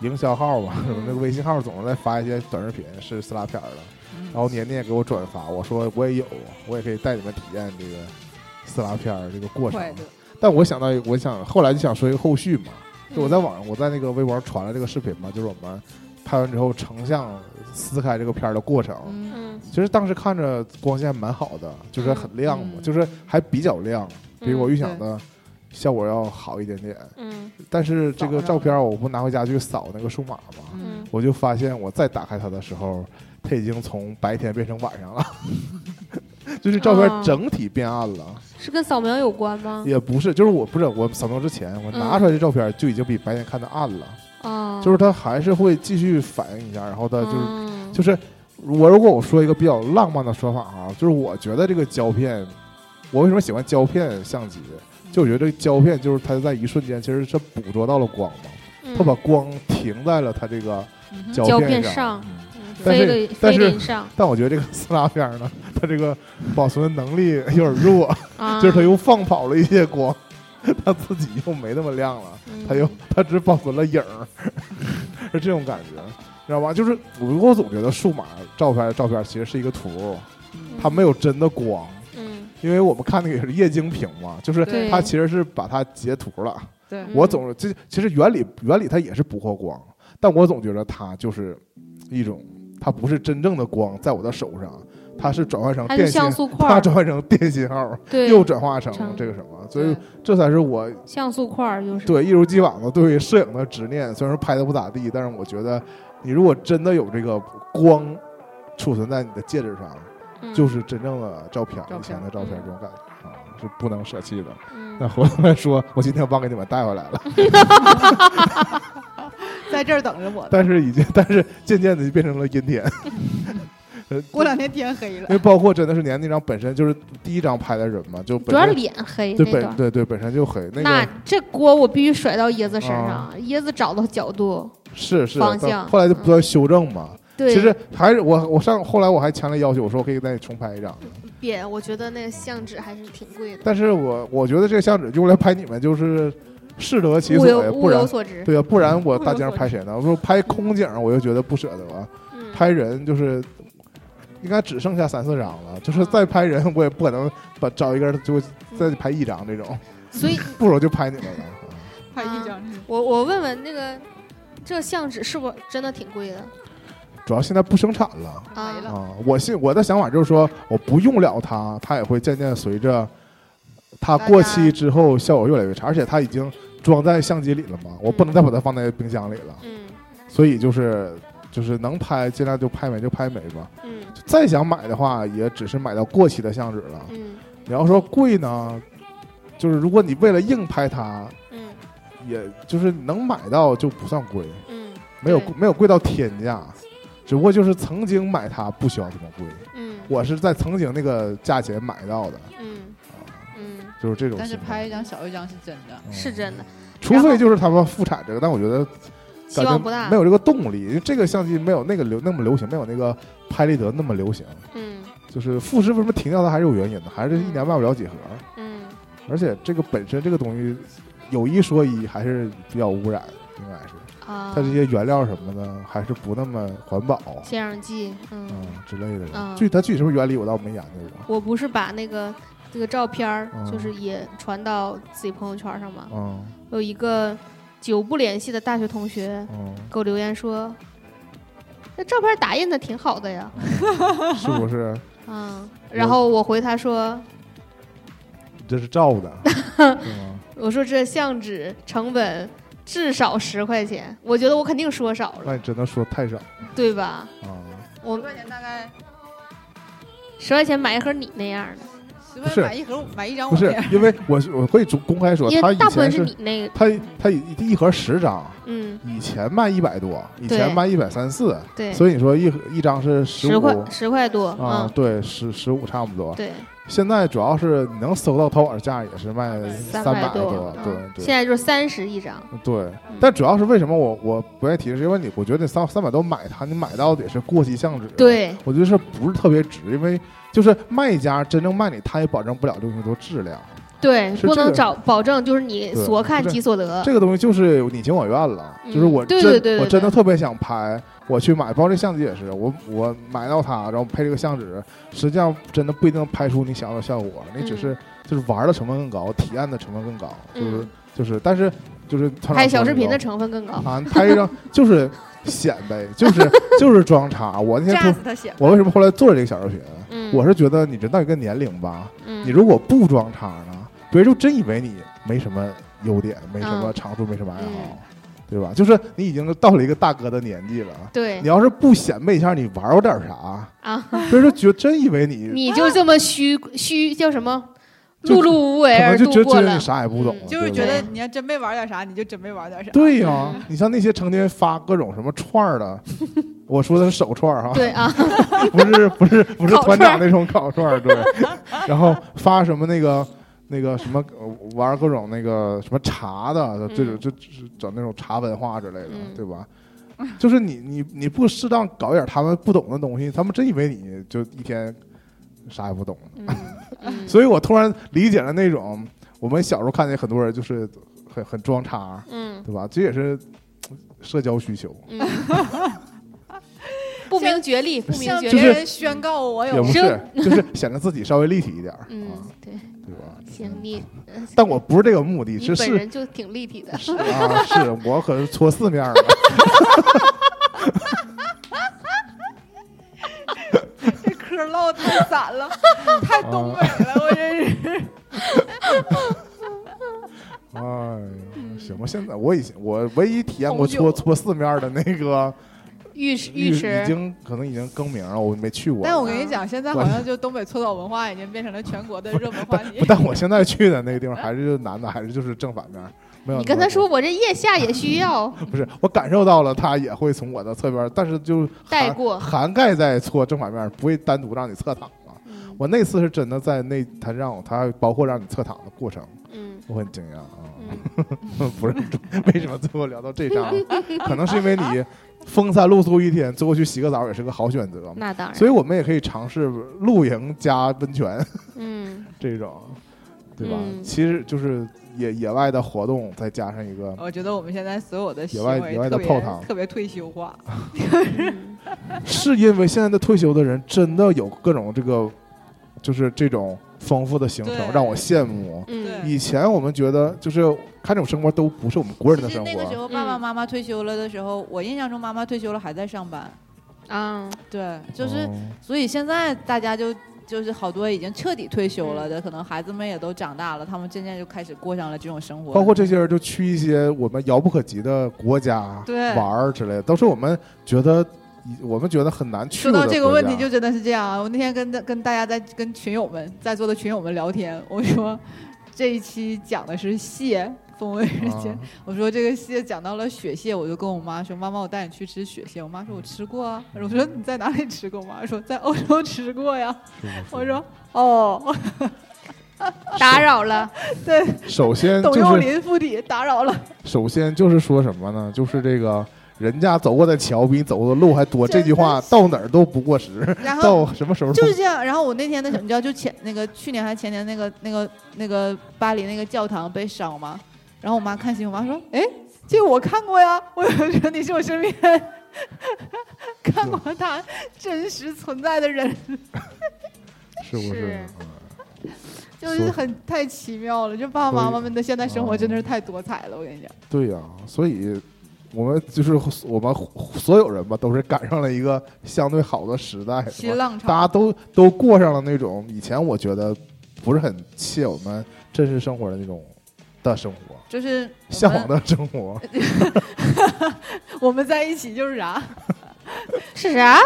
Speaker 2: 营销号吧，什么 <laughs> 那个微信号总是在发一些短视频是撕拉片儿的，
Speaker 4: 嗯
Speaker 2: 然后年年也给我转发，我说我也有，我也可以带你们体验这个撕拉片儿这个过程。
Speaker 4: 快乐，
Speaker 2: 但我想到，我想后来就想说一个后续嘛，就我在
Speaker 3: 嗯
Speaker 2: 网上，我在那个微博上传了这个视频嘛，就是我们拍完之后成像撕开这个片儿的过程。
Speaker 4: 嗯，
Speaker 3: 嗯，
Speaker 2: 其实当时看着光线蛮好的，就是很亮嘛，
Speaker 4: 嗯
Speaker 2: 就是还比较亮，比我预想
Speaker 4: 嗯
Speaker 2: 的效果要好一点点。
Speaker 3: 嗯
Speaker 2: 但是这个
Speaker 4: 扫上
Speaker 2: 照片儿我不拿回家去扫那个数码嘛，
Speaker 3: 嗯
Speaker 4: 嗯，
Speaker 2: 我就发现我再打开它的时候，它已经从白天变成晚上了， <laughs> 就是照片
Speaker 3: 哦嗯
Speaker 2: 整体变暗了。
Speaker 3: 是跟扫描有关吗？
Speaker 2: 也不是，就是我不是我扫描之前，我拿
Speaker 3: 嗯
Speaker 2: 出来这照片就已经比白天看的暗了，
Speaker 3: 啊，
Speaker 2: 就是它还是会继续反应一下，然后它就是、
Speaker 3: 嗯
Speaker 2: 就是我如果我说一个比较浪漫的说法啊，就是我觉得这个胶片，我为什么喜欢胶片相机？就我觉得这个胶片就是它在一瞬间其实是捕捉到了光嘛，它
Speaker 3: 嗯
Speaker 2: 把光停在了它这个
Speaker 4: 嗯哼
Speaker 2: 胶
Speaker 3: 胶
Speaker 2: 片
Speaker 3: 片
Speaker 2: 上
Speaker 3: 上。
Speaker 2: 嗯
Speaker 3: 嗯
Speaker 2: 但是
Speaker 3: 飞的
Speaker 2: 但
Speaker 3: 飞
Speaker 2: 是
Speaker 3: 的上，
Speaker 2: 但我觉得这个撕拉片呢，它这个保存能力有点弱，<laughs>
Speaker 3: 啊
Speaker 2: 就是它又放跑了一些光， <laughs> 它自己又没那么亮了。
Speaker 3: 嗯
Speaker 2: 他又 <laughs> 他只保存了影儿， <laughs> 是这种感觉，知道吧？就是我我总觉得数码照片照片其实是一个图，它没有真的光，
Speaker 3: 嗯
Speaker 2: 因为我们看那个也是液晶屏嘛，就是
Speaker 4: 对
Speaker 2: 它其实是把它截图了。
Speaker 4: 对
Speaker 3: 嗯
Speaker 2: 我总这其实原理原理它也是捕获光，但我总觉得它就是一种，它不是真正的光在我的手上，它是转换成
Speaker 3: 它是
Speaker 2: 电信
Speaker 3: 像。素
Speaker 2: <laughs>
Speaker 3: 块
Speaker 2: 它
Speaker 3: 儿，
Speaker 2: 转换成电信号，
Speaker 3: 对，
Speaker 2: 又转化成
Speaker 3: 成
Speaker 2: 这个什么，所以这才是我
Speaker 3: 像素块儿就是，
Speaker 2: 对，一如既往的对于摄影的执念，虽然说拍的不咋地，但是我觉得你如果真的有这个光储存在你的戒指上，
Speaker 3: 嗯
Speaker 2: 就是真正的照片儿，
Speaker 4: 照
Speaker 2: 以前
Speaker 4: 片
Speaker 2: 的照片儿这种感觉啊，是不能舍弃的。
Speaker 3: 嗯
Speaker 2: 那回来说，我今天忘给你们带回来了，
Speaker 4: <laughs> 在这儿等着我呢。
Speaker 2: 但是已经，但是渐渐的就变成了阴
Speaker 3: <laughs>
Speaker 2: 天。呃
Speaker 4: 过两天天黑了
Speaker 2: 因为，包括真的是年那张本身就是第一张拍的人嘛，就
Speaker 3: 主
Speaker 2: 本
Speaker 3: 要是
Speaker 2: 身
Speaker 3: 脸黑
Speaker 2: 对
Speaker 3: 那段
Speaker 2: 本
Speaker 3: 儿。
Speaker 2: 对对本身就很那
Speaker 3: 那
Speaker 2: 个
Speaker 3: 这锅我必须甩到椰子身
Speaker 2: 啊
Speaker 3: 上，椰子找到角度。
Speaker 2: 是是，
Speaker 3: 方
Speaker 2: 到
Speaker 3: 向
Speaker 2: 后来就不
Speaker 3: 嗯
Speaker 2: 断修正嘛。
Speaker 3: 对，
Speaker 2: 其实还是我我上后来我还强烈要求我说我可以再重拍一张，
Speaker 3: 别，我觉得那个相纸还是挺贵的，
Speaker 2: 但是我我觉得这个相纸用来拍你们就是适得其
Speaker 3: 物
Speaker 2: 所
Speaker 3: 有
Speaker 2: 呀，不
Speaker 3: 物有
Speaker 2: 然
Speaker 3: 所值。
Speaker 2: 对呀、不然我
Speaker 4: 物有
Speaker 2: 大街上
Speaker 4: 所
Speaker 2: 拍谁呢？我说拍空景儿我又觉得不舍得啊，
Speaker 3: 嗯，
Speaker 2: 拍人就是应该只剩下三四张了，就是再拍人我也不可能把找一个人就再拍一张这种，
Speaker 3: 所以
Speaker 2: <laughs> 不如就拍你们了。
Speaker 3: <laughs>
Speaker 4: 拍一张
Speaker 2: 嗯
Speaker 4: 是
Speaker 3: 我我问问那个这相纸是不是真的挺贵的？
Speaker 2: 主要现在不生产了
Speaker 3: 啊
Speaker 4: 没了，
Speaker 2: 啊，我信我的想法就是说，我不用了它，它也会渐渐随着它过期之后效果越来越差，而且它已经装在相机里了嘛，我不能再把它放在冰箱里了，
Speaker 3: 嗯
Speaker 2: 所以就是就是能拍尽量就拍没就拍没吧。
Speaker 3: 嗯
Speaker 2: 再想买的话，也只是买到过期的相纸了。
Speaker 3: 嗯
Speaker 2: 你要说贵呢，就是如果你为了硬拍它，
Speaker 3: 嗯
Speaker 2: 也就是能买到就不算贵，
Speaker 3: 嗯
Speaker 2: 没有
Speaker 3: 对
Speaker 2: 没有贵到天价，只不过就是曾经买它不需要这么贵，
Speaker 3: 嗯
Speaker 2: 我是在曾经那个价钱买到的，啊
Speaker 3: 嗯嗯，
Speaker 2: 就是这种
Speaker 4: 但
Speaker 2: 情况。
Speaker 4: 是拍一张少一张是真的。
Speaker 2: 嗯
Speaker 3: 是真的，
Speaker 2: 除非就是他们复产这个，但我觉得
Speaker 3: 希
Speaker 2: 感觉
Speaker 3: 望不大
Speaker 2: 没。有这个动力，因为这个相机没有那个流那么流行，没有那个拍立得那么流行。
Speaker 3: 嗯
Speaker 2: 就是富士为什么停掉它还是有原因的，还是一年卖不了几盒。
Speaker 3: 嗯
Speaker 2: 而且这个本身这个东西有一说一，还是比较污染，应该是
Speaker 3: 啊
Speaker 2: 它，这些原料什么的还是不那么环保，
Speaker 3: 接壤剂，
Speaker 2: 嗯
Speaker 3: 嗯，
Speaker 2: 之类的吧。
Speaker 3: 嗯
Speaker 2: 具它具体什么原理我倒没研究过。
Speaker 3: 我不是把那个这个照片儿
Speaker 2: 嗯
Speaker 3: 就是也传到自己朋友圈上吗？
Speaker 2: 嗯
Speaker 3: 有一个久不联系的大学同学
Speaker 2: 嗯，
Speaker 3: 给我留言说，那照片打印的挺好的呀，
Speaker 2: 是不是？
Speaker 3: 嗯，然后我回他说，
Speaker 2: 你这是照
Speaker 3: <laughs>
Speaker 2: 的，是吗？
Speaker 3: 我说这相纸成本至少十块钱，我觉得我肯定说少
Speaker 2: 那
Speaker 3: 了，
Speaker 2: 你真的说太少
Speaker 3: 对吧？
Speaker 2: 啊！
Speaker 3: 我
Speaker 4: 块钱大概
Speaker 3: 十块钱买一盒你那样的，
Speaker 4: 十
Speaker 2: 不
Speaker 4: 块
Speaker 2: 是
Speaker 4: 钱买一盒，买一张
Speaker 2: 不
Speaker 4: 我这
Speaker 2: 是
Speaker 4: 样。，
Speaker 2: 因为我我可以公开说，
Speaker 3: 因
Speaker 2: 他
Speaker 3: 为
Speaker 2: 以
Speaker 3: 大部
Speaker 2: 前
Speaker 3: 分是
Speaker 2: 是
Speaker 3: 你那个，
Speaker 2: 他他一一盒十张，
Speaker 3: 嗯，
Speaker 2: 以前卖一百多，以前
Speaker 3: 对
Speaker 2: 卖一百三四，
Speaker 3: 对，
Speaker 2: 所以你说一盒一张是
Speaker 3: 十
Speaker 2: 十
Speaker 3: 块
Speaker 2: 五
Speaker 3: 十块多，
Speaker 2: 啊
Speaker 3: 嗯，，
Speaker 2: 对，十十五差不多。
Speaker 3: 对，
Speaker 2: 现在主要是你能搜到淘宝价也是卖三
Speaker 3: 百
Speaker 2: 多，
Speaker 3: 嗯
Speaker 2: 对
Speaker 3: 现嗯
Speaker 2: 对
Speaker 3: 在就是三十一张，
Speaker 2: 对。但主要是为什么我我不愿意提示，是因为你我觉得你三三百多买它，你买到的也是过期相纸。，
Speaker 3: 对，
Speaker 2: 我觉得是不是特别值？因为就是卖家真正卖你，他也保证不了这个东西多质量。
Speaker 3: 对，
Speaker 2: 是
Speaker 3: 不
Speaker 2: 这
Speaker 3: 能
Speaker 2: 个
Speaker 3: 找保证，就是你
Speaker 2: 对
Speaker 3: 所看
Speaker 2: 这
Speaker 3: 即所得。
Speaker 2: 这个东西就是你情我愿了，
Speaker 3: 嗯
Speaker 2: 就是我
Speaker 3: 对
Speaker 2: 真
Speaker 3: 对对对
Speaker 2: 我真的
Speaker 3: 对
Speaker 2: 特别想拍，我去买，包括这相机也是，我我买到它，然后配这个相纸，实际上真的不一定拍出你想要的效果，你只
Speaker 3: 嗯
Speaker 2: 是、就是玩的成本更高，体验的成本更高，就是、
Speaker 3: 嗯
Speaker 2: 就是，但是就是团长
Speaker 3: 拍
Speaker 2: 说
Speaker 3: 小视
Speaker 2: 那
Speaker 3: 频的
Speaker 2: 种
Speaker 3: 成分更高。
Speaker 2: 啊，拍一张就是显
Speaker 3: <laughs>
Speaker 2: 摆，就是就是装叉。我那
Speaker 4: 炸
Speaker 2: 天
Speaker 4: 死他写，
Speaker 2: 我为什么后来做了这个小视频？
Speaker 3: 嗯，
Speaker 2: 我是觉得你人到一个年龄吧，
Speaker 3: 嗯
Speaker 2: 你如果不装叉呢，别人就真以为你没什么优点，没什么
Speaker 3: 嗯
Speaker 2: 长处，没什么爱好
Speaker 3: 嗯，
Speaker 2: 对吧？就是你已经到了一个大哥的年纪了，
Speaker 3: 对
Speaker 2: 你要是不显摆一下你玩过点啥，
Speaker 3: 啊，
Speaker 2: 别人就觉真以
Speaker 3: <laughs>
Speaker 2: 为 <laughs> 你
Speaker 3: 你就这么虚虚叫什么
Speaker 2: 就
Speaker 3: 碌碌无为
Speaker 2: 可能
Speaker 3: 而
Speaker 2: 就
Speaker 3: 度
Speaker 2: 觉得
Speaker 3: 过
Speaker 2: 觉得
Speaker 3: 了
Speaker 2: 你。啥也不懂
Speaker 3: 嗯
Speaker 4: <laughs>
Speaker 2: 了，
Speaker 4: 就是
Speaker 2: 对
Speaker 4: 觉
Speaker 2: 吧
Speaker 4: 得你要真没玩点啥，你就真没玩点啥。
Speaker 2: 对呀、你像那些成天发各种什么串儿
Speaker 3: <laughs>
Speaker 2: 的，我说的是手串儿哈，
Speaker 3: 对啊，
Speaker 2: 不是不是不是
Speaker 3: <laughs> 烤
Speaker 2: 团
Speaker 3: 串
Speaker 2: 长
Speaker 3: 儿
Speaker 2: 那种烤串儿，对。然后发什么那个那个什么呃玩各种那个什么茶的，这种
Speaker 3: 嗯
Speaker 2: 就就是整那种茶文化之类的，
Speaker 3: 嗯
Speaker 2: 对吧？就是你你你不适当搞一点他们不懂的东西，他们真以为你就一天啥也不懂。
Speaker 3: 嗯嗯
Speaker 2: 所以我突然理解了那种我们小时候看见很多人就是很很装叉，
Speaker 3: 嗯
Speaker 2: 对吧？这也是呃社交需求。
Speaker 3: 嗯，不明觉厉，不明
Speaker 4: 向
Speaker 3: 觉
Speaker 4: 别
Speaker 2: 就
Speaker 3: 厉。
Speaker 2: 是
Speaker 4: 人宣告我
Speaker 2: 也
Speaker 4: 有
Speaker 2: 不是
Speaker 3: 生，
Speaker 2: 就是显得自己稍微立体一点儿，啊
Speaker 3: 嗯，对，
Speaker 2: 对吧？
Speaker 3: 行，你，呃
Speaker 2: 但我不是这个目的，
Speaker 3: 你
Speaker 2: 是
Speaker 3: 本
Speaker 2: 是
Speaker 3: 人就挺立体的。
Speaker 2: 是啊，是我可是搓四面儿了，
Speaker 4: 这嗑唠太散了，太东北了，我真是。
Speaker 2: <laughs> 哎呀，行吧，现在我已经我唯一体验过
Speaker 4: 红酒
Speaker 2: 搓搓四面儿的那个
Speaker 3: 浴池浴
Speaker 2: 已
Speaker 3: 池，
Speaker 2: 经可能已经更名了， <laughs> 我没去过。
Speaker 4: <laughs> 但我跟你讲，现在好像就东北搓澡文化已经变成了全国的热门话题
Speaker 2: 不，。但我现在去的那个地方还是就男的，还是就是正反面儿，没有那么多。
Speaker 3: 你跟他说我这腋下也需要，
Speaker 2: 不是，我感受到了他也会从我的侧边儿，但是就
Speaker 3: 带
Speaker 2: 涵
Speaker 3: 过
Speaker 2: 涵盖在搓正反面儿，不会单独让你侧躺了。
Speaker 3: 嗯
Speaker 2: 我那次是真的在那他让我他包括让你侧躺的过程，
Speaker 3: 嗯
Speaker 2: 我很惊讶啊。
Speaker 3: 嗯，
Speaker 2: 不是为什么最后聊到这张？啊
Speaker 4: <laughs>
Speaker 2: 可能是因为你风餐露宿一天，最后去洗个澡也是个好选择。
Speaker 4: <laughs>
Speaker 3: 那当然，
Speaker 2: 所以我们也可以尝试露营加温泉
Speaker 3: 嗯
Speaker 2: 这种，对吧？
Speaker 3: 嗯
Speaker 2: 其实就是野野外的活动，再加上一个
Speaker 4: 我觉得我们现在所有的行
Speaker 2: 野外
Speaker 4: 为
Speaker 2: 野外的
Speaker 4: 特
Speaker 2: 泡汤
Speaker 4: 别特别退休化，
Speaker 3: 嗯
Speaker 2: 是因为现在的退休的人真的有各种这个，就是这种丰富的行程
Speaker 4: 对
Speaker 2: 让我羡慕。
Speaker 3: 嗯
Speaker 4: 对
Speaker 2: 以前我们觉得就是看这种生活都不是我们国人的
Speaker 4: 其实
Speaker 2: 生
Speaker 4: 那个时
Speaker 2: 活，
Speaker 4: 候爸爸
Speaker 3: 嗯
Speaker 4: 妈妈退休了的时候，我印象中妈妈退休了还在上班。
Speaker 3: 啊，
Speaker 4: 对，就是、
Speaker 2: 嗯
Speaker 4: 所以现在大家就就是好多已经彻底退休
Speaker 2: 嗯
Speaker 4: 了的，可能孩子们也都长大了，他们渐渐就开始过上了这种生活。
Speaker 2: 包括这些人就去一些我们遥不可及的国家
Speaker 4: 对
Speaker 2: 玩儿之类的，都是我们觉得我们觉得很难去
Speaker 5: 说
Speaker 2: 的
Speaker 5: 到这个
Speaker 2: 国
Speaker 5: 问
Speaker 2: 家
Speaker 5: 题，就真的是这样啊！我那天跟大跟大家在跟群友们在座的群友们聊天，我说 <laughs> 这一期讲的是蟹，风味人间。
Speaker 2: 啊
Speaker 5: 我说这个蟹讲到了雪蟹，我就跟我妈说：“妈妈，我带你去吃雪蟹。”我妈说：“我吃过啊。”我说：“你在哪里吃过？”我妈说：“在欧洲吃过呀。”我说：“哦， <laughs>
Speaker 3: 打扰了，
Speaker 2: 首先
Speaker 5: <laughs> 董
Speaker 2: 就
Speaker 5: 又
Speaker 2: 是
Speaker 5: 霖附体打扰了。
Speaker 2: 首先就是说什么呢？就是这个人家走过的桥比你走过的路还多，这句话到哪儿都不过时，”
Speaker 5: 然后
Speaker 2: 到什么时候都
Speaker 5: 就是这样。然后我那天那什么，你知道就前那个去年还前年那个那个那个巴黎那个教堂被烧吗？然后我妈看新闻，我妈说：“哎，这个我看过呀。”我说：“你是我身边看过他真实存在的人，
Speaker 2: 是不是
Speaker 3: 是？
Speaker 2: 嗯
Speaker 5: 就是很太奇妙了。就爸爸妈妈们的现在生活
Speaker 2: 嗯
Speaker 5: 真的是太多彩了，我跟你讲。”
Speaker 2: 对呀、所以我们就是我们所有人吧，都是赶上了一个相对好的时代，是
Speaker 5: 新
Speaker 2: 吧
Speaker 5: 浪
Speaker 2: 大
Speaker 5: 潮，
Speaker 2: 家都都过上了那种以前我觉得不是很切我们真实生活的那种的生活，
Speaker 5: 就是
Speaker 2: 向往的生活。
Speaker 5: 我们在一起就是啥，
Speaker 3: 是啥？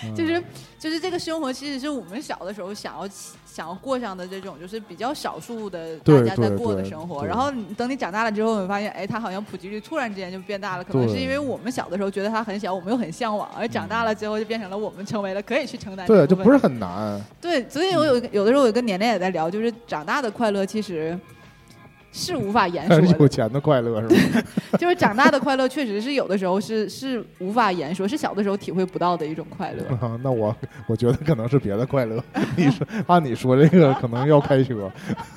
Speaker 2: 嗯
Speaker 5: 就是就是这个生活，其实是我们小的时候想要起想要过上的这种，就是比较少数的大
Speaker 2: 对
Speaker 5: 家在
Speaker 2: 对
Speaker 5: 过的
Speaker 2: 对
Speaker 5: 生活。
Speaker 2: 对
Speaker 5: 然后你等你长大了之后，你发现，哎，它好像普及率突然之间就变大了，可能
Speaker 2: 对嗯
Speaker 5: 是因为我们小的时候觉得它很小，我们又很向往，而长大了之后就变成了我们成为了可以去承担这
Speaker 2: 对，
Speaker 5: 部
Speaker 2: 就
Speaker 5: 分
Speaker 2: 不是嗯很难。
Speaker 5: 对，所以我有有的时候我跟年年也在聊，就是长大的快乐其实是无法言说的
Speaker 2: <laughs> 有，钱的快乐是吧？ <laughs>
Speaker 5: 就是长大的快乐确实是有的时候是是无法言说，是小的时候体会不到的一种快乐。
Speaker 2: 啊，那我我觉得可能是别的快乐。你说按你说这个可能要开车。 <laughs>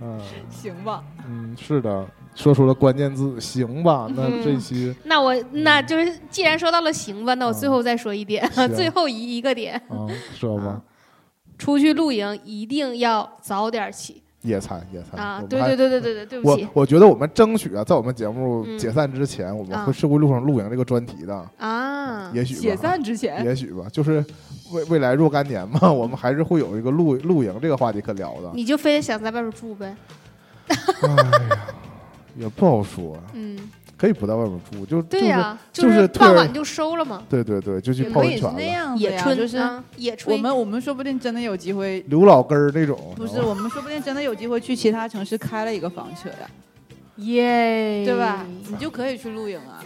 Speaker 2: 嗯
Speaker 5: 行吧，
Speaker 2: 嗯，是的，说出了关键字，行吧？那这期
Speaker 3: 那我那就是，既然说到了行吧，那我最后再说一点，
Speaker 2: 行
Speaker 3: 最后一一个点，
Speaker 2: 啊，说吧，
Speaker 3: 出去露营一定要早点起
Speaker 2: 野餐野餐
Speaker 3: 啊
Speaker 2: 我！们
Speaker 3: 对
Speaker 2: 还
Speaker 3: 对对对对对，对不
Speaker 2: 我
Speaker 3: 起
Speaker 2: 我觉得我们争取啊，在我们节目
Speaker 3: 嗯
Speaker 2: 解散之前，我们
Speaker 3: 啊
Speaker 2: 会是会录上露营这个专题的，
Speaker 3: 啊！
Speaker 2: 也许吧
Speaker 5: 解散之前
Speaker 2: 也许吧，就是未未来若干年嘛，我们还是会有一个露露营这个话题可聊的。
Speaker 3: 你就非得想在外边住呗？
Speaker 2: 哎呀，也不好说，
Speaker 3: 嗯，
Speaker 2: 可以不在外面住，就
Speaker 3: 对呀、
Speaker 2: 就是是退
Speaker 3: 傍晚就收了嘛，
Speaker 2: 对对对，就去
Speaker 3: 也
Speaker 2: 泡
Speaker 5: 可
Speaker 2: 温
Speaker 5: 以是
Speaker 2: 泉
Speaker 5: 那
Speaker 2: 了，
Speaker 5: 样子
Speaker 3: 野
Speaker 5: 呀，
Speaker 3: 炊
Speaker 5: 就是
Speaker 3: 啊、野炊。
Speaker 5: 我们我们说不定真的有机会，
Speaker 2: 刘老根儿那种。
Speaker 5: 不是
Speaker 2: 然后
Speaker 5: 我们说不定真的有机会去其他城市开了一个房车呀，
Speaker 3: 耶，
Speaker 5: 对吧？你就可以去露营啊，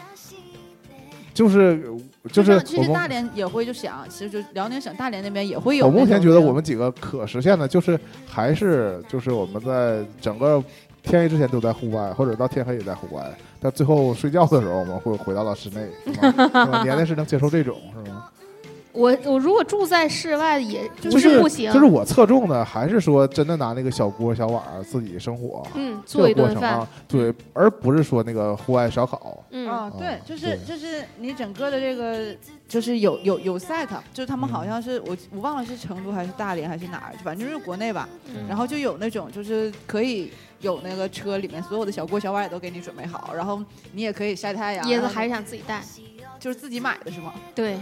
Speaker 2: 就是就
Speaker 5: 像
Speaker 2: 是
Speaker 5: 其
Speaker 2: 我
Speaker 5: 实
Speaker 2: 们
Speaker 5: 大连也会就想，其实就辽宁省大连那边也会有
Speaker 2: 我
Speaker 5: 那种
Speaker 2: 目
Speaker 5: 这样。
Speaker 2: 前觉得我们几个可实现的，就是还是就是我们在整个天黑之前都在户外，或者到天黑也在户外，但最后睡觉的时候我们会回到了室内。是吗是吧年年是能接受这种是吗？
Speaker 3: 我我如果住在室外也
Speaker 2: 就
Speaker 3: 不
Speaker 2: 是
Speaker 3: 不行，
Speaker 2: 就是我侧重的还是说真的拿那个小锅小碗儿自己生火，
Speaker 3: 嗯，
Speaker 2: 这
Speaker 3: 做
Speaker 2: 个
Speaker 3: 一
Speaker 2: 过
Speaker 3: 顿
Speaker 2: 程
Speaker 3: 饭
Speaker 2: 啊，，
Speaker 5: 嗯
Speaker 2: 对，而不是说那个户外烧烤。
Speaker 3: 嗯
Speaker 5: 啊，对
Speaker 2: 哦，
Speaker 5: 就是
Speaker 2: 对
Speaker 5: 就是你整个的这个就是有有有 set，就是他们
Speaker 2: 嗯
Speaker 5: 好像是我我忘了是成都还是大连还是哪儿，反正就是国内吧。
Speaker 3: 嗯
Speaker 5: 然后就有那种就是可以有那个车里面所有的小锅小碗也都给你准备好，然后你也可以晒太阳。啊
Speaker 3: 椰子
Speaker 5: 然后
Speaker 3: 还是想自己带，
Speaker 5: 就是自己买的是吗？
Speaker 3: 对，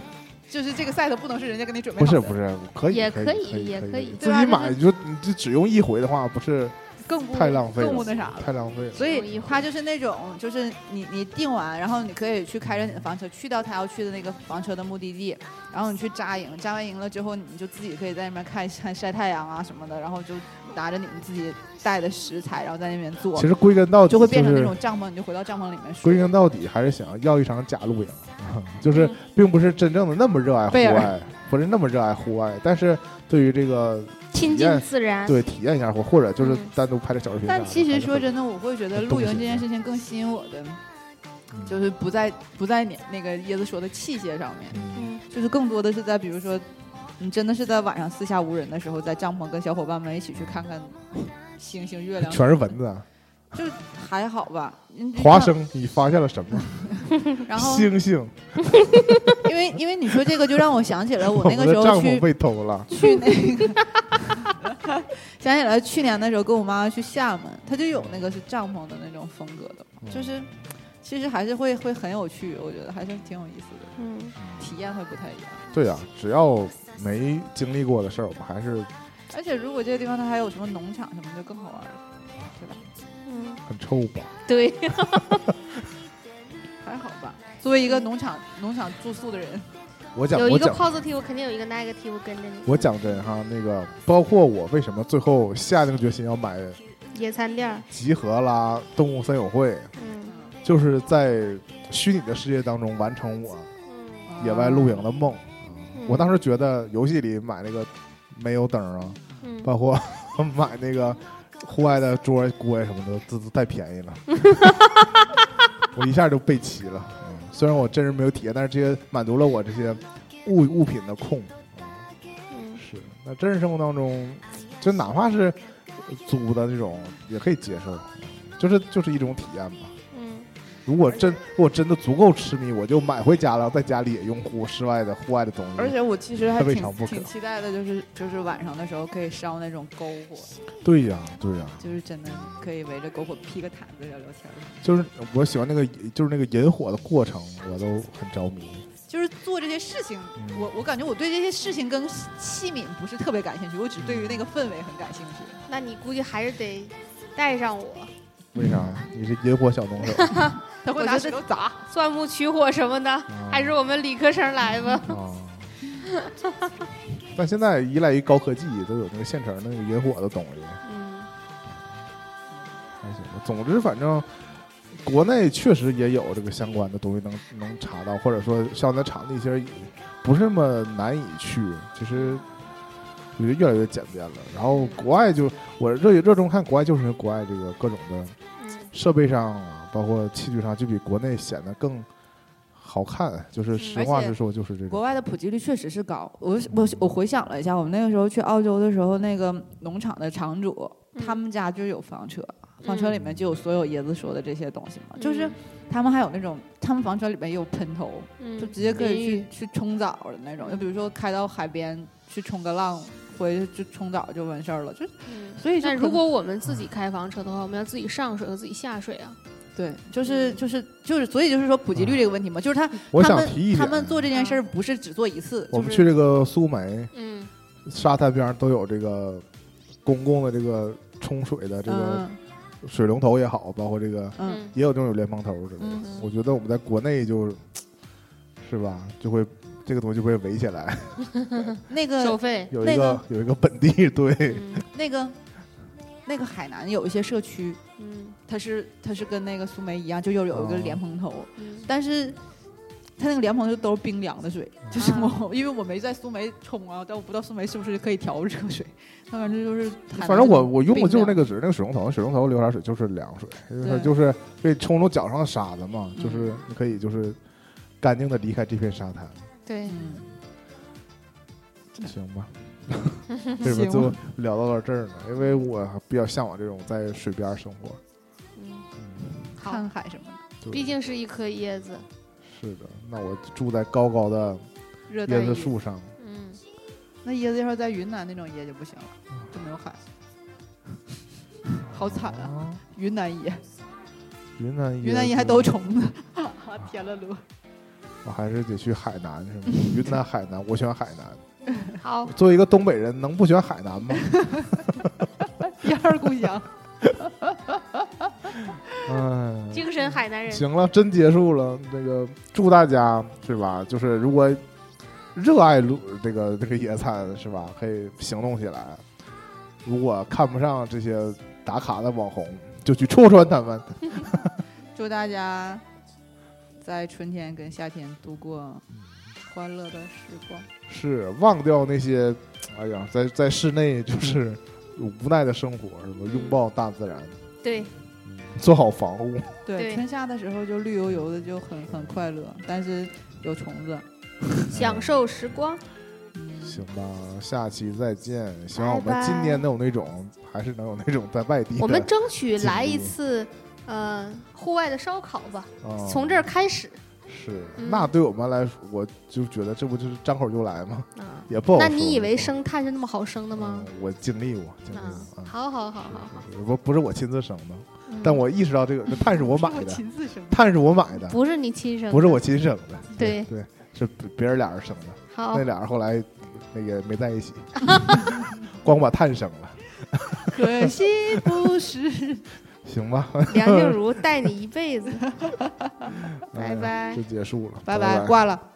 Speaker 3: 就是
Speaker 5: 就是这个 set 不能是人家给你准备
Speaker 2: 不
Speaker 5: 好
Speaker 2: 是
Speaker 5: 的。
Speaker 2: 不是，可以
Speaker 3: 也
Speaker 2: 可
Speaker 3: 可
Speaker 2: 以
Speaker 3: 以
Speaker 2: 可以
Speaker 3: 也
Speaker 2: 可
Speaker 3: 可
Speaker 2: 以
Speaker 3: 以
Speaker 2: 自
Speaker 5: 对啊
Speaker 2: 己
Speaker 5: 就
Speaker 2: 买
Speaker 5: 是
Speaker 2: 就你就只用一回的话，不是
Speaker 5: 更不
Speaker 2: 太浪费
Speaker 5: 更
Speaker 2: 了
Speaker 5: 不，那啥了。
Speaker 2: 太浪费了。
Speaker 5: 所
Speaker 3: 有一
Speaker 5: 以
Speaker 3: 回
Speaker 5: 它就是那种，就是你你订完，然后你可以去开着你的房车去到他要去的那个房车的目的地，然后你去扎营，扎完营了之后，你就自己可以在那边看看晒太阳啊什么的，然后就拿着你们自己带的食材，然后在那边做
Speaker 2: 其，实归根到底
Speaker 5: 就会变成
Speaker 2: 是
Speaker 5: 那种帐篷，你就回到帐篷里面
Speaker 2: 归
Speaker 5: 睡。
Speaker 2: 根到底还是想要一场假露营， <laughs> 就是
Speaker 3: 嗯
Speaker 2: 并不是真正的那么热爱户
Speaker 5: 嗯贝
Speaker 2: 外
Speaker 5: 尔，
Speaker 2: 不是那么热爱户外，但是对于这个
Speaker 3: 亲近自然，
Speaker 2: 对体验一下，或或者就是
Speaker 3: 嗯
Speaker 2: 单独拍点小视频啥的。
Speaker 5: 哎但其实说
Speaker 2: 还是
Speaker 5: 真的，我会觉得露营这
Speaker 2: 嗯
Speaker 5: 件事情更吸引我的，
Speaker 2: 很，
Speaker 5: 就是不在不在你那个椰子说的器械上面，
Speaker 2: 嗯
Speaker 3: 嗯
Speaker 5: 就是更多的是在比如说，你真的是在晚上四下无人的时候，在帐篷跟小伙伴们一起去看看星星、月亮，
Speaker 2: 全是蚊子啊，
Speaker 5: 还好吧？你嗯
Speaker 2: 华，生，你发现了什么？
Speaker 5: 然后
Speaker 2: 星星，
Speaker 5: 因为因为你说这个，就让我想起了我
Speaker 2: 我
Speaker 5: 那个
Speaker 2: 的
Speaker 5: 时候
Speaker 2: 丈
Speaker 5: 去
Speaker 2: 夫被偷了，
Speaker 5: 去那个，想起来去年的时候跟我妈妈去厦门，它就有那个是帐篷的那种风格的嘛，
Speaker 2: 嗯
Speaker 5: 就是其实还是会会很有趣，我觉得还是挺有意思的，
Speaker 3: 嗯，
Speaker 5: 体验会不太一样。
Speaker 2: 对呀、只要没经历过的事儿，我们还是
Speaker 5: 而且如果这个地方它还有什么农场什么，就更好玩了，对吧？
Speaker 3: 嗯，
Speaker 2: 很臭吧。
Speaker 3: 对，
Speaker 5: 还好吧。嗯作为一个农场农场住宿的人，
Speaker 2: 我讲，
Speaker 3: 有
Speaker 2: 我
Speaker 3: 一个
Speaker 2: 讲，
Speaker 3: positive，肯定有一个 negative 跟着你。
Speaker 2: 我讲真哈，那个包括我为什么最后下定决心要买
Speaker 3: 野餐垫儿，
Speaker 2: 集合啦、动物森友会，
Speaker 3: 嗯
Speaker 2: 就是在虚拟的世界当中完成我
Speaker 3: 嗯
Speaker 2: 野外露营的梦。
Speaker 3: 嗯
Speaker 2: 我当时觉得游戏里买那个没有灯啊，
Speaker 3: 嗯，
Speaker 2: 包括 <laughs> 买那个户外的桌、锅什么的，都都太便宜了，我一下就备齐了。嗯虽然我真人没有体验，但是这些满足了我这些物物品的控。
Speaker 3: 嗯
Speaker 2: 是，那真实生活当中，就哪怕是租的那种，也可以接受，就是就是一种体验吧。
Speaker 3: 嗯，
Speaker 2: 如果真如果真的足够痴迷，我就买回家了，在家里也用户室外的户外的东西。
Speaker 5: 而且我其实还
Speaker 2: 还未
Speaker 5: 挺
Speaker 2: 尝不可
Speaker 5: 挺期待的，就是就是晚上的时候可以烧那种篝火，
Speaker 2: 对呀、对呀、
Speaker 5: 就是真的可以围着篝火披个毯子聊聊天儿。
Speaker 2: 就是我喜欢那个就是那个引火的过程，我都很着迷。
Speaker 5: 就是做这些事情，
Speaker 2: 嗯
Speaker 5: 我我感觉我对这些事情跟器皿不是特别感兴趣，我只对于那个氛围很感兴趣。
Speaker 3: 那你估计还是得带上我，
Speaker 2: 为啥？你是引火小能 <laughs> 手
Speaker 5: 他会
Speaker 3: 我
Speaker 5: 拿
Speaker 3: 觉
Speaker 5: 石
Speaker 3: 得
Speaker 5: 头砸，
Speaker 3: 钻木取火什么的，还是我们理科生来吧。
Speaker 2: 啊？但现在依赖于高科技，都有那个现成的那个引火的东西。
Speaker 3: 嗯
Speaker 2: 还行吧。总之，反正国内确实也有这个相关的东西能能查到，或者说像那场地其实不是那么难以去，其实我觉得越来越简便了。然后国外就我热热衷看国外，就是因为国外这个各种的
Speaker 3: 嗯
Speaker 2: 设备上，啊包括器具上，就比国内显得更好看。就是实话
Speaker 5: 嗯而且
Speaker 2: 实说，就是这
Speaker 5: 国
Speaker 2: 种。
Speaker 5: 外的普及率确实是高。我我我回想了一下，我们那个时候去澳洲的时候，那个农场的场主
Speaker 3: 嗯
Speaker 5: 他们家就有房车，房车里面就有所有椰子说的这些东西嘛，
Speaker 3: 嗯
Speaker 5: 就是他们还有那种，他们房车里面也有喷头，就
Speaker 3: 嗯
Speaker 5: 直接可以
Speaker 3: 淋浴
Speaker 5: 去去冲澡的那种。就比如说开到海边去冲个浪，回去就冲澡就完事儿了，就
Speaker 3: 嗯。
Speaker 5: 所以就
Speaker 3: 但
Speaker 5: 可
Speaker 3: 如
Speaker 5: 能
Speaker 3: 果我们自己开房车的话，我们要自己上水和自己下水啊。
Speaker 5: 对，就是就是就是，所以就是说普及率这个问题嘛，就是他
Speaker 2: 嗯我
Speaker 5: 他
Speaker 2: 想
Speaker 5: 们
Speaker 2: 提一
Speaker 5: 他
Speaker 2: 点，
Speaker 5: 们做这件事儿不是只做一次，
Speaker 2: 我们
Speaker 5: 就
Speaker 2: 去
Speaker 5: 是
Speaker 2: 这个苏梅
Speaker 3: 嗯
Speaker 2: 沙滩边儿都有这个公共的这个冲水的这个
Speaker 5: 嗯
Speaker 2: 水龙头也好，包括这个
Speaker 5: 嗯
Speaker 2: 也有这种有莲蓬头之类的。
Speaker 5: 嗯
Speaker 2: 我觉得我们在国内就是，是吧，就会这个东西就会围起来， <laughs>
Speaker 5: 那
Speaker 3: 嗯，收
Speaker 5: 个
Speaker 3: 费。
Speaker 2: 有一
Speaker 5: 那
Speaker 2: 个
Speaker 5: 个
Speaker 2: 有一个本地队，
Speaker 3: 嗯
Speaker 5: 那个那个海南有一些社区，
Speaker 3: <laughs> 嗯
Speaker 5: 它是它是跟那个苏梅一样，就又有一个
Speaker 2: 哦
Speaker 5: 莲蓬头，
Speaker 3: 嗯
Speaker 5: 但是。它那个莲蓬头都是冰凉的水， <laughs> 就是我，因为我没在苏梅冲啊，但我不知道苏梅是不是可以调热水。它反正就是海南的
Speaker 2: 反
Speaker 5: 那种冰凉，
Speaker 2: 正我我用的就是那个只是那个水龙头，水龙头流啥水就是凉水，因为它
Speaker 5: 对
Speaker 2: 就是可以冲走脚上的沙子嘛，
Speaker 5: 嗯
Speaker 2: 就是你可以就是干净的离开这片沙滩，
Speaker 3: 对，
Speaker 5: 嗯，
Speaker 2: 行吧。为什么就聊到了这儿呢？因为我比较向往这种在水边生活。
Speaker 3: 嗯，
Speaker 2: 嗯，
Speaker 3: 好
Speaker 5: 看，海什么的，
Speaker 2: 对
Speaker 3: 毕竟是一颗椰子。
Speaker 2: 是的。那我住在高高的
Speaker 5: 热带
Speaker 2: 椰子
Speaker 5: 雨。
Speaker 2: 树上，
Speaker 5: <laughs>
Speaker 3: 嗯，
Speaker 5: 那椰子要是在云南那种椰就不行了，
Speaker 2: 嗯
Speaker 5: 就没有海，好惨啊！
Speaker 2: 啊！
Speaker 5: 云南椰，
Speaker 2: 云南椰
Speaker 5: 云南椰
Speaker 2: 子
Speaker 5: 还都是虫子， <laughs> 天了噜。
Speaker 2: 我还是得去海南，是吗？云南、海南，我选海南。
Speaker 3: 好，
Speaker 2: 作为一个东北人，能不选海南
Speaker 5: <laughs>
Speaker 2: 吗？
Speaker 5: 第二故乡，
Speaker 2: 哎，
Speaker 3: 精神海南人。
Speaker 2: 行了，真结束了。那个，祝大家是吧？就是如果热爱露这个这个野餐是吧，可以行动起来。如果看不上这些打卡的网红，就去戳穿他们。
Speaker 5: 祝大家在春天跟夏天度过欢乐的时光。
Speaker 2: 是忘掉那些，哎呀，在在室内就是无奈的生活是吧？拥抱大自然，
Speaker 3: 对，
Speaker 2: 做好防护。
Speaker 5: 对，
Speaker 3: 对
Speaker 5: 春夏的时候就绿油油的，就很很快乐，但是有虫子。
Speaker 3: 享受时光。
Speaker 5: 嗯，
Speaker 2: 行吧，下期再见。希望我们
Speaker 3: 拜拜
Speaker 2: 今年能有那种，还是能有那种在外地的。
Speaker 3: 我们争取
Speaker 2: 进
Speaker 3: 来一
Speaker 2: 步
Speaker 3: 次，呃，户外的烧烤吧，
Speaker 2: 哦
Speaker 3: 从这儿开始
Speaker 2: 是，
Speaker 3: 嗯
Speaker 2: 那对我们来说，我就觉得这不就是张口就来吗？
Speaker 5: 哦
Speaker 3: 啊。
Speaker 2: 也不好
Speaker 3: 那
Speaker 2: 说。
Speaker 3: 你以为生炭是那么好生的
Speaker 2: 的
Speaker 3: 吗？？
Speaker 2: 我经历过，经历
Speaker 3: 啊
Speaker 2: 过，，啊，
Speaker 3: 好好好好好，
Speaker 2: 是是是不不是我亲自生的，
Speaker 3: 嗯
Speaker 2: 但我意识到
Speaker 3: <laughs>
Speaker 2: 这个这碳是我
Speaker 4: <laughs>
Speaker 2: 买的，
Speaker 4: 亲自生的，
Speaker 2: 碳是我买的，
Speaker 3: 不是你亲生，
Speaker 2: 不是我亲生的，
Speaker 3: 对哦
Speaker 2: 对，是别别人俩人生的，
Speaker 3: 好
Speaker 2: <laughs> 那俩人后来那个没在一
Speaker 3: <laughs>
Speaker 2: 起，光把碳生了，
Speaker 4: 可惜不是。
Speaker 2: 行吧， <laughs>
Speaker 3: 梁静茹带你一辈子，拜
Speaker 2: 哎嗯
Speaker 3: 拜
Speaker 2: 就结束了，
Speaker 5: 拜
Speaker 2: 拜
Speaker 5: 挂了。